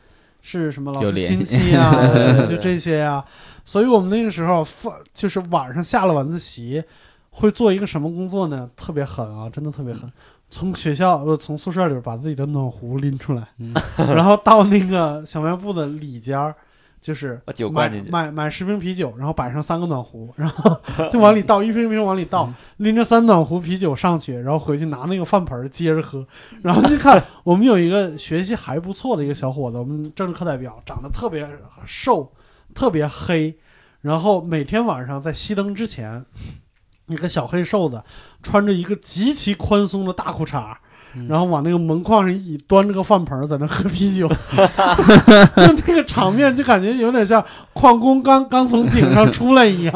Speaker 1: 是什么老
Speaker 3: 有
Speaker 1: 师
Speaker 3: 联
Speaker 1: 亲戚呀、
Speaker 4: 系
Speaker 1: 啊就这些呀、所以我们那个时候放就是晚上下了晚自习，会做一个什么工作呢？特别狠啊，真的特别狠。从学校呃，从宿舍里边把自己的暖壶拎出来，
Speaker 3: 嗯
Speaker 1: 然后到那个小卖部的里间儿，就是
Speaker 4: 把啊酒
Speaker 1: 买
Speaker 4: 灌进去，
Speaker 1: 买买十瓶啤酒，然后摆上三个暖壶，然后 就往里倒，一瓶一瓶往里
Speaker 4: 嗯
Speaker 1: 倒，拎着三暖壶啤酒上去，然后回去拿那个饭盆儿接着喝。然后就看我们有一个学习还不错的一个小伙子，我们政治课代表，长得特别瘦，特别黑，然后每天晚上在熄灯之前，一个小黑瘦子穿着一个极其宽松的大裤衩儿。
Speaker 3: 嗯
Speaker 1: 然后往那个门框上一倚，端着个饭盆儿在那喝啤酒， 就那个场面就感觉有点像矿工刚刚从井上出来一样，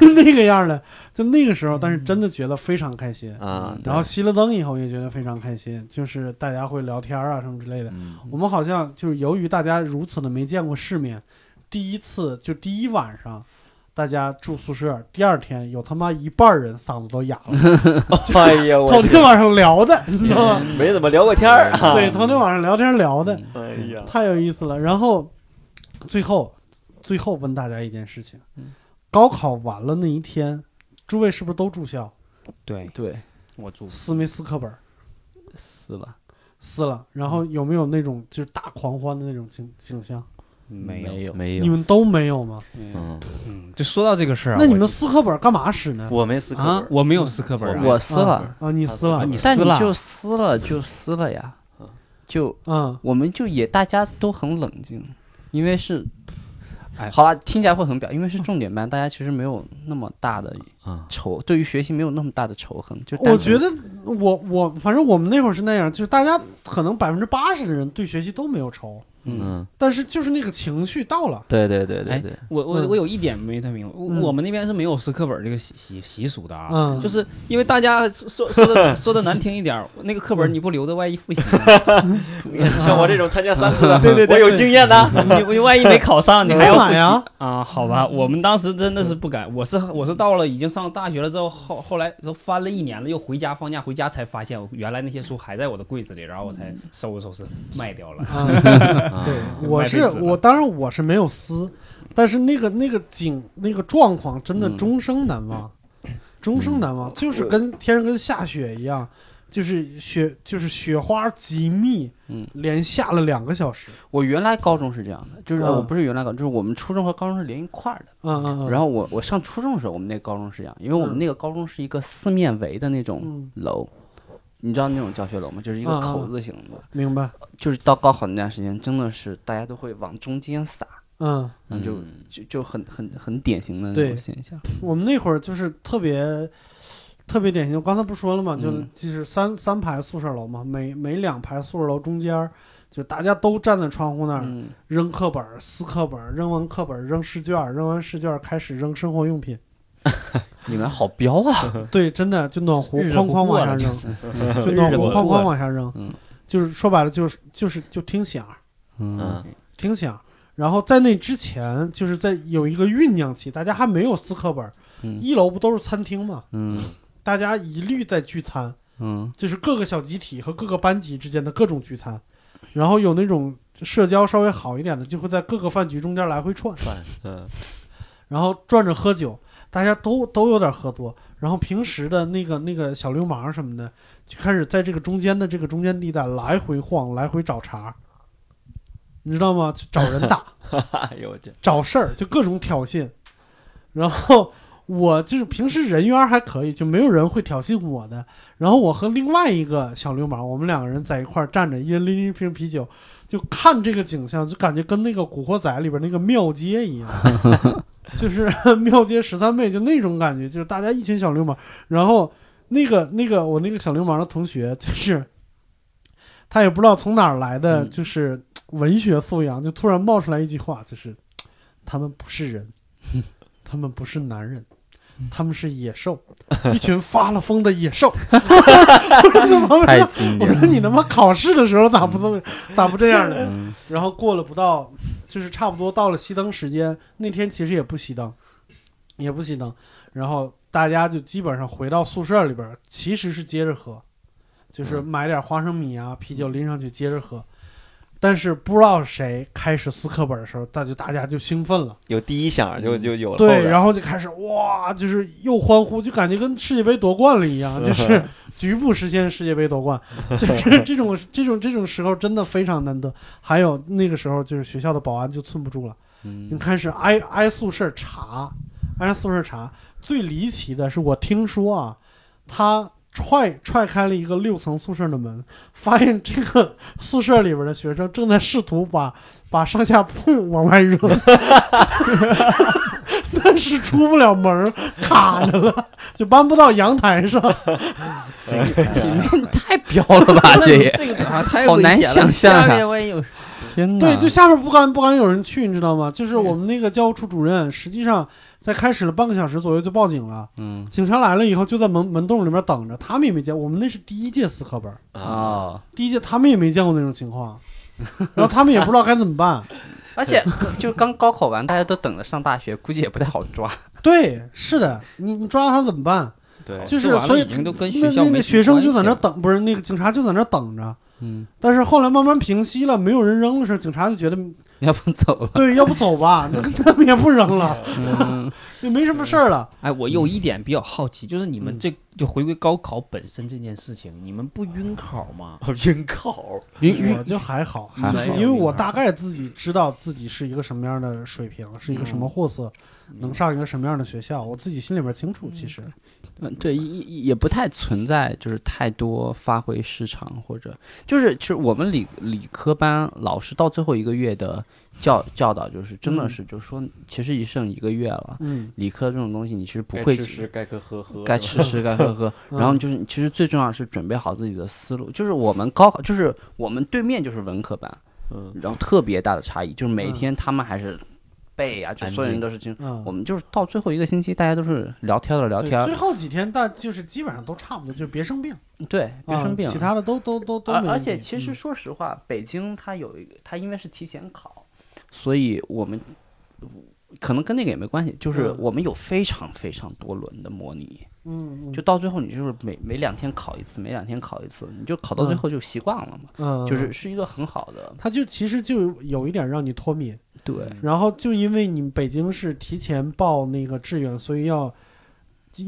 Speaker 1: 就那个样儿的。就那个时候，但是真的觉得非常开心。
Speaker 4: 啊，
Speaker 1: 然后熄了灯以后也觉得非常开心，就是大家会聊天啊什么之类的。
Speaker 4: 嗯
Speaker 1: 我们好像就是由于大家如此的没见过世面，第一次就第一晚上。大家住宿舍，第二天有他妈一半儿人嗓子都哑了，
Speaker 4: 哎 呀，我
Speaker 1: 头天
Speaker 4: 天
Speaker 1: 晚上聊的，你知道 吗？
Speaker 4: 没怎么聊过天儿啊，
Speaker 1: 对，头天晚上聊天聊的，
Speaker 3: 嗯
Speaker 4: 哎呀，
Speaker 1: 太有意思了。然后最后最后问大家一件事情：高考完了那一天，诸位是不是都住校？
Speaker 2: 对
Speaker 3: 对，
Speaker 2: 我住
Speaker 1: 撕没撕课本？
Speaker 3: 撕了，
Speaker 1: 撕了，然后有没有那种就是大狂欢的那种景景象？
Speaker 2: 没有，
Speaker 3: 没有，
Speaker 4: 没
Speaker 1: 你，们都没有吗？
Speaker 4: 嗯，
Speaker 2: 嗯，就说到这个事儿啊，
Speaker 1: 那你
Speaker 2: 我
Speaker 1: 们撕课本干嘛使呢？
Speaker 4: 我没思考
Speaker 2: 啊，我没有撕课本啊，
Speaker 3: 嗯我撕了，
Speaker 1: 啊，你撕了
Speaker 4: 啊，
Speaker 2: 你
Speaker 3: 但
Speaker 2: 撕
Speaker 3: 你
Speaker 2: 了，
Speaker 3: 就撕了就撕了呀
Speaker 4: 嗯，
Speaker 3: 就
Speaker 1: 嗯，
Speaker 3: 我们就也大家都很冷静，因为是
Speaker 2: 哎，
Speaker 3: 好了，听起来会很表，因为是重点班，大家其实没有那么大的
Speaker 4: 啊，
Speaker 3: 仇，对于学习没有那么大的仇恨，就单
Speaker 1: 我觉
Speaker 3: 纯
Speaker 1: 得我我反正我们那会儿是那样，就是大家可能百分之八十的人对学习都没有仇，
Speaker 3: 嗯，
Speaker 4: 嗯，
Speaker 1: 但是就是那个情绪到了，
Speaker 4: 对对对对
Speaker 2: 哎
Speaker 4: 对，
Speaker 2: 我我
Speaker 1: 嗯
Speaker 2: 我有一点没太明白，我
Speaker 1: 嗯
Speaker 2: 我们那边是没有撕课本这个习习习俗的啊，
Speaker 1: 嗯，
Speaker 2: 就是因为大家说说的说的难听一点儿，那个课
Speaker 3: 嗯
Speaker 2: 本你不留着，万一复习呢，
Speaker 4: 像我这种参加三次的，
Speaker 1: 对对对
Speaker 4: 我有经验的，嗯
Speaker 2: 你你万一没考上，你还
Speaker 3: 嗯
Speaker 1: 干
Speaker 2: 要
Speaker 1: 嘛呀？
Speaker 2: 啊？好吧，我们当时真的是不敢，我是我是到了已经上大学了之后，后后来都翻了一年了，又回家放假回家才发现，原来那些书还在我的柜子里，然后我才
Speaker 3: 嗯
Speaker 2: 收拾收拾卖掉 了。
Speaker 1: 嗯
Speaker 4: 对
Speaker 1: 我
Speaker 2: 卖被
Speaker 1: 是
Speaker 2: 子
Speaker 1: 我，
Speaker 2: 了
Speaker 1: 当然我是没有撕，但是那个那个景那个状况真的终生难忘，终生难忘，就是跟天上跟下雪一样，就是雪就是雪花极密，
Speaker 3: 嗯，
Speaker 1: 连下了两个小时，
Speaker 3: 我原来高中是这样的，就是
Speaker 1: 嗯
Speaker 3: 我不是原来高中，就是我们初中和高中是连一块儿的。
Speaker 1: 嗯嗯嗯，
Speaker 3: 然后我我上初中的时候，我们那个高中是这样，因为我们
Speaker 1: 嗯
Speaker 3: 那个高中是一个四面围的那种
Speaker 1: 嗯
Speaker 3: 楼，你知道那种教学楼吗？就是一
Speaker 1: 嗯
Speaker 3: 个
Speaker 1: 嗯
Speaker 3: 口字形的。
Speaker 1: 明白，
Speaker 3: 就是到高考那段时间，真的是大家都会往中间撒，
Speaker 1: 嗯，
Speaker 3: 然后就、
Speaker 4: 嗯
Speaker 3: 就就很很很典型的那
Speaker 1: 对
Speaker 3: 种现象。
Speaker 1: 我们那会儿就是特别。特别典型，我刚才不说了嘛，就
Speaker 3: 嗯
Speaker 1: 就是三三排宿舍楼嘛，每每两排宿舍楼中间儿，就大家都站在窗户那儿，
Speaker 3: 嗯，
Speaker 1: 扔课本儿、撕课本儿，扔完课本儿扔试卷儿，扔完试卷儿开始扔生活用品。
Speaker 3: 你们好彪啊！
Speaker 1: 对，真的就暖壶
Speaker 2: 日子
Speaker 1: 哐
Speaker 2: 不
Speaker 1: 哐
Speaker 2: 过
Speaker 1: 往下
Speaker 2: 了
Speaker 1: 扔，
Speaker 3: 嗯
Speaker 1: 就暖
Speaker 2: 日子
Speaker 1: 壶
Speaker 2: 不
Speaker 1: 哐
Speaker 2: 过
Speaker 1: 哐
Speaker 2: 了
Speaker 1: 往下扔
Speaker 3: 嗯，
Speaker 1: 就是说白了就是就是就听响儿，
Speaker 4: 嗯，
Speaker 1: 听响儿。然后在那之前，就是在有一个酝酿期，大家还没有撕课本儿。
Speaker 3: 嗯
Speaker 1: 一楼不都是餐厅嘛，
Speaker 3: 嗯
Speaker 1: 大家一律在聚餐，
Speaker 3: 嗯
Speaker 1: 就是各个小集体和各个班级之间的各种聚餐。然后有那种社交稍微好一点的，就会在各个饭局中间来回串。
Speaker 4: 算，嗯
Speaker 1: 然后转着喝酒，大家都都有点喝多，然后平时的那个那个小流氓什么的，就开始在这个中间的这个中间地带来回晃，来回找茬儿，你知道吗？就找人打，
Speaker 4: 哎呦我天，
Speaker 1: 找事儿，就各种挑衅。然后我就是平时人缘儿还可以，就没有人会挑衅我的。然后我和另外一个小流氓，我们两个人在一块儿站着，一人拎一瓶啤酒，就看这个景象，就感觉跟那个《古惑仔》里边那个庙街一样，就是 庙街十三妹，就那种感觉，就是大家一群小流氓。然后那个那个我那个小流氓的同学，就是他也不知道从哪儿来的，
Speaker 3: 嗯
Speaker 1: 就是文学素养，就突然冒出来一句话，就是他们不是人。他们不是男人，他们是野兽，一群发了疯的野兽。 我说他妈
Speaker 6: 太
Speaker 3: 嗯
Speaker 6: 经
Speaker 1: 我
Speaker 6: 典了。
Speaker 1: 说你他妈考试的时候咋不这么咋不这样呢？
Speaker 6: 嗯
Speaker 1: 然后过了不到，就是差不多到了熄灯时间，那天其实也不熄灯，也不熄灯，然后大家就基本上回到宿舍里边儿，其实是接着喝，就是买点花生米啊、啤酒拎上去接着喝。但是不知道谁开始撕课本的时候，大就大家就兴奋了，
Speaker 4: 有第一响就就有了后边。
Speaker 1: 对，然后就开始哇，就是又欢呼，就感觉跟世界杯夺冠了一 样，就是局部实现世界杯夺冠，就是这种这种这种时候真的非常难得。还有那个时候，就是学校的保安就寸不住了，
Speaker 3: 嗯
Speaker 1: 你开始挨挨宿舍查，挨宿舍查。最离奇的是，我听说啊，他踹踹开了一个六层宿舍的门，发现这个宿舍里边的学生正在试图把把上下铺往外扔。但是出不了门儿，卡着了，就搬不到阳台上。
Speaker 3: 嗯太彪了 吧，这也
Speaker 6: 这个啊，太
Speaker 3: 好
Speaker 6: 危
Speaker 3: 难
Speaker 6: 险了
Speaker 3: 想象啊
Speaker 6: 下面万一有
Speaker 2: 嗯
Speaker 3: 天
Speaker 1: 对，就下边不敢不敢有人去，你知道吗？就是我们那个教务处主任，实际上在开始了半个小时左右就报警了。
Speaker 3: 嗯
Speaker 1: 警察来了以后，就在门门洞里面等着，他们也没见。我们那是第一届死课本，
Speaker 4: 啊，
Speaker 3: 哦，
Speaker 1: 第一届他们也没见过那种情 况，然后他们也不知道该怎么办。
Speaker 3: 而且 就刚高考完，大家都等着上大学，估计也不太好抓。
Speaker 1: 对，是的，你你抓他怎么办？
Speaker 4: 对
Speaker 1: 就是
Speaker 2: 吃哦完了
Speaker 1: 所以
Speaker 2: 已经都跟学
Speaker 1: 那
Speaker 2: 校
Speaker 1: 那
Speaker 2: 没
Speaker 1: 那
Speaker 2: 什
Speaker 1: 学
Speaker 2: 么
Speaker 1: 生
Speaker 2: 关
Speaker 1: 就在
Speaker 2: 系
Speaker 1: 那
Speaker 2: 了
Speaker 1: 等，不是那个警察就在那等着。
Speaker 3: 嗯，
Speaker 1: 但是后来慢慢平息了，没有人扔的时候，警察就觉得
Speaker 3: 要不走了？
Speaker 1: 对，要不走吧，那他们也不扔了，
Speaker 3: 嗯，
Speaker 1: 也没什么事儿了。
Speaker 2: 哎，我有
Speaker 1: 嗯
Speaker 2: 一点比较好奇，就是你们这就回归高考本身这件事情，你们不晕考吗？
Speaker 4: 晕考，
Speaker 1: 我就嗯还好，
Speaker 3: 嗯还
Speaker 1: 就是
Speaker 2: 好
Speaker 1: 因为我大概自己知道自己是一个什么样的水平，是一个
Speaker 3: 嗯
Speaker 1: 什么货色，能上一个什么样的学校，我自己心里边清楚。其实，
Speaker 3: 嗯，对，也也不太存在，就是太多发挥失常或者就是，其实我们理理科班老师到最后一个月的教教导，就是真的
Speaker 1: 嗯
Speaker 3: 是，就是说，其实已剩一个月了，
Speaker 1: 嗯，
Speaker 3: 理科这种东西你其实不
Speaker 4: 该
Speaker 3: 会
Speaker 4: 吃吃，该喝喝喝，
Speaker 3: 该
Speaker 4: 是吧
Speaker 3: 吃吃，该 喝喝，
Speaker 1: 嗯
Speaker 3: 然后就是，其实最重要的是准备好自己的思路。就是我们高考，就是我们对面就是文科班，
Speaker 4: 嗯，
Speaker 3: 然后特别大的差异，就是每
Speaker 1: 嗯
Speaker 3: 天他们还是背啊，就
Speaker 4: 安
Speaker 3: 所有人
Speaker 4: 静
Speaker 3: 都是精。
Speaker 1: 嗯
Speaker 3: 我们就是到最后一个星期，大家都是聊天的聊
Speaker 1: 对
Speaker 3: 天儿
Speaker 1: 最，后几天大就是基本上都差不多，就别生病，
Speaker 3: 对，别
Speaker 1: 啊
Speaker 3: 生病。
Speaker 1: 其他的都都都都没问
Speaker 3: 而
Speaker 1: 题。
Speaker 3: 而且其实
Speaker 1: 嗯
Speaker 3: 说实话，北京它有一个，它因为是提前考，所以我们可能跟那个也没关系，就是
Speaker 1: 嗯
Speaker 3: 我们有非常非常多轮的模拟，
Speaker 1: 嗯，嗯
Speaker 3: 就到最后你就是每每两天考一次，每两天考一次，你就考到最
Speaker 1: 嗯
Speaker 3: 后就习惯了嘛，
Speaker 1: 嗯，
Speaker 3: 就是是一个很好的
Speaker 1: 他就其实就有一点让你脱敏，
Speaker 3: 对。
Speaker 1: 然后就因为你北京是提前报那个志愿，所以要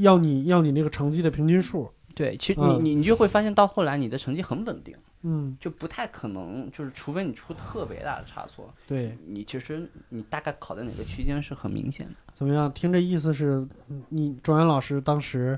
Speaker 1: 要你要你那个成绩的平均数。
Speaker 3: 对，其实
Speaker 1: 嗯
Speaker 3: 你你你就会发现到后来你的成绩很稳定，
Speaker 1: 嗯，
Speaker 3: 就不太可能，就是除非你出特别大的差错，
Speaker 1: 对，
Speaker 3: 你其实你大概考在哪个区间是很明显的。
Speaker 1: 怎么样？听这意思是，嗯你庄园老师当时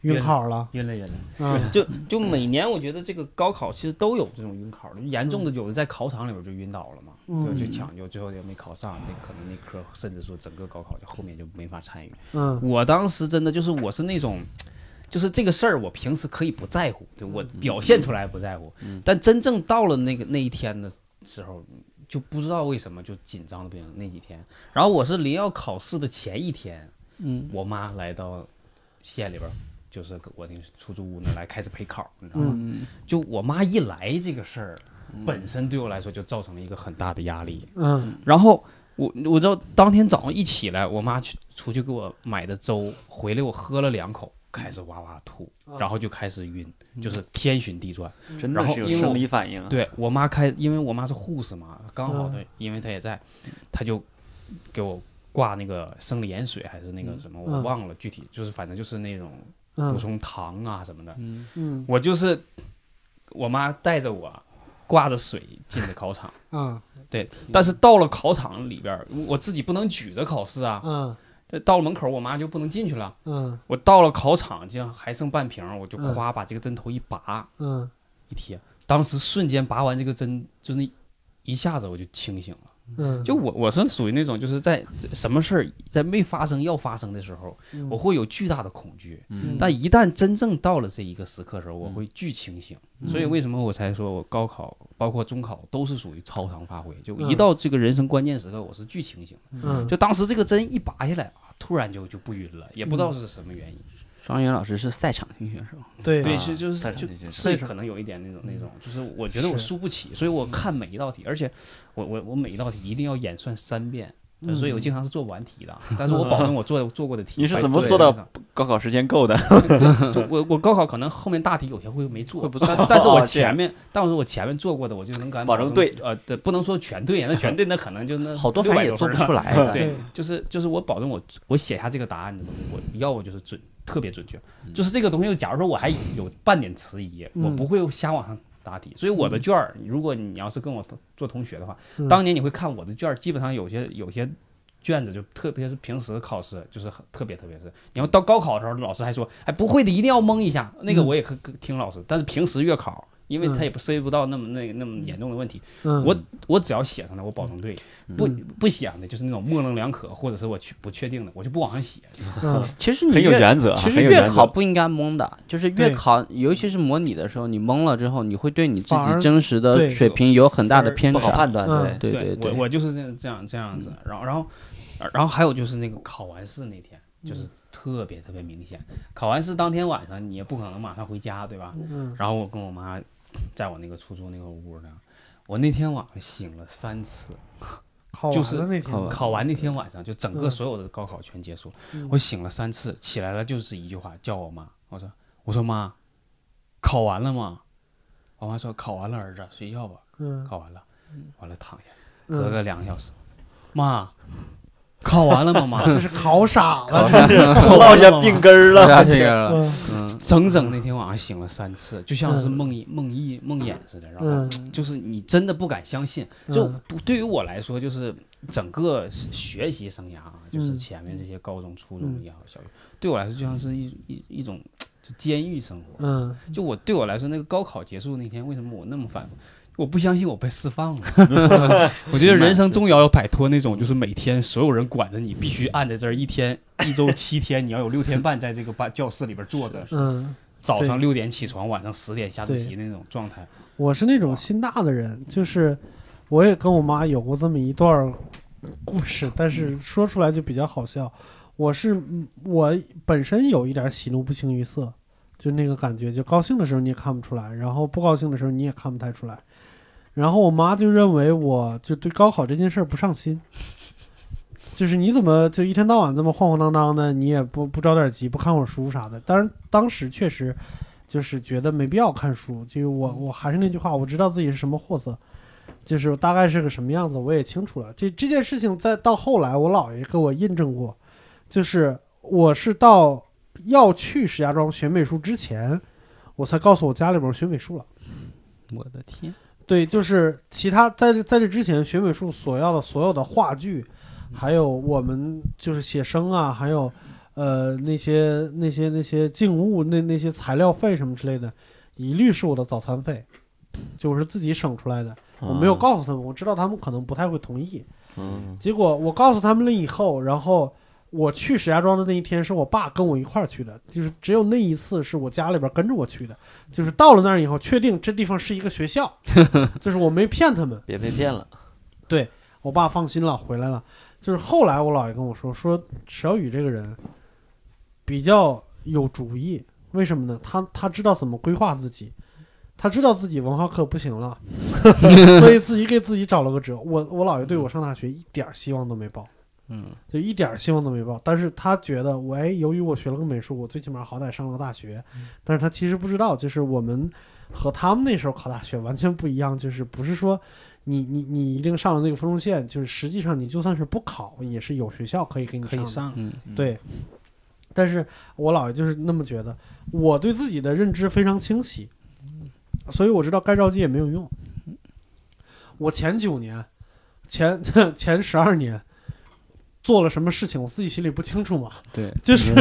Speaker 1: 晕考了，
Speaker 2: 晕了晕了。
Speaker 1: 嗯，
Speaker 2: 就就每年我觉得这个高考其实都有这种晕考的，严重的有的在考场里边就晕倒了嘛，
Speaker 1: 嗯
Speaker 2: 对，就抢救，最后也没考上，那可能那科甚至说整个高考就后面就没法参与。
Speaker 1: 嗯，
Speaker 2: 我当时真的就是我是那种，就是这个事儿我平时可以不在乎，对我表现出来不在乎，但真正到了那个那一天的时候，就不知道为什么就紧张的不行。那几天，然后我是临要考试的前一天，
Speaker 3: 嗯，
Speaker 2: 我妈来到县里边儿，就是给我那个出租屋那儿来开始陪考，你知道吗？
Speaker 3: 嗯，
Speaker 2: 就我妈一来这个事儿，本身对我来说就造成了一个很大的压力。
Speaker 1: 嗯，
Speaker 2: 然后我我知道当天早上一起来，我妈去出去给我买的粥，回来我喝了两口，开始哇哇吐，
Speaker 1: 啊
Speaker 2: 然后就开始晕，
Speaker 3: 嗯
Speaker 1: 嗯
Speaker 2: 就是天旋地转。
Speaker 4: 真
Speaker 2: 然
Speaker 4: 的
Speaker 2: 后
Speaker 4: 是有
Speaker 2: 因为
Speaker 4: 生
Speaker 2: 我
Speaker 4: 理反应啊。
Speaker 2: 对我妈开，因为我妈是护士嘛，刚好
Speaker 1: 嗯
Speaker 2: 她、因为她也在，她就给我挂那个生理盐水还是那个什么，我
Speaker 1: 嗯
Speaker 2: 忘了具体，就是反正就是那种补
Speaker 1: 嗯，
Speaker 2: 充糖啊什么的。
Speaker 1: 嗯，
Speaker 2: 我就是我妈带着我，挂着水进的考场。
Speaker 1: 嗯，
Speaker 2: 对，但是到了考场里边儿，我自己不能举着考试啊。
Speaker 1: 嗯，
Speaker 2: 这到了门口，我妈就不能进去了。
Speaker 1: 嗯，
Speaker 2: 我到了考场，这样还剩半瓶儿，我就夸把这个针头一拔
Speaker 1: 嗯，
Speaker 2: 一贴，当时瞬间拔完这个针，就是一下子我就清醒了。
Speaker 1: 嗯，
Speaker 2: 就我我是属于那种就是在什么事儿在没发生要发生的时候，我会有巨大的恐惧，
Speaker 1: 嗯，
Speaker 2: 但一旦真正到了这一个时刻的时候，我会巨清醒。所以
Speaker 1: 嗯
Speaker 2: 为什么我才说我高考包括中考都是属于超常发挥，就
Speaker 1: 嗯
Speaker 2: 一到这个人生关键时刻，我是巨清醒的。
Speaker 1: 嗯，
Speaker 2: 就当时这个针一拔下来啊，突然就就不晕了，也不知道是什么原因。
Speaker 3: 双元老师是赛场型选手，
Speaker 1: 对
Speaker 2: 对，
Speaker 4: 啊
Speaker 2: 是就是
Speaker 4: 赛
Speaker 2: 就
Speaker 4: 场竞技
Speaker 2: 是可能有一点那种那种，嗯就是嗯我觉得我
Speaker 1: 是
Speaker 2: 输不起，所以我看每一道题，而且我我我每一道题一定要演算三遍，呃所以我经常是做不完题 的，但是我保证我做做过的 题。
Speaker 4: 你是怎么做到高考时间够的？
Speaker 2: 就我我高考可能后面大题有些会没做，
Speaker 3: 会不错
Speaker 2: 但 但是我
Speaker 4: 哦这样
Speaker 2: 前面，但是我前面做过的，我就能敢
Speaker 4: 保证
Speaker 2: 证
Speaker 4: 对。
Speaker 2: 呃，对，不能说全对，那全对那可能就那
Speaker 3: 好多
Speaker 2: 呃
Speaker 3: 反
Speaker 2: 反
Speaker 3: 正
Speaker 2: 正
Speaker 3: 也做不出
Speaker 2: 来。
Speaker 3: 来的。
Speaker 1: 对
Speaker 2: 对，就是就是我保证我我写下这个答案的东西，我要我就是准特别准确，就是这个东西，假如说我还有半点迟疑，
Speaker 1: 嗯
Speaker 2: 我不会瞎往上答题。所以我的卷儿，如果你要是跟我同做同学的话，
Speaker 1: 嗯
Speaker 2: 当年你会看我的卷儿，基本上有些有些。卷子就特别是平时考试，就是很特别特别是，你要到高考的时候，老师还说，哎，不会的一定要蒙一下，那个
Speaker 1: 嗯
Speaker 2: 我也可可听老师，但是平时月考，因为
Speaker 1: 嗯
Speaker 2: 他也不涉及不到那么那个那么严重的问题，
Speaker 1: 嗯，
Speaker 2: 我我只要写上的，我保证对；不
Speaker 1: 嗯
Speaker 2: 不写上的，就是那种模棱两可，或者是我去不确定的，我就不往上写。
Speaker 1: 嗯
Speaker 3: 其实你
Speaker 4: 很有
Speaker 3: 越
Speaker 4: 原则啊，
Speaker 3: 其实
Speaker 4: 很有
Speaker 3: 月
Speaker 4: 原
Speaker 3: 考
Speaker 4: 则。
Speaker 3: 不应该蒙的，就是月
Speaker 1: 对
Speaker 3: 考，尤其是模拟的时候，你蒙了之后，你会对你自
Speaker 1: 反而
Speaker 3: 己真实
Speaker 1: 对
Speaker 3: 的水平有很大的偏
Speaker 4: 不好
Speaker 3: 差。
Speaker 4: 判断，
Speaker 1: 嗯
Speaker 4: 对，
Speaker 3: 对
Speaker 2: 对
Speaker 3: 对，
Speaker 2: 我我就是这样这样这样子。然后然后呃然后还有就是那个考完试那天，就是特别特别明显。考完试当天晚上，你也不可能马上回家，对吧？
Speaker 1: 嗯
Speaker 2: 然后我跟我妈在我那个出租那个屋呢，我那天晚上醒了三次。
Speaker 1: 考
Speaker 2: 就
Speaker 1: 完
Speaker 2: 是
Speaker 1: 了那天
Speaker 3: 考完
Speaker 2: 考完那天晚上，就整个
Speaker 1: 嗯
Speaker 2: 所有的高考全结束了。
Speaker 1: 嗯
Speaker 2: 我醒了三次，起来了就是一句话，叫我妈。我说：“我说妈，考完了吗？”我妈说：“考完了，儿子，睡觉吧。
Speaker 1: 嗯
Speaker 2: 考完了，完了躺下，
Speaker 1: 嗯
Speaker 2: 隔个两个小时，妈，考完了吗？妈，
Speaker 1: 这是考傻了，
Speaker 4: 落下病根 儿了。
Speaker 3: 这个
Speaker 1: 这嗯
Speaker 2: 整整那天晚上醒了三次，就像是
Speaker 1: 嗯
Speaker 2: 梦呓梦呓梦魇似的，然后
Speaker 1: 嗯
Speaker 2: 就是你真的不敢相信，就
Speaker 1: 嗯
Speaker 2: 不对于我来说，就是整个学习生涯啊，就是
Speaker 1: 嗯
Speaker 2: 前面这些高中、初
Speaker 1: 嗯
Speaker 2: 中也好，小学，对我来说就像是一一一种就监狱生活。
Speaker 1: 嗯，
Speaker 2: 就我对我来说，那个高考结束那天，为什么我那么反复？我不相信我被释放了。 我觉得人生终要要摆脱那种，就是每天所有人管着你，必须按在这儿一天、一周七天，你要有六天半在这个班教室里边坐着，
Speaker 1: 嗯，
Speaker 2: 早上
Speaker 1: 对
Speaker 2: 六点起床，晚上十点下自习那种状态。
Speaker 1: 我是那种心大的人，就是我也跟我妈有过这么一段儿故事，但是说出来就比较好笑。我是嗯我本身有一点儿喜怒不形于色，就那个感觉，就高兴的时候你也看不出来，然后不高兴的时候你也看不太出来。然后我妈就认为我就对高考这件事儿不上心，就是你怎么就一天到晚这么晃晃荡荡的，你也不不着点急，不看会儿书啥的。当然当时确实就是觉得没必要看书，就是我我还是那句话，我知道自己是什么货色，就是大概是个什么样子，我也清楚了。这这件事情在到后来，我姥爷给我印证过，就是我是到要去石家庄学美术之前，我才告诉我家里边儿学美术了。
Speaker 3: 我的天，
Speaker 1: 对，就是其他在这在这之前学美术所要的所有的话剧，还有我们就是写生啊，还有呃那些那些那些静物那那些材料费什么之类的，一律是我的早餐费，就我是自己省出来的。我没有
Speaker 4: 啊
Speaker 1: 告诉他们，我知道他们可能不太会同意。
Speaker 4: 嗯，
Speaker 1: 结果我告诉他们了以后，然后我去石家庄的那一天是我爸跟我一块儿去的，就是只有那一次是我家里边跟着我去的，就是到了那儿以后，确定这地方是一个学校，就是我没骗他们，
Speaker 4: 别被骗了。
Speaker 1: 我爸放心了，回来了。就是后来我姥爷跟我说，说小雨这个人比较有主意，为什么呢？他他知道怎么规划自己，他知道自己文化课不行 了，所以自己给自己找了个辙。我我姥爷对我上大学一点儿希望都没抱。
Speaker 3: 嗯，
Speaker 1: 就一点儿希望都没抱。但是他觉得，我哎，由于我学了个美术，我最起码好歹上了个大学。
Speaker 2: 嗯
Speaker 1: 但是他其实不知道，就是我们和他们那时候考大学完全不一样，就是不是说你你你一定上了那个分数线，就是实际上你就算是不考，也是有学校可以给你
Speaker 2: 可以
Speaker 1: 的
Speaker 2: 上，
Speaker 3: 嗯
Speaker 1: 对。但是我姥爷就是那么觉得，我对自己的认知非常清晰，所以我知道该着急也没有用。我前九年、前 前十二年做了什么事情，我自己心里不清楚嘛。
Speaker 3: 对，
Speaker 1: 就是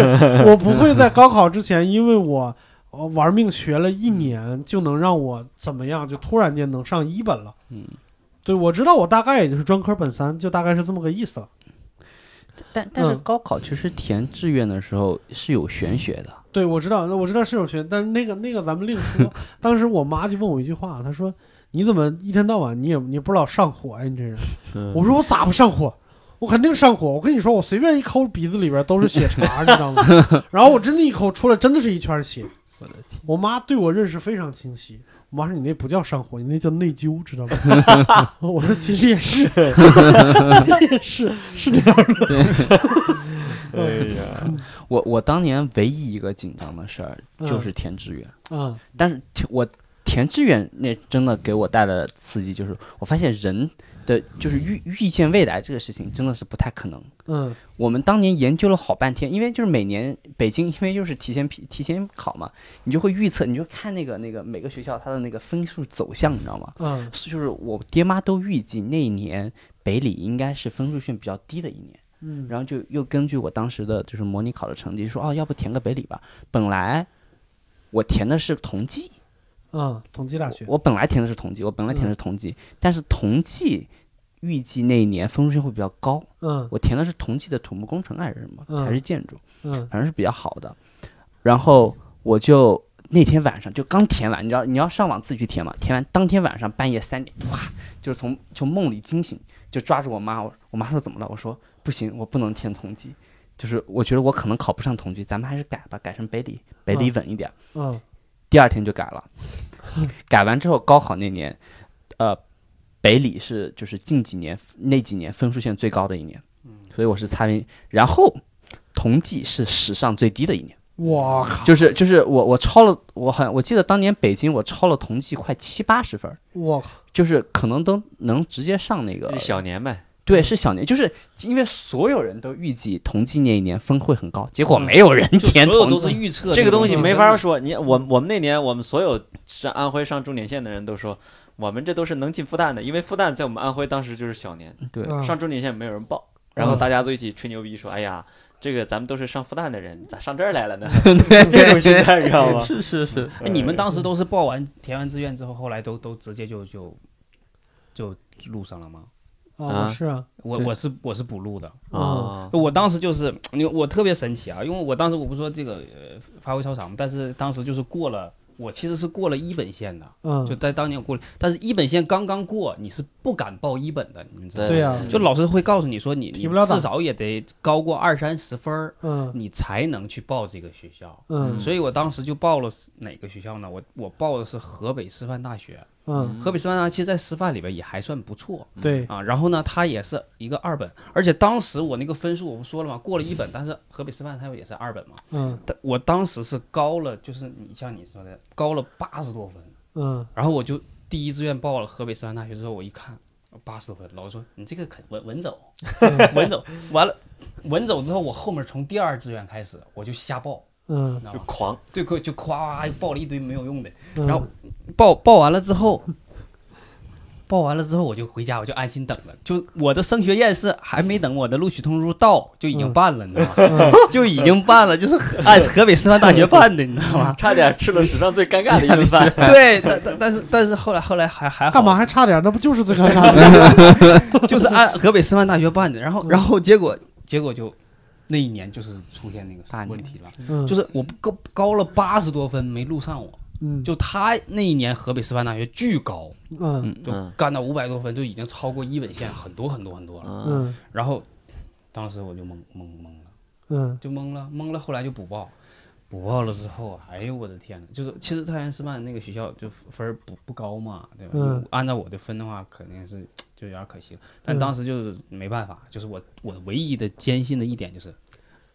Speaker 1: 我不会在高考之前，因为我呃玩命学了一年，就能让我怎么样，就突然间能上一本了。
Speaker 3: 嗯，
Speaker 1: 对，我知道我大概也就是专科本三，就大概是这么个意思了。
Speaker 3: 但但是
Speaker 1: 嗯
Speaker 3: 高考其实填志愿的时候是有玄学的，
Speaker 1: 对，我知道，我知道是有学，但是那个那个咱们另 说。当时我妈就问我一句话，她啊
Speaker 3: 嗯
Speaker 1: 嗯说：“你怎么一天到晚你也你也不知道上火呀、你这人。”我说：“我咋不上火？我肯定上火。我跟你说，我随便一抠鼻子里边都是血碴，你知道 吗？然后我真的一抠出来，真的是一圈血。
Speaker 3: 我的天，
Speaker 1: 我妈对我认识非常清晰。我妈说：“你那不叫上火，你那叫内疚，知道吗？” 我说：“其实也是，其实也是，是这样的。
Speaker 4: 哎呀，
Speaker 3: 我我当年唯一一个紧张的事儿
Speaker 1: 嗯
Speaker 3: 就是填志愿，”
Speaker 1: 嗯
Speaker 3: 但是填我填志愿那真的给我带来的刺激，就是我发现人的就是预预见未来这个事情真的是不太可能。
Speaker 1: 嗯
Speaker 3: 我们当年研究了好半天，因为就是每年北京，因为就是提前批提前考嘛，你就会预测，你就看那个那个每个学校它的那个分数走向，你知道吗？
Speaker 1: 嗯
Speaker 3: 就是我爹妈都预计那一年北理应该是分数线比较低的一年，
Speaker 1: 嗯
Speaker 3: 然后就又根据我当时的就是模拟考的成绩说，哦，要不填个北理吧。本来我填的是同济，
Speaker 1: 嗯，统计大学
Speaker 3: 我本来填的是同济，我本来
Speaker 1: 嗯
Speaker 3: 填的是同济，但是同济预计那一年分数线会比较高，
Speaker 1: 嗯
Speaker 3: 我填的是同济的土木工程还是什么，
Speaker 1: 嗯
Speaker 3: 还是建筑，
Speaker 1: 嗯
Speaker 3: 反正是比较好的。然后我就那天晚上就刚填完，你知道你要上网自己去填嘛？填完当天晚上半夜三点，哇，就是从从梦里惊醒，就抓住我妈，我我妈说怎么了？我说不行，我不能填同济，就是我觉得我可能考不上同济，咱们还是改吧，改成北理，北理
Speaker 1: 嗯
Speaker 3: 稳一点。
Speaker 1: 嗯
Speaker 3: 第二天就改了， 改完之后高考那年，呃，北理是就是近几年那几年分数线最高的一年，所以我是参与，然后同济是史上最低的一年，
Speaker 1: 我靠，
Speaker 3: 就是就是我我超了，我好像我记得当年北京我超了同济快七八十分儿，
Speaker 1: 我靠，
Speaker 3: 就是可能都能直接上那个
Speaker 4: 这小年呗，
Speaker 3: 对，是小年，就是因为所有人都预计同济那一年分会很高，结果没有人
Speaker 2: 就所
Speaker 3: 填
Speaker 2: 有
Speaker 3: 同
Speaker 2: 都是
Speaker 3: 济，
Speaker 2: 预测，
Speaker 4: 这个东西
Speaker 2: 西
Speaker 4: 没法说。你我我们那年，我们所有上安徽上重点线的人都说，我们这都是能进复旦的，因为复旦在我们安徽当时就是小年，
Speaker 3: 对，
Speaker 1: 嗯
Speaker 4: 上重点线没有人报，然后大家都一起吹牛逼说，哎呀。这个咱们都是上复旦的人，咋上这儿来了 呢？这种心态，你知 道吗？
Speaker 3: 是是
Speaker 1: 嗯
Speaker 3: 是，
Speaker 2: 哎你们当时都是报完填完志愿之后，后来都都直接就就就录上了吗？
Speaker 1: 啊
Speaker 4: 啊
Speaker 1: 是啊，
Speaker 2: 我
Speaker 3: 对
Speaker 2: 我是我是补录的，
Speaker 4: 啊，
Speaker 2: 我当时就是你我特别神奇啊，因为我当时我不是说这个呃发挥超常，但是当时就是过了，我其实是过了一本线的，就
Speaker 1: 嗯
Speaker 2: 在当年我过了，但是一本线刚刚过，你是不敢报一本的，你们知道吗？
Speaker 1: 对呀，
Speaker 2: 就老师会告诉你说你
Speaker 1: 提
Speaker 2: 你
Speaker 1: 不了档
Speaker 2: 至少也得高过二三十分儿，
Speaker 1: 嗯
Speaker 2: 你才能去报这个学校。
Speaker 1: 嗯
Speaker 2: 所以我当时就报了哪个学校呢？我我报的是河北师范大学。
Speaker 1: 嗯
Speaker 2: 河北师范大学其实在师范里边也还算不错
Speaker 1: 对
Speaker 2: 啊。然后呢，它也是一个二本，而且当时我那个分数我不说了嘛，过了一本，但是河北师范它也是二本嘛。
Speaker 1: 嗯
Speaker 2: 但我当时是高了，就是你像你说的，高了八十多分。
Speaker 1: 嗯
Speaker 2: 然后我就第一志愿报了河北师范大学之后，我一看八十多分，老师说你这个肯稳稳走，稳走完了，稳走之后，我后面从第二志愿开始我就瞎报，
Speaker 1: 嗯
Speaker 2: 然
Speaker 4: 就
Speaker 2: 后
Speaker 4: 狂，
Speaker 2: 对，就就夸夸夸又报了一堆没有用的，
Speaker 1: 嗯，
Speaker 2: 然后报报完了之后。报完了之后，我就回家，我就安心等了。就我的升学宴是还没等我的录取通知书到，就已经办了，你知道
Speaker 1: 嗯
Speaker 2: 吗？就已经办了，就是按河北师范大学办的，你知道吗？
Speaker 4: 差点吃了史上最尴尬的一顿饭。
Speaker 2: 对，但但但是但是后来后来还还好
Speaker 1: 嗯干嘛还差点？那不就是最尴尬 的？
Speaker 2: 就是按河北师范大学办的，然
Speaker 1: 嗯
Speaker 2: 后然后结果结果就那一年就是出现那
Speaker 3: 大
Speaker 2: 个
Speaker 3: 年
Speaker 2: 问题了，
Speaker 1: 嗯
Speaker 2: 就是我不高高了八十多分没录上我，
Speaker 1: 嗯
Speaker 2: 就他那一年河北师范大学巨高，
Speaker 1: 嗯
Speaker 2: 就
Speaker 4: 嗯
Speaker 2: 干到五百多分，就已经超过一本线很多很多很多了。
Speaker 4: 嗯
Speaker 1: 嗯
Speaker 2: 然后当时我就懵懵懵了，
Speaker 1: 嗯
Speaker 2: 就懵了懵了，后来就补报。补报了之后啊，哎呦我的天呐，就是其实太原师范那个学校就分儿不不高嘛，对吧？
Speaker 1: 嗯
Speaker 2: 按照我的分的话，肯定是就有点可惜了。但
Speaker 1: 嗯
Speaker 2: 当时就是没办法，就是我我唯一的坚信的一点就是，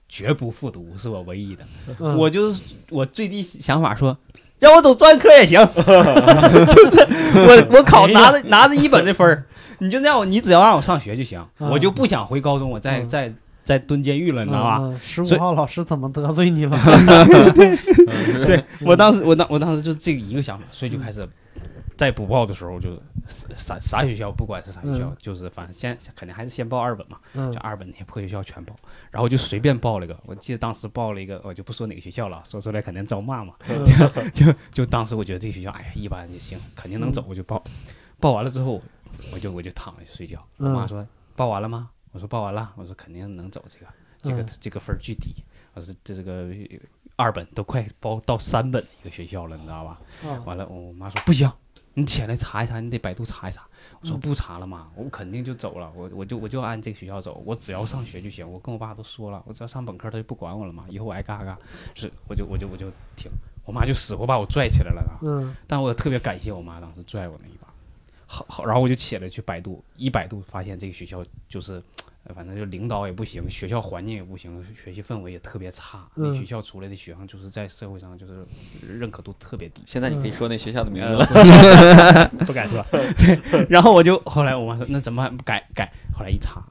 Speaker 2: 绝不复读是我唯一的。
Speaker 1: 嗯，
Speaker 2: 我就是我最低想法说，让我走专科也行， 就是我我
Speaker 1: 哎
Speaker 2: 考拿着拿着一本的分儿，你就让我你只要让我上学就行，
Speaker 1: 嗯
Speaker 2: 我就不想回高中，我再
Speaker 1: 嗯
Speaker 2: 再再蹲监狱了，你知道吧？
Speaker 1: 嗯？十
Speaker 2: 啊所
Speaker 1: 五
Speaker 2: 以
Speaker 1: 号老师怎么得罪 你了？嗯
Speaker 2: 对我当时，我当我当时就这个一个想法，所以就开始在补报的时候就啥啥学校，不管是啥学校，
Speaker 1: 嗯
Speaker 2: 就是反正先肯定还是先报二本嘛，
Speaker 1: 嗯
Speaker 2: 就二本那些破学校全报，然后就随便报了一个，我记得当时报了一个，我就不说哪个学校了，说出来肯定遭骂嘛，
Speaker 1: 嗯
Speaker 2: 就就当时我觉得这个学校哎呀一般就行，肯定能
Speaker 1: 嗯
Speaker 2: 走，我就报，报完了之后我就我就躺着睡觉，我妈
Speaker 1: 嗯
Speaker 2: 说报完了吗？我说报完了，我说肯定能走这个。这个
Speaker 1: 嗯
Speaker 2: 这个分儿巨低，我是这个二本都快包到三本一个学校了，你知道吧？
Speaker 1: 嗯
Speaker 2: 完了，我妈说不行，你起来查一查，你得百度查一查。我说不查了嘛，我肯定就走了，我我就我就按这个学校走，我只要上学就行。我跟我爸都说了，我只要上本科，他就不管我了嘛，以后我爱干啥干。是，我就我就我就停。我妈就死活把我拽起来了呢。
Speaker 1: 嗯，
Speaker 2: 但我特别感谢我妈当时拽我那一把，好好，然后我就起来去百度，一百度发现这个学校就是，呃反正就领导也不行，学校环境也不行，学习氛围也特别差。那
Speaker 1: 嗯
Speaker 2: 学校出来的学生就是在社会上就是认可度特别低，
Speaker 4: 现在你可以说那学校的名字了。
Speaker 2: 呃不不敢说。对，然后我就后来我妈说那怎么办改改？后来一查，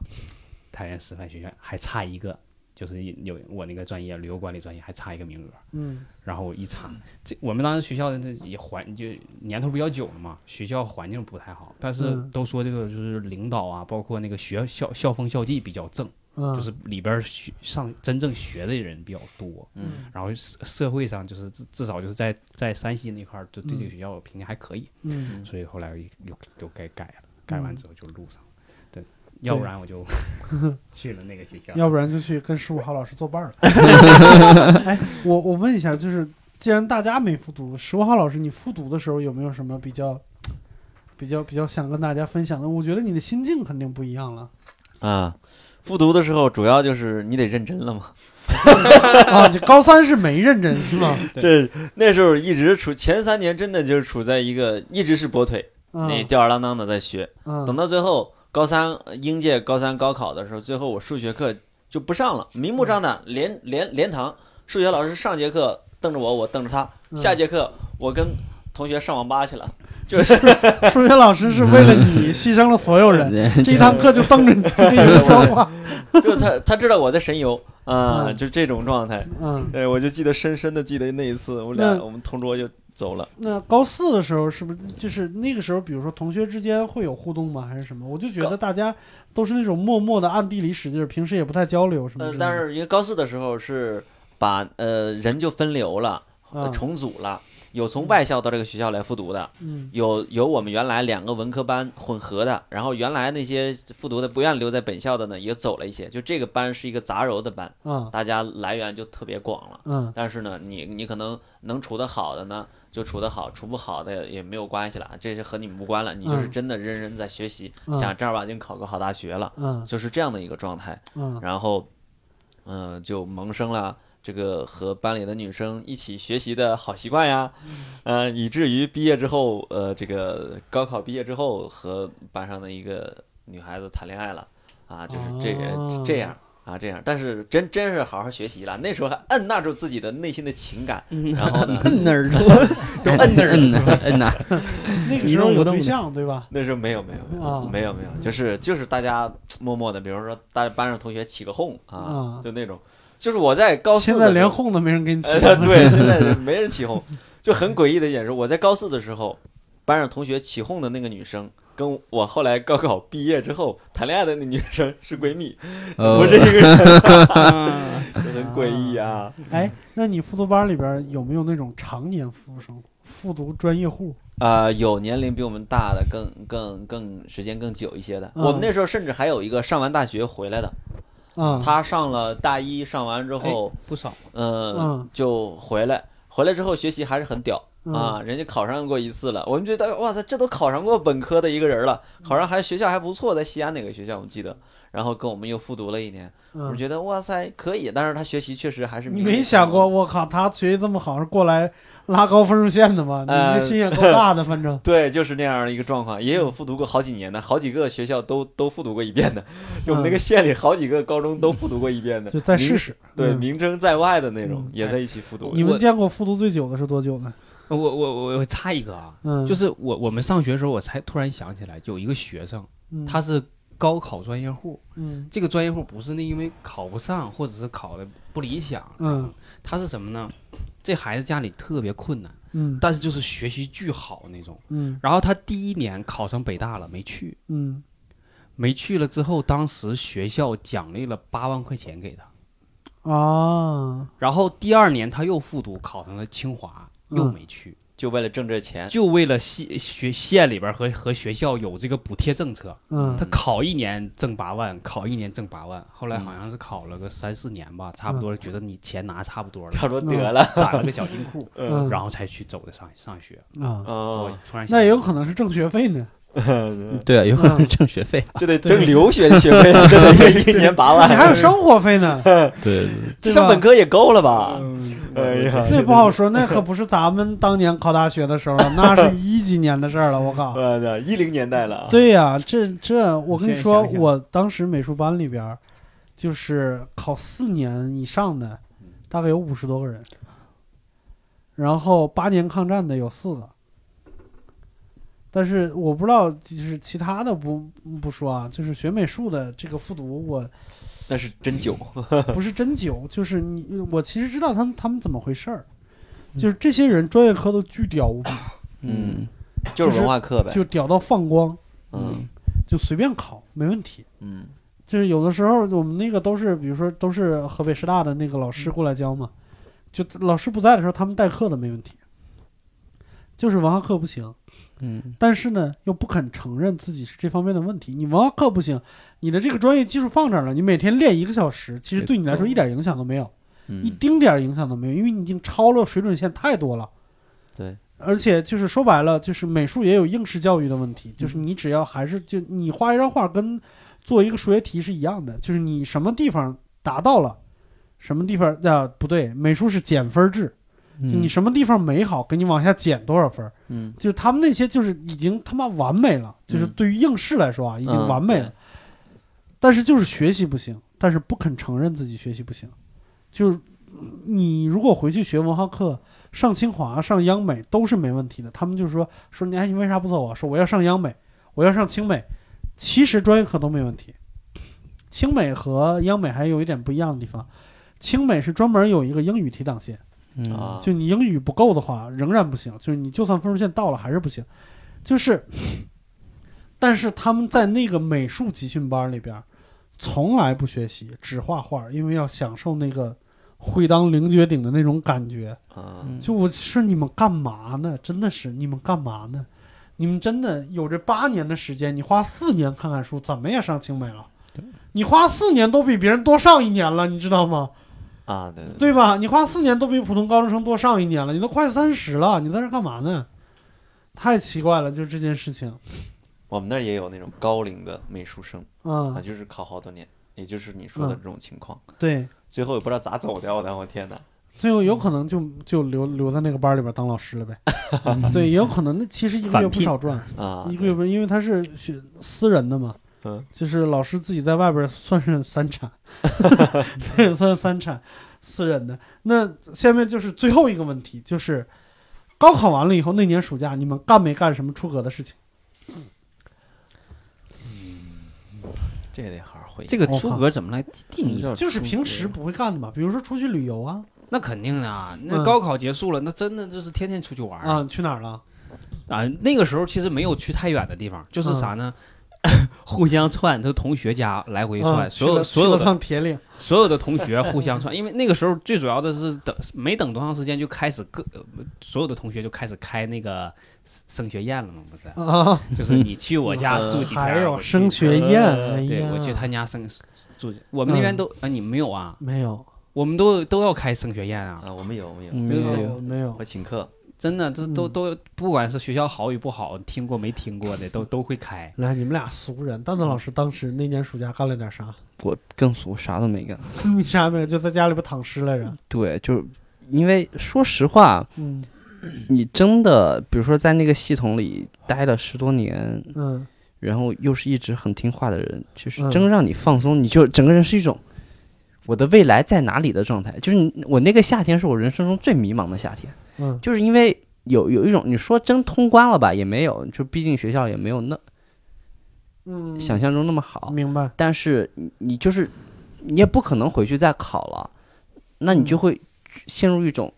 Speaker 2: 太原师范学院还差一个，就是有我那个专业旅游管理专业还差一个名额。
Speaker 1: 嗯，
Speaker 2: 然后我一查，这我们当时学校的这也环就年头比较久了嘛，学校环境不太好，但是
Speaker 1: 嗯
Speaker 2: 都说这个就是领导啊，包括那个学校校风校纪比较正，
Speaker 1: 嗯，
Speaker 2: 就是里边儿学上真正学的人比较多，
Speaker 4: 嗯，
Speaker 2: 然后社社会上就是至至少就是在在山西那块儿，就对
Speaker 1: 嗯
Speaker 2: 这个学校评价还可以，
Speaker 1: 嗯，
Speaker 2: 所以后来又又又该改了，改完之后就录上了，对，要不然我 就去了那个学校，
Speaker 1: 要不然就去跟十五号老师作伴儿了。哎，我我问一下，就是既然大家没复读，十五号老师你复读的时候有没有什么比较？比较比较想跟大家分享的，我觉得你的心境肯定不一样了
Speaker 4: 啊，复读的时候主要就是你得认真了嘛。
Speaker 1: 啊！你高三是没认真是吗？
Speaker 4: 这那时候一直处前三年真的就是处在一个一直是跛腿，你
Speaker 1: 嗯
Speaker 4: 吊儿郎当的在学。等
Speaker 1: 嗯
Speaker 4: 到最后高三呃应届高三高考的时候，最后我数学课就不上了，明目张胆连连连堂。数学老师上节课瞪着我，我瞪着他；
Speaker 1: 嗯
Speaker 4: 下节课我跟同学上网吧去了，就是
Speaker 1: 数学老师是为了你牺牲了所有人，这一堂课就瞪着你，也不说话。
Speaker 4: 就他他知道我在神游啊，
Speaker 1: 嗯
Speaker 4: 就这种状态。
Speaker 1: 嗯，
Speaker 4: 对，我就记得深深的记得那一次，我俩
Speaker 1: 那
Speaker 4: 我们同桌就走了。
Speaker 1: 那高四的时候是不是就是那个时候，比如说同学之间会有互动吗？还是什么？我就觉得
Speaker 4: 高
Speaker 1: 大家都是那种默默的暗地里使劲儿，平时也不太交流什么之
Speaker 4: 呃
Speaker 1: 类，的。
Speaker 4: 但是因为高四的时候是把呃人就分流了，呃
Speaker 1: 啊，
Speaker 4: 重组了，有从外校到这个学校来复读的，
Speaker 1: 嗯
Speaker 4: 有有我们原来两个文科班混合的，然后原来那些复读的不愿留在本校的呢也走了一些，就这个班是一个杂糅的班，
Speaker 1: 啊
Speaker 4: 大家来源就特别广了。
Speaker 1: 嗯
Speaker 4: 但是呢，你你可能能处得好的呢，就处得好；处不好的也没有关系了，这是和你无关了。你就是
Speaker 1: 嗯
Speaker 4: 真的认真在学习，
Speaker 1: 嗯
Speaker 4: 想正儿八经考个好大学了，
Speaker 1: 嗯
Speaker 4: 就是这样的一个状态。
Speaker 1: 嗯
Speaker 4: 然后，嗯、就萌生了这个和班里的女生一起学习的好习惯呀，
Speaker 1: 嗯
Speaker 4: 呃，以至于毕业之后，呃，这个高考毕业之后和班上的一个女孩子谈恋爱了，啊，就是这个、
Speaker 1: 哦
Speaker 4: 这样。啊，这样，但是真真是好好学习了。那时候还按捺住自己的内心的情感，
Speaker 1: 嗯
Speaker 4: 然后 呢，
Speaker 2: 摁那儿
Speaker 3: 都摁那儿 摁那摁那儿，
Speaker 1: 那个时候有对象对吧？
Speaker 4: 那时候没有没有没有
Speaker 1: 啊
Speaker 4: 没有没有，就是就是大家默默的，比如说大班上同学起个哄啊
Speaker 1: 啊，
Speaker 4: 就那种，就是我在高四
Speaker 1: 现
Speaker 4: 的
Speaker 1: 在
Speaker 4: 时候
Speaker 1: 连哄都没人给你 起
Speaker 4: 呃，，对，现在没人起哄，就很诡异的一点是，我在高四的时候，班上同学起哄的那个女生，跟我后来高考毕业之后谈恋爱的那女生是闺蜜，
Speaker 1: 哦
Speaker 3: 呃
Speaker 4: 不是一个 人，就很诡异啊。
Speaker 1: 哎，那你复读班里边有没有那种常年复读生、复读专业户？
Speaker 4: 啊、有年龄比我们大的，更更更时间更久一些的，
Speaker 1: 嗯
Speaker 4: 我们那时候甚至还有一个上完大学回来的，
Speaker 1: 啊，
Speaker 4: 他上了大一，上完之后，
Speaker 2: 不少，
Speaker 4: 嗯
Speaker 1: 嗯，
Speaker 4: 就回来，回来之后学习还是很屌。啊，人家考上过一次了，我们觉得哇塞，这都考上过本科的一个人了，
Speaker 1: 嗯
Speaker 4: 考上还学校还不错，在西安哪个学校我记得，然后跟我们又复读了一年，
Speaker 1: 嗯，
Speaker 4: 我
Speaker 1: 嗯
Speaker 4: 觉得哇塞可以，啊但是他学习确实还是
Speaker 1: 你
Speaker 4: 迷
Speaker 1: 没
Speaker 4: 人
Speaker 1: 想过，？我靠，他学习这么好，是过来拉高分数线的吗？你
Speaker 4: 呃
Speaker 1: 这心也够大的，反正
Speaker 4: 对，就是那样的一个状况，也有复读过好几
Speaker 1: 嗯
Speaker 4: 年的，好几个学校都都复读过一遍的，就我们那个县里好几个高中都复读过一 遍的，
Speaker 1: 就再试
Speaker 4: 名
Speaker 1: 试。
Speaker 4: 对，
Speaker 1: 嗯
Speaker 4: 名声在外的那种
Speaker 1: 嗯
Speaker 4: 也在一起复读。
Speaker 1: 你们
Speaker 2: 我
Speaker 1: 见过复读最久的是多久呢？
Speaker 2: 我我我我插一个啊，
Speaker 1: 嗯，
Speaker 2: 就是我我们上学的时候，我才突然想起来，有一个学生，
Speaker 1: 嗯
Speaker 2: 他是高考专业户。
Speaker 1: 嗯
Speaker 2: 这个专业户不是那因为考不上，或者是考的不理想，
Speaker 1: 嗯
Speaker 2: 他是什么呢？这孩子家里特别困难，
Speaker 1: 嗯
Speaker 2: 但是就是学习巨好那种。
Speaker 1: 嗯
Speaker 2: 然后他第一年考上北大了，没去，
Speaker 1: 嗯
Speaker 2: 没去了之后，当时学校奖励了八万块钱给他。
Speaker 1: 啊
Speaker 2: 然后第二年他又复读，考上了清华，又
Speaker 1: 嗯
Speaker 2: 没去，
Speaker 4: 就为了挣这钱，
Speaker 2: 就为了县学县里边儿和和学校有这个补贴政策，
Speaker 1: 嗯
Speaker 2: 他考一年挣八万，考一年挣八万，后
Speaker 1: 嗯
Speaker 2: 来好像是考了个三四年吧，差不多觉得你钱拿差不多了，
Speaker 4: 他说得了，
Speaker 2: 攒了个小金库，
Speaker 1: 嗯
Speaker 2: 然后嗯才去走的上上学。
Speaker 1: 啊，
Speaker 2: 我
Speaker 4: 哦，
Speaker 2: 突然想
Speaker 1: 那也有可能是挣学费呢。
Speaker 3: 对，啊有可能是挣学费啊。
Speaker 4: 这嗯得
Speaker 1: 嗯对
Speaker 4: 挣留学的学费， 这得一年八
Speaker 1: 你还有
Speaker 4: 万，
Speaker 1: 生活费呢，
Speaker 3: 对，
Speaker 4: 这
Speaker 1: 对
Speaker 4: 上
Speaker 1: 吧嗯
Speaker 4: 本科也够了吧？哎呀，
Speaker 1: 这不好说，那可不是咱们当年考大学的时候，那是一几年的事儿了，我靠。
Speaker 4: 我的呃一零年代了啊，
Speaker 1: 对呀、这这，我跟你
Speaker 5: 现在
Speaker 1: 说，
Speaker 5: 想想
Speaker 1: 我当时美术班里边儿，就是考四年以上的，大概有五十多个人，然后八年抗战的有四个，但是我不知道，就是其他的不不说啊，就是学美术的这个复读，我
Speaker 4: 那是真久，
Speaker 1: 不是针灸，就是你我其实知道他们他们怎么回事儿，就是这些人专业课都巨屌无比，
Speaker 3: 嗯，
Speaker 4: 就是文化课呗，
Speaker 1: 就屌到放光，
Speaker 4: 嗯
Speaker 1: 就随便考没问题。
Speaker 4: 嗯
Speaker 1: 就是有的时候我们那个都是，比如说都是河北师大的那个老师过来教嘛，就老师不在的时候他们代课的没问题，就是文化课不行，
Speaker 3: 嗯，
Speaker 1: 但是呢又不肯承认自己是这方面的问题。你文化课不行，你的这个专业技术放这儿了，你每天练一个小时，其实对你来说一点影响都没有。一
Speaker 4: 嗯，
Speaker 1: 丁点儿影响都没有，因为你已经超了水准线太多了。
Speaker 4: 对，
Speaker 1: 而且就是说白了，就是美术也有应试教育的问题，就是
Speaker 4: 嗯
Speaker 1: 你只要还是就你画一张画跟做一个数学题是一样的，就是你什么地方达到了，什么地方啊不对，美术是减分制，就
Speaker 3: 嗯
Speaker 1: 你什么地方美好，给你往下减多少分儿。
Speaker 4: 嗯
Speaker 1: 就是他们那些就是已经他妈完美了，就是对于应试来说啊，已经完美了。但是就是学习不行，但是不肯承认自己学习不行。就是你如果回去学文化课，上清华、上央美都是没问题的。他们就说说你哎，你为啥不走啊？说我要上央美，我要上清美。其实专业课都没问题。清美和央美还有一点不一样的地方，清美是专门有一个英语提档线。
Speaker 3: 嗯
Speaker 4: 啊，
Speaker 1: 嗯就你英语不够的话，仍然不行。就是你就算分数线到了，还是不行。就是，但是他们在那个美术集训班里边儿，从来不学习，只画画，因为要享受那个会当凌绝顶的那种感觉。
Speaker 4: 啊，
Speaker 3: 嗯
Speaker 1: 就我是你们干嘛呢？真的是你们干嘛呢？你们真的有这八年的时间，你花四年看看书，怎么也上清美了。你花四年都比别人多上一年了，你知道吗？
Speaker 4: 啊，对对对，
Speaker 1: 对吧？你花四年都比普通高中生多上一年了，你都快三十了，你在这干嘛呢？太奇怪了，就这件事情。
Speaker 4: 我们那儿也有那种高龄的美术生啊，
Speaker 1: 嗯，
Speaker 4: 就是考好多年，也就是你说的这种情况，
Speaker 1: 对，
Speaker 4: 最后也不知道咋走的，我的我天哪，
Speaker 1: 最后有可能就就留留在那个班里边当老师了呗。
Speaker 2: 嗯
Speaker 1: 对，也有可能那其实一个月
Speaker 2: 啊返
Speaker 1: 不
Speaker 2: 聘
Speaker 1: 少赚，
Speaker 4: 啊，
Speaker 1: 一个月不因为他是学私人的嘛，
Speaker 4: 嗯，
Speaker 1: 就是老师自己在外边算是三产，对，算是三产，私人的。那下面就是最后一个问题，就是高考完了以后那年暑假你们干没干什么出格的事情？
Speaker 4: 这也得好好回忆
Speaker 2: 这个出格怎么来定义？
Speaker 1: 就是平时不会干的嘛，比如说出去旅游啊，
Speaker 2: 那肯定的啊，
Speaker 1: 嗯
Speaker 2: 那高考结束了，那真的就是天天出去玩儿
Speaker 1: 啊、去哪儿了？
Speaker 2: 啊。那个时候其实没有去太远的地方，
Speaker 1: 嗯
Speaker 2: 就是啥呢？ 互相窜，就同学家来回
Speaker 1: 啊
Speaker 2: 窜，所有
Speaker 1: 去了
Speaker 2: 所有
Speaker 1: 去了
Speaker 2: 的
Speaker 1: 趟铁岭，
Speaker 2: 所有的同学互相串，因为那个时候最主要的是等没等多长时间就开始各呃所有的同学就开始开那个升学宴了嘛，不是？
Speaker 1: 啊，
Speaker 2: 就是你去我家
Speaker 4: 嗯
Speaker 2: 住几天，
Speaker 1: 还有
Speaker 2: 我去
Speaker 1: 升学宴，哎呀，嗯
Speaker 2: 对我去他家升住，我们那边都啊你们没有啊？
Speaker 1: 没有，
Speaker 2: 我们都都要开升学宴啊，
Speaker 4: 啊，我们有我们
Speaker 1: 嗯
Speaker 4: 有，
Speaker 3: 没
Speaker 2: 有
Speaker 3: 有，
Speaker 1: 没有
Speaker 4: 我，请客，
Speaker 2: 真的这都
Speaker 1: 嗯
Speaker 2: 都不管是学校好与不好，听过没听过的都都会开。
Speaker 1: 来，你们俩俗人，蛋蛋老师当时那年暑假干了点啥？
Speaker 3: 我更俗，啥都没干。
Speaker 1: 你啥也没有，就在家里边躺尸来着。
Speaker 3: 对，就是因为说实话，
Speaker 1: 嗯
Speaker 3: 你真的，比如说在那个系统里待了十多年，
Speaker 1: 嗯，
Speaker 3: 然后又是一直很听话的人，就是
Speaker 1: 嗯
Speaker 3: 真让你放松，你就整个人是一种我的未来在哪里的状态。就是你我那个夏天是我人生中最迷茫的夏天，
Speaker 1: 嗯
Speaker 3: 就是因为有有一种你说真通关了吧，也没有，就毕竟学校也没有那
Speaker 1: 嗯，
Speaker 3: 想象中那么好，
Speaker 1: 明白，
Speaker 3: 但是你你就是你也不可能回去再考了，那
Speaker 1: 嗯
Speaker 3: 你就会陷入一种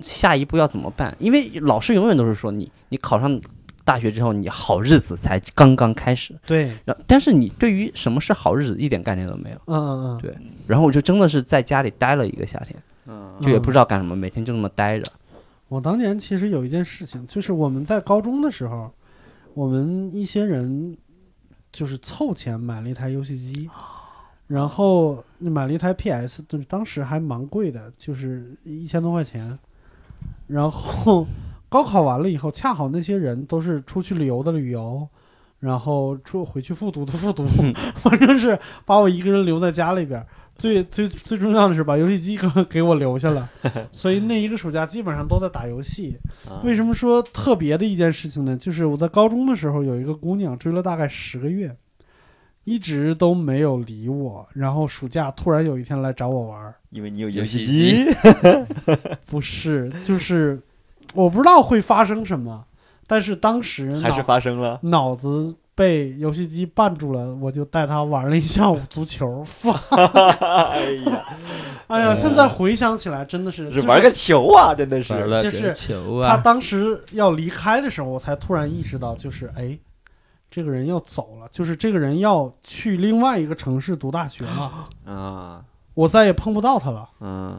Speaker 3: 下一步要怎么办？因为老师永远都是说你你考上大学之后，你好日子才刚刚开始。
Speaker 1: 对，
Speaker 3: 然后，但是你对于什么是好日子一点概念都没有。
Speaker 1: 嗯嗯嗯，
Speaker 3: 对然后我就真的是在家里待了一个夏天，
Speaker 4: 嗯
Speaker 3: 就也不知道干什么，每天就那么待着。
Speaker 1: 我当年其实有一件事情，就是我们在高中的时候，我们一些人就是凑钱买了一台游戏机，然后买了一台 PS，就是当时还蛮贵的，就是一千多块钱。然后高考完了以后，恰好那些人都是出去旅游的旅游，然后出回去复读的复读，反正是把我一个人留在家里边儿。最最最重要的是把游戏机 给给我留下了，所以那一个暑假基本上都在打游戏。
Speaker 4: 啊
Speaker 1: 为什么说特别的一件事情呢？就是我在高中的时候有一个姑娘追了大概十个月，一直都没有理我。然后暑假突然有一天来找我玩儿，
Speaker 4: 因为你有游戏
Speaker 2: 游
Speaker 4: 机，
Speaker 1: 不是，就是我不知道会发生什么，但是当时
Speaker 4: 还是
Speaker 1: 脑
Speaker 4: 发 生了。
Speaker 1: 脑子被游戏机绊住了，我就带她玩了一下午足 球。
Speaker 4: 哎 呀，
Speaker 1: 哎呀，现在回想起来真的是
Speaker 4: 是
Speaker 1: 就是
Speaker 4: 玩个球啊，真的是
Speaker 3: 玩了
Speaker 1: 就
Speaker 3: 个
Speaker 1: 是
Speaker 3: 球
Speaker 1: 他
Speaker 3: 啊！
Speaker 1: 当时要离开的时候，我才突然意识到，就是哎，这个人要走了，就是这个人要去另外一个城市读大学 了，
Speaker 4: 啊，
Speaker 1: 我再也碰不到他了。
Speaker 4: 嗯，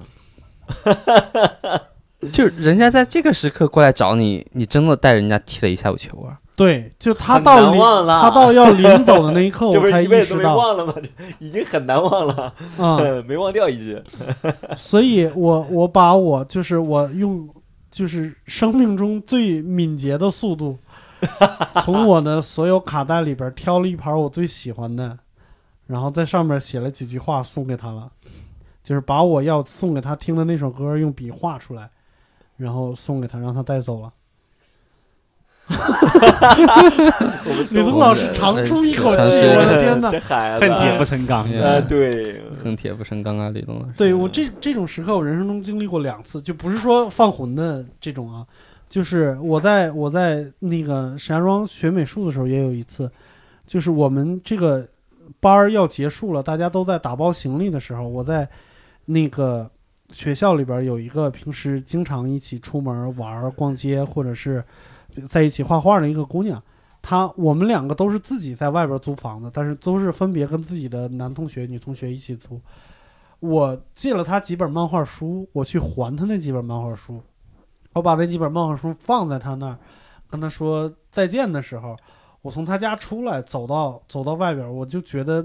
Speaker 3: 就人家在这个时刻过来找你，你真的带人家踢了一下午球啊！
Speaker 1: 对，就他
Speaker 4: 很
Speaker 1: 到
Speaker 4: 难
Speaker 1: 临
Speaker 4: 忘了
Speaker 1: 他到要临走的那一 刻，
Speaker 4: 这不
Speaker 1: 我哦才
Speaker 4: 是
Speaker 1: 意
Speaker 4: 一辈子
Speaker 1: 识
Speaker 4: 都没
Speaker 1: 到
Speaker 4: 忘了吗？ 已经很难忘了，
Speaker 1: 啊、
Speaker 4: 没忘掉一句。
Speaker 1: 所以我我把我就是我用就是生命中最敏捷的速度，从我的所有卡带里边挑了一盘我最喜欢的，然后在上面写了几句话送给他了，就是把我要送给他听的那首歌用笔画出来，然后送给他，让他带走了。
Speaker 4: 我们
Speaker 1: 李
Speaker 4: 都
Speaker 1: 宗老师长出一口气，
Speaker 3: 哎
Speaker 1: 我的天哪！
Speaker 4: 这孩子
Speaker 2: 恨
Speaker 4: 啊，
Speaker 2: 铁不成钢。
Speaker 4: 啊，对，
Speaker 1: 嗯
Speaker 3: 恨铁不成钢啊，李东老师。
Speaker 1: 对我这这种时刻，我人生中经历过两次，就不是说犯浑的这种啊，就是我在我在那个石家庄学美术的时候也有一次，就是我们这个班儿要结束了，大家都在打包行李的时候，我在那个学校里边儿有一个平时经常一起出门玩儿、逛街，或者是在一起画画的一个姑娘。她我们两个都是自己在外边租房子，但是都是分别跟自己的男同学、女同学一起租。我借了他几本漫画书，我去还他那几本漫画书，我把那几本漫画书放在他那儿，跟他说再见的时候，我从他家出来，走到走到外边儿，我就觉得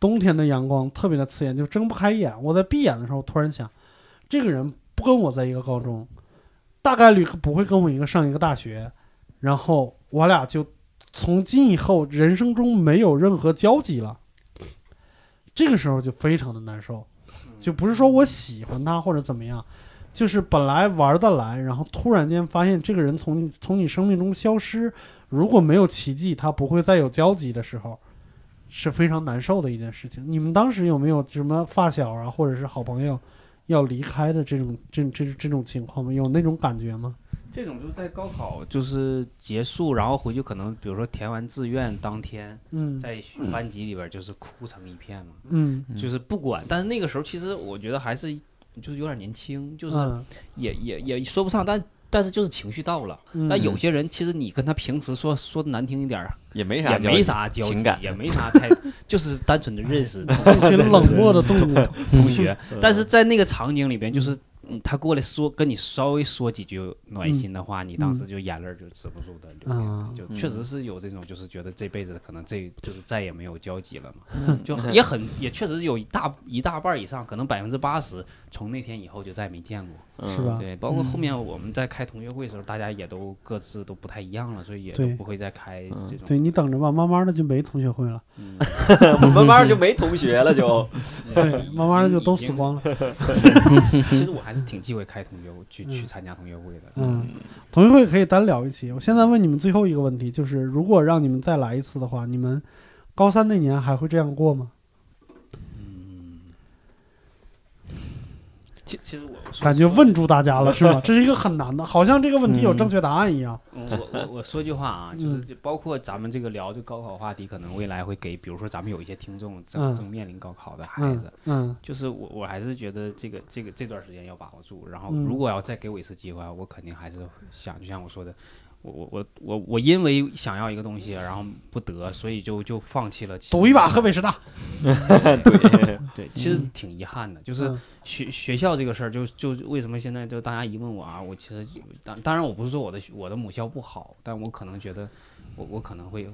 Speaker 1: 冬天的阳光特别的刺眼，就睁不开眼。我在闭眼的时候，突然想，这个人不跟我在一个高中，大概率不会跟我一个上一个大学，然后我俩就从今以后人生中没有任何交集了。这个时候就非常的难受，
Speaker 2: 嗯
Speaker 1: 就不是说我喜欢他或者怎么样，就是本来玩得来，然后突然间发现这个人从你从你生命中消失，如果没有奇迹，他不会再有交集的时候，是非常难受的一件事情。你们当时有没有什么发小啊，或者是好朋友要离开的这种这这这种情况吗？有那种感觉吗？
Speaker 2: 这种就是在高考就是结束，然后回去可能比如说填完志愿当天，
Speaker 1: 嗯
Speaker 2: 在班级里边就是哭成一片嘛，
Speaker 1: 嗯
Speaker 3: 嗯
Speaker 2: 就是不管。但是那个时候其实我觉得还是就是有点年轻，就是
Speaker 1: 嗯
Speaker 2: 也、也也说不上，但但是就是情绪到了。
Speaker 1: 嗯，
Speaker 2: 但有些人其实你跟他平时说说的难听一点儿，
Speaker 4: 也没
Speaker 2: 也
Speaker 4: 啥交集，
Speaker 2: 没啥交
Speaker 4: 情
Speaker 2: 集
Speaker 4: 感，
Speaker 2: 也没啥太， 就是单纯的认识
Speaker 1: 嗯一群冷漠的动物，
Speaker 2: 同学。但是在那个场景里边，就是嗯他过来说跟你稍微说几句暖心的话，你当时就眼泪儿就止不住的流下来
Speaker 1: 嗯
Speaker 2: 就确实是有这种，就是觉得这辈子可能这就是再也没有交集了
Speaker 1: 嗯
Speaker 2: 嘛，就也很也确实有一大一大半儿以上，可能百分之八十，从那天以后就再也没见过。
Speaker 4: 嗯
Speaker 1: 是 吧？
Speaker 2: 对，包括后面我们在开同学会的时候，大家也都各自都不太一样了，所以也都
Speaker 1: 对嗯
Speaker 2: 不会再开这种。
Speaker 1: 对你等着吧，慢慢的就没同学会了。
Speaker 2: 嗯
Speaker 4: 嗯？慢慢就没同学了， 就
Speaker 1: 对，慢慢的就都死光了。
Speaker 2: 嗯其实我还是挺忌讳开同学会去
Speaker 1: 嗯
Speaker 2: 去参加同学会的。
Speaker 1: 嗯，同学会可以单聊一期。我现在问你们最后一个问题，就是如果让你们再来一次的话，你们高三那年还会这样过吗？
Speaker 2: 其其实我我说
Speaker 1: 感觉问住大家了是 吗？这是一个很难的，好像这个问题有正确答案一样。
Speaker 2: 嗯我我我说句话啊，就是
Speaker 1: 嗯
Speaker 2: 就包括咱们这个聊这高考话题，可能未来会给，比如说咱们有一些听众正
Speaker 1: 嗯
Speaker 2: 正面临高考的孩
Speaker 1: 嗯
Speaker 2: 子，
Speaker 1: 嗯
Speaker 2: 就是我我还是觉得这个这个这段时间要把握住，然后
Speaker 1: 嗯
Speaker 2: 如果要再给我一次机会啊，我肯定还是想，就像我说的，我我我我我因为想要一个东西，然后不得，所以就就放弃了。
Speaker 1: 赌一把河，北师大，
Speaker 4: 嗯
Speaker 2: 对，其实挺遗憾的，就是
Speaker 1: 嗯
Speaker 2: 学学校这个事儿，就就为什么现在就大家一问我啊，我其实当当然我不是说我的我的母校不好，但我可能觉得我我可能会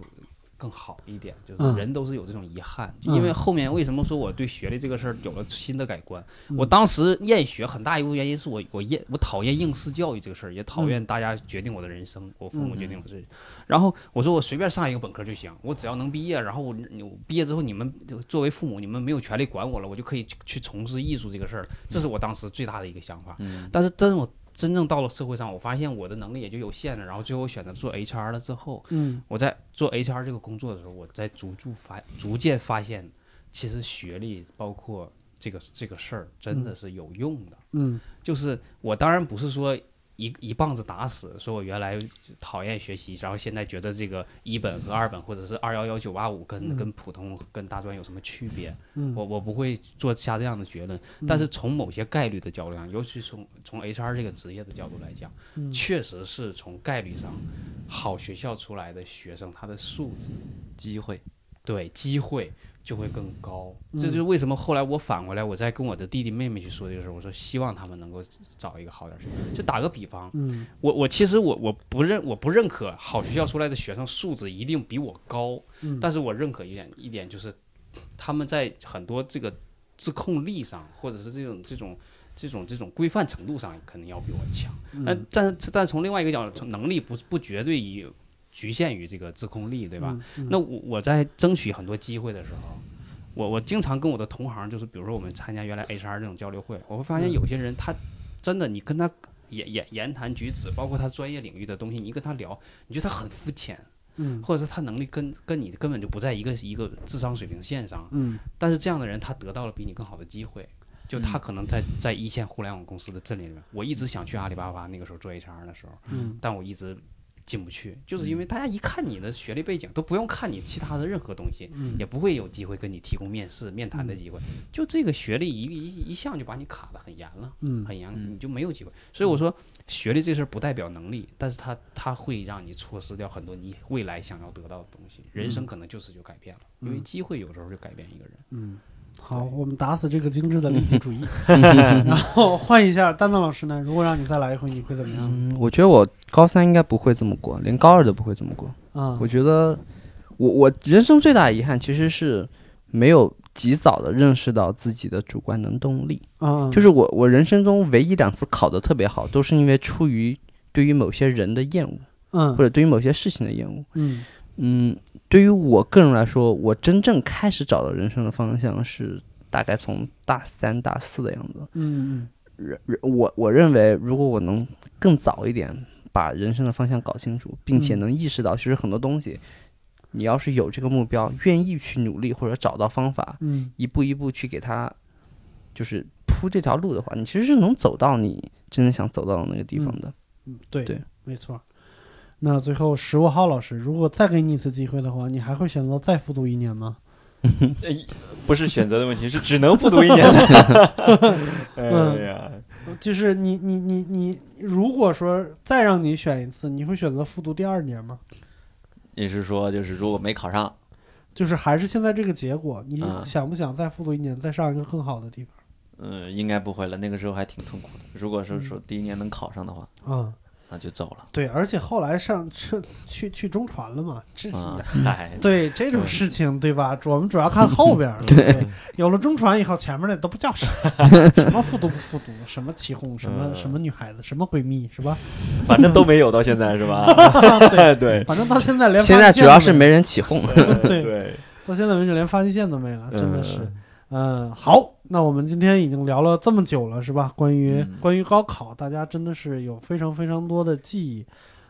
Speaker 2: 更好一点，就是
Speaker 1: 嗯
Speaker 2: 人都是有这种遗憾，
Speaker 1: 嗯
Speaker 2: 因为后面为什么说我对学历这个事儿有了新的改观？
Speaker 1: 嗯
Speaker 2: 我当时厌学很大一部分原因是我我厌我讨厌应试教育这个事儿，也讨
Speaker 1: 嗯
Speaker 2: 厌大家决定我的人生，我父母决定我的人生。然后我说我随便上一个本科就行，我只要能毕业，然后我你我毕业之后你们就作为父母你们没有权利管我了，我就可以去去从事艺术这个事儿了，这是我当时最大的一个想法。
Speaker 4: 嗯
Speaker 2: 但是真我真正到了社会上，我发现我的能力也就有限了，然后最后选择做 HR 了之后，
Speaker 1: 嗯
Speaker 2: 我在做 HR 这个工作的时候，我在逐渐发逐渐发现，其实学历包括这个这个事儿真的是有用的。
Speaker 1: 嗯
Speaker 2: 就是我当然不是说一一棒子打死，说我原来就讨厌学习，然后现在觉得这个一本和二本或者是二幺幺九八五
Speaker 1: 嗯
Speaker 2: 跟、跟普通跟大专有什么区别？
Speaker 1: 嗯，
Speaker 2: 我我不会做下这样的结论。但是从某些概率的角度上，尤其从从 HR 这个职业的角度来讲，
Speaker 1: 嗯
Speaker 2: 确实是从概率上，好学校出来的学生他的素质
Speaker 4: 机会，
Speaker 2: 对机会就会更高。
Speaker 1: 嗯
Speaker 2: 这就是为什么后来我返回来，我在跟我的弟弟妹妹去说这个事儿，我说希望他们能够找一个好点儿学校。就打个比方，
Speaker 1: 嗯
Speaker 2: 我我其实我我不认我不认可好学校出来的学生素质一定比我高，
Speaker 1: 嗯
Speaker 2: 但是我认可一点一点就是，他们在很多这个自控力上，或者是这种这种这种这种规范程度上，肯定要比我强。但但但从另外一个角度，从能力不不绝对于局限于这个自控力，对吧？？
Speaker 1: 嗯
Speaker 2: 那我我在争取很多机会的时候，我我经常跟我的同行，就是比如说我们参加原来 HR 这种交流会，我会发现
Speaker 1: 嗯
Speaker 2: 有些人他真的你跟他言言言谈举止，包括他专业领域的东西，你一跟他聊，你觉得他很肤浅，
Speaker 1: 嗯
Speaker 2: 或者是他能力跟跟你根本就不在一个一个智商水平线上。
Speaker 1: 嗯
Speaker 2: 但是这样的人他得到了比你更好的机会，就他可能在在一线互联网公司的阵列里面，我一直想去阿里巴巴那个时候做 HR 的时候，
Speaker 1: 嗯
Speaker 2: 但我一直进不去，就是因为大家一看你的学历背景，都不用看你其他的任何东西，
Speaker 1: 嗯
Speaker 2: 也不会有机会跟你提供面试、面谈的机会。就这个学历一一一项就把你卡得很严了，
Speaker 1: 嗯
Speaker 2: 很严，
Speaker 4: 嗯
Speaker 2: 你就没有机会。所以我说，学历这事儿不代表能力，但是它它会让你错失掉很多你未来想要得到的东西。人生可能就是就改变了，因为机会有时候就改变一个人。
Speaker 1: 嗯，好，我们打死这个精致的利己 主义，然后换一下丹丹老师呢？如果让你再来一回，你会怎么样？
Speaker 3: 嗯，我觉得我高三应该不会这么过，连高二都不会这么过。
Speaker 1: 啊
Speaker 3: 我，觉得我我人生最大的遗憾其实是没有及早的认识到自己的主观能动力。
Speaker 1: 啊，
Speaker 3: 就是是我我人生中唯一两次考得特别好，都是因为出于对于某些人的厌恶，
Speaker 1: 嗯
Speaker 3: 或者对于某些事情的厌恶。
Speaker 1: 嗯
Speaker 3: 嗯，对于我个人来说，我真正开始找到人生的方向是大概从大三大四的样子。
Speaker 1: 嗯
Speaker 3: 我我认为，如果我能更早一点把人生的方向搞清楚，并且能意识到，其实很多东西，你要是有这个目标，愿意去努力或者找到方法，
Speaker 1: 嗯
Speaker 3: 一步一步去给他，就是铺这条路的话，你其实是能走到你真的想走到的那个地方的。
Speaker 1: 嗯，对
Speaker 3: 对，
Speaker 1: 没错。那最后十五号老师，如果再给你一次机会的话，你还会选择再复读一年吗？
Speaker 4: 呃不是选择的问题，是只能复读一年。 哎呀，
Speaker 1: 嗯就是你你你你，如果说再让你选一次，你会选择复读第二年吗？
Speaker 4: 你是说就是如果没考上，
Speaker 1: 就是还是现在这个结果，你
Speaker 4: 嗯
Speaker 1: 想不想再复读一年，再上一个更好的地方？
Speaker 4: 嗯、应该不会了。那个时候还挺痛苦的。如果是说第一年能考上的话，
Speaker 1: 嗯，
Speaker 4: 那就走了。
Speaker 1: 对，而且后来上去去去中传了嘛，这是、
Speaker 4: 啊、嗨，
Speaker 1: 嗯对这
Speaker 3: 嗯
Speaker 1: 种事情，对吧？主我们主要看后边儿， 对不对，有了中传以后，前面的都不叫啥，什么复读不复读，什么起哄，什么
Speaker 4: 嗯
Speaker 1: 什么女孩子，什么闺蜜，是吧？
Speaker 4: 反正都没有到现在是吧？
Speaker 1: 对，
Speaker 4: 对
Speaker 1: 反正到现在连
Speaker 3: 现
Speaker 1: 发
Speaker 3: 在
Speaker 1: 际线
Speaker 3: 主要
Speaker 1: 都
Speaker 3: 是没人起哄，
Speaker 1: 嗯对
Speaker 4: 对，
Speaker 1: 到现在为止连发际线都没了，真的是。
Speaker 4: 嗯
Speaker 1: 嗯，好，那我们今天已经聊了这么久了，是吧？关于、
Speaker 4: 嗯
Speaker 1: 关于高考，大家真的是有非常非常多的记忆。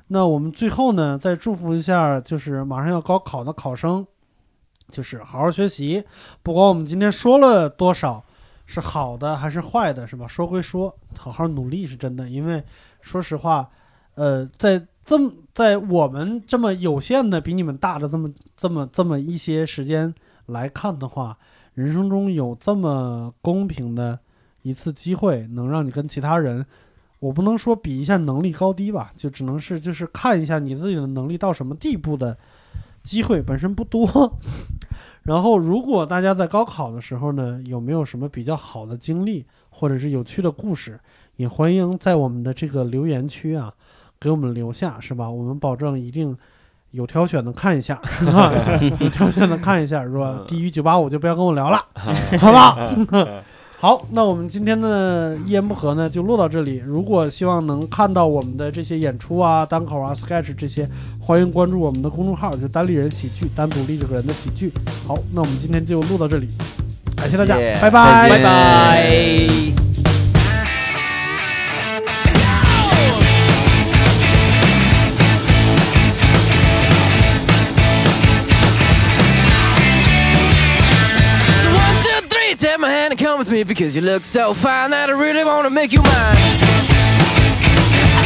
Speaker 1: 那我们最后呢，再祝福一下，就是马上要高考的考生，就是好好学习。不管我们今天说了多少是好的还是坏的，是吧？说归说，好好努力是真的，因为说实话，呃，在这么在我们这么有限的比你们大的这么这么这么一些时间来看的话，人生中有这么公平的一次机会，能让你跟其他人我不能说比一下能力高低吧，就只能是就是看一下你自己的能力到什么地步的机会本身不多。 然后，如果大家在高考的时候呢，有没有什么比较好的经历或者是有趣的故事，也欢迎在我们的这个留言区啊给我们留下，是吧？我们保证一定有挑选的看一下， 是吧？有挑选的看一下，是吧？低于九八五就不要跟我聊了，好不好？好，那我们今天的一言不合呢，就录到这里。如果希望能看到我们的这些演出啊、单口啊、sketch 这些，欢迎关注我们的公众号，就单立人喜剧，单独立这个人的喜剧。好，那我们今天就录到这里，感谢大家
Speaker 4: Yeah，
Speaker 1: 拜拜。
Speaker 4: 再见
Speaker 2: 拜拜
Speaker 6: So one, two, three, take my hand and come with me because you look so fine that I really wanna make you mine. I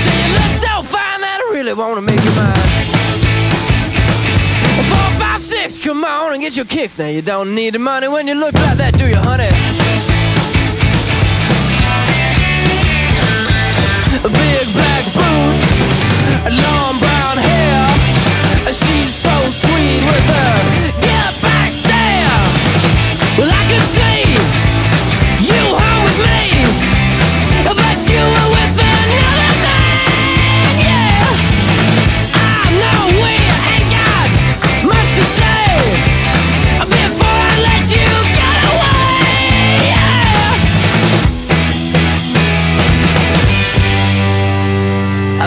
Speaker 6: say you look so fine that I really wanna make you mine. Well, Four, five, six, come on and get your kicks. Now you don't need the money when you look like that, do you, honey? Big black boots, long brown hair. She's so sweet with her get back stare. Well, I could see you hung with me, but you were with another man. Yeah, I know we ain't got much to say before I let you get away. Yeah.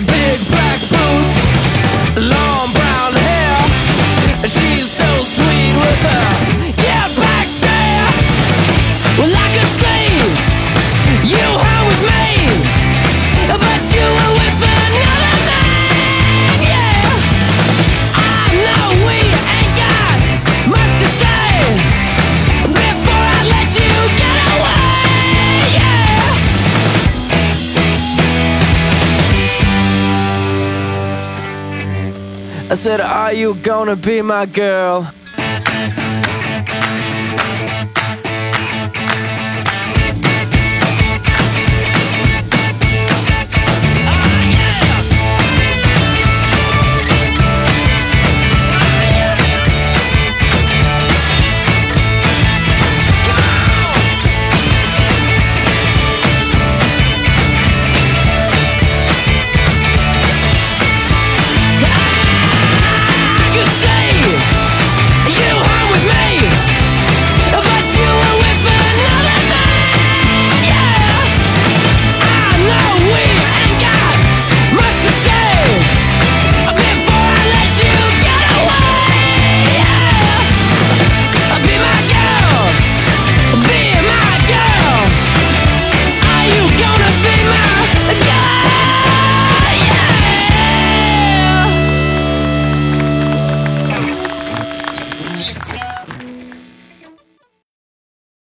Speaker 6: Big black boots, long brown hair. She's so sweet with her. Yeah, back stare. Well, I could see you hung with me, but you were with another man. Yeah, I know we ain't got much to say before I let you get away. Yeah. I said, Are you gonna be my girl?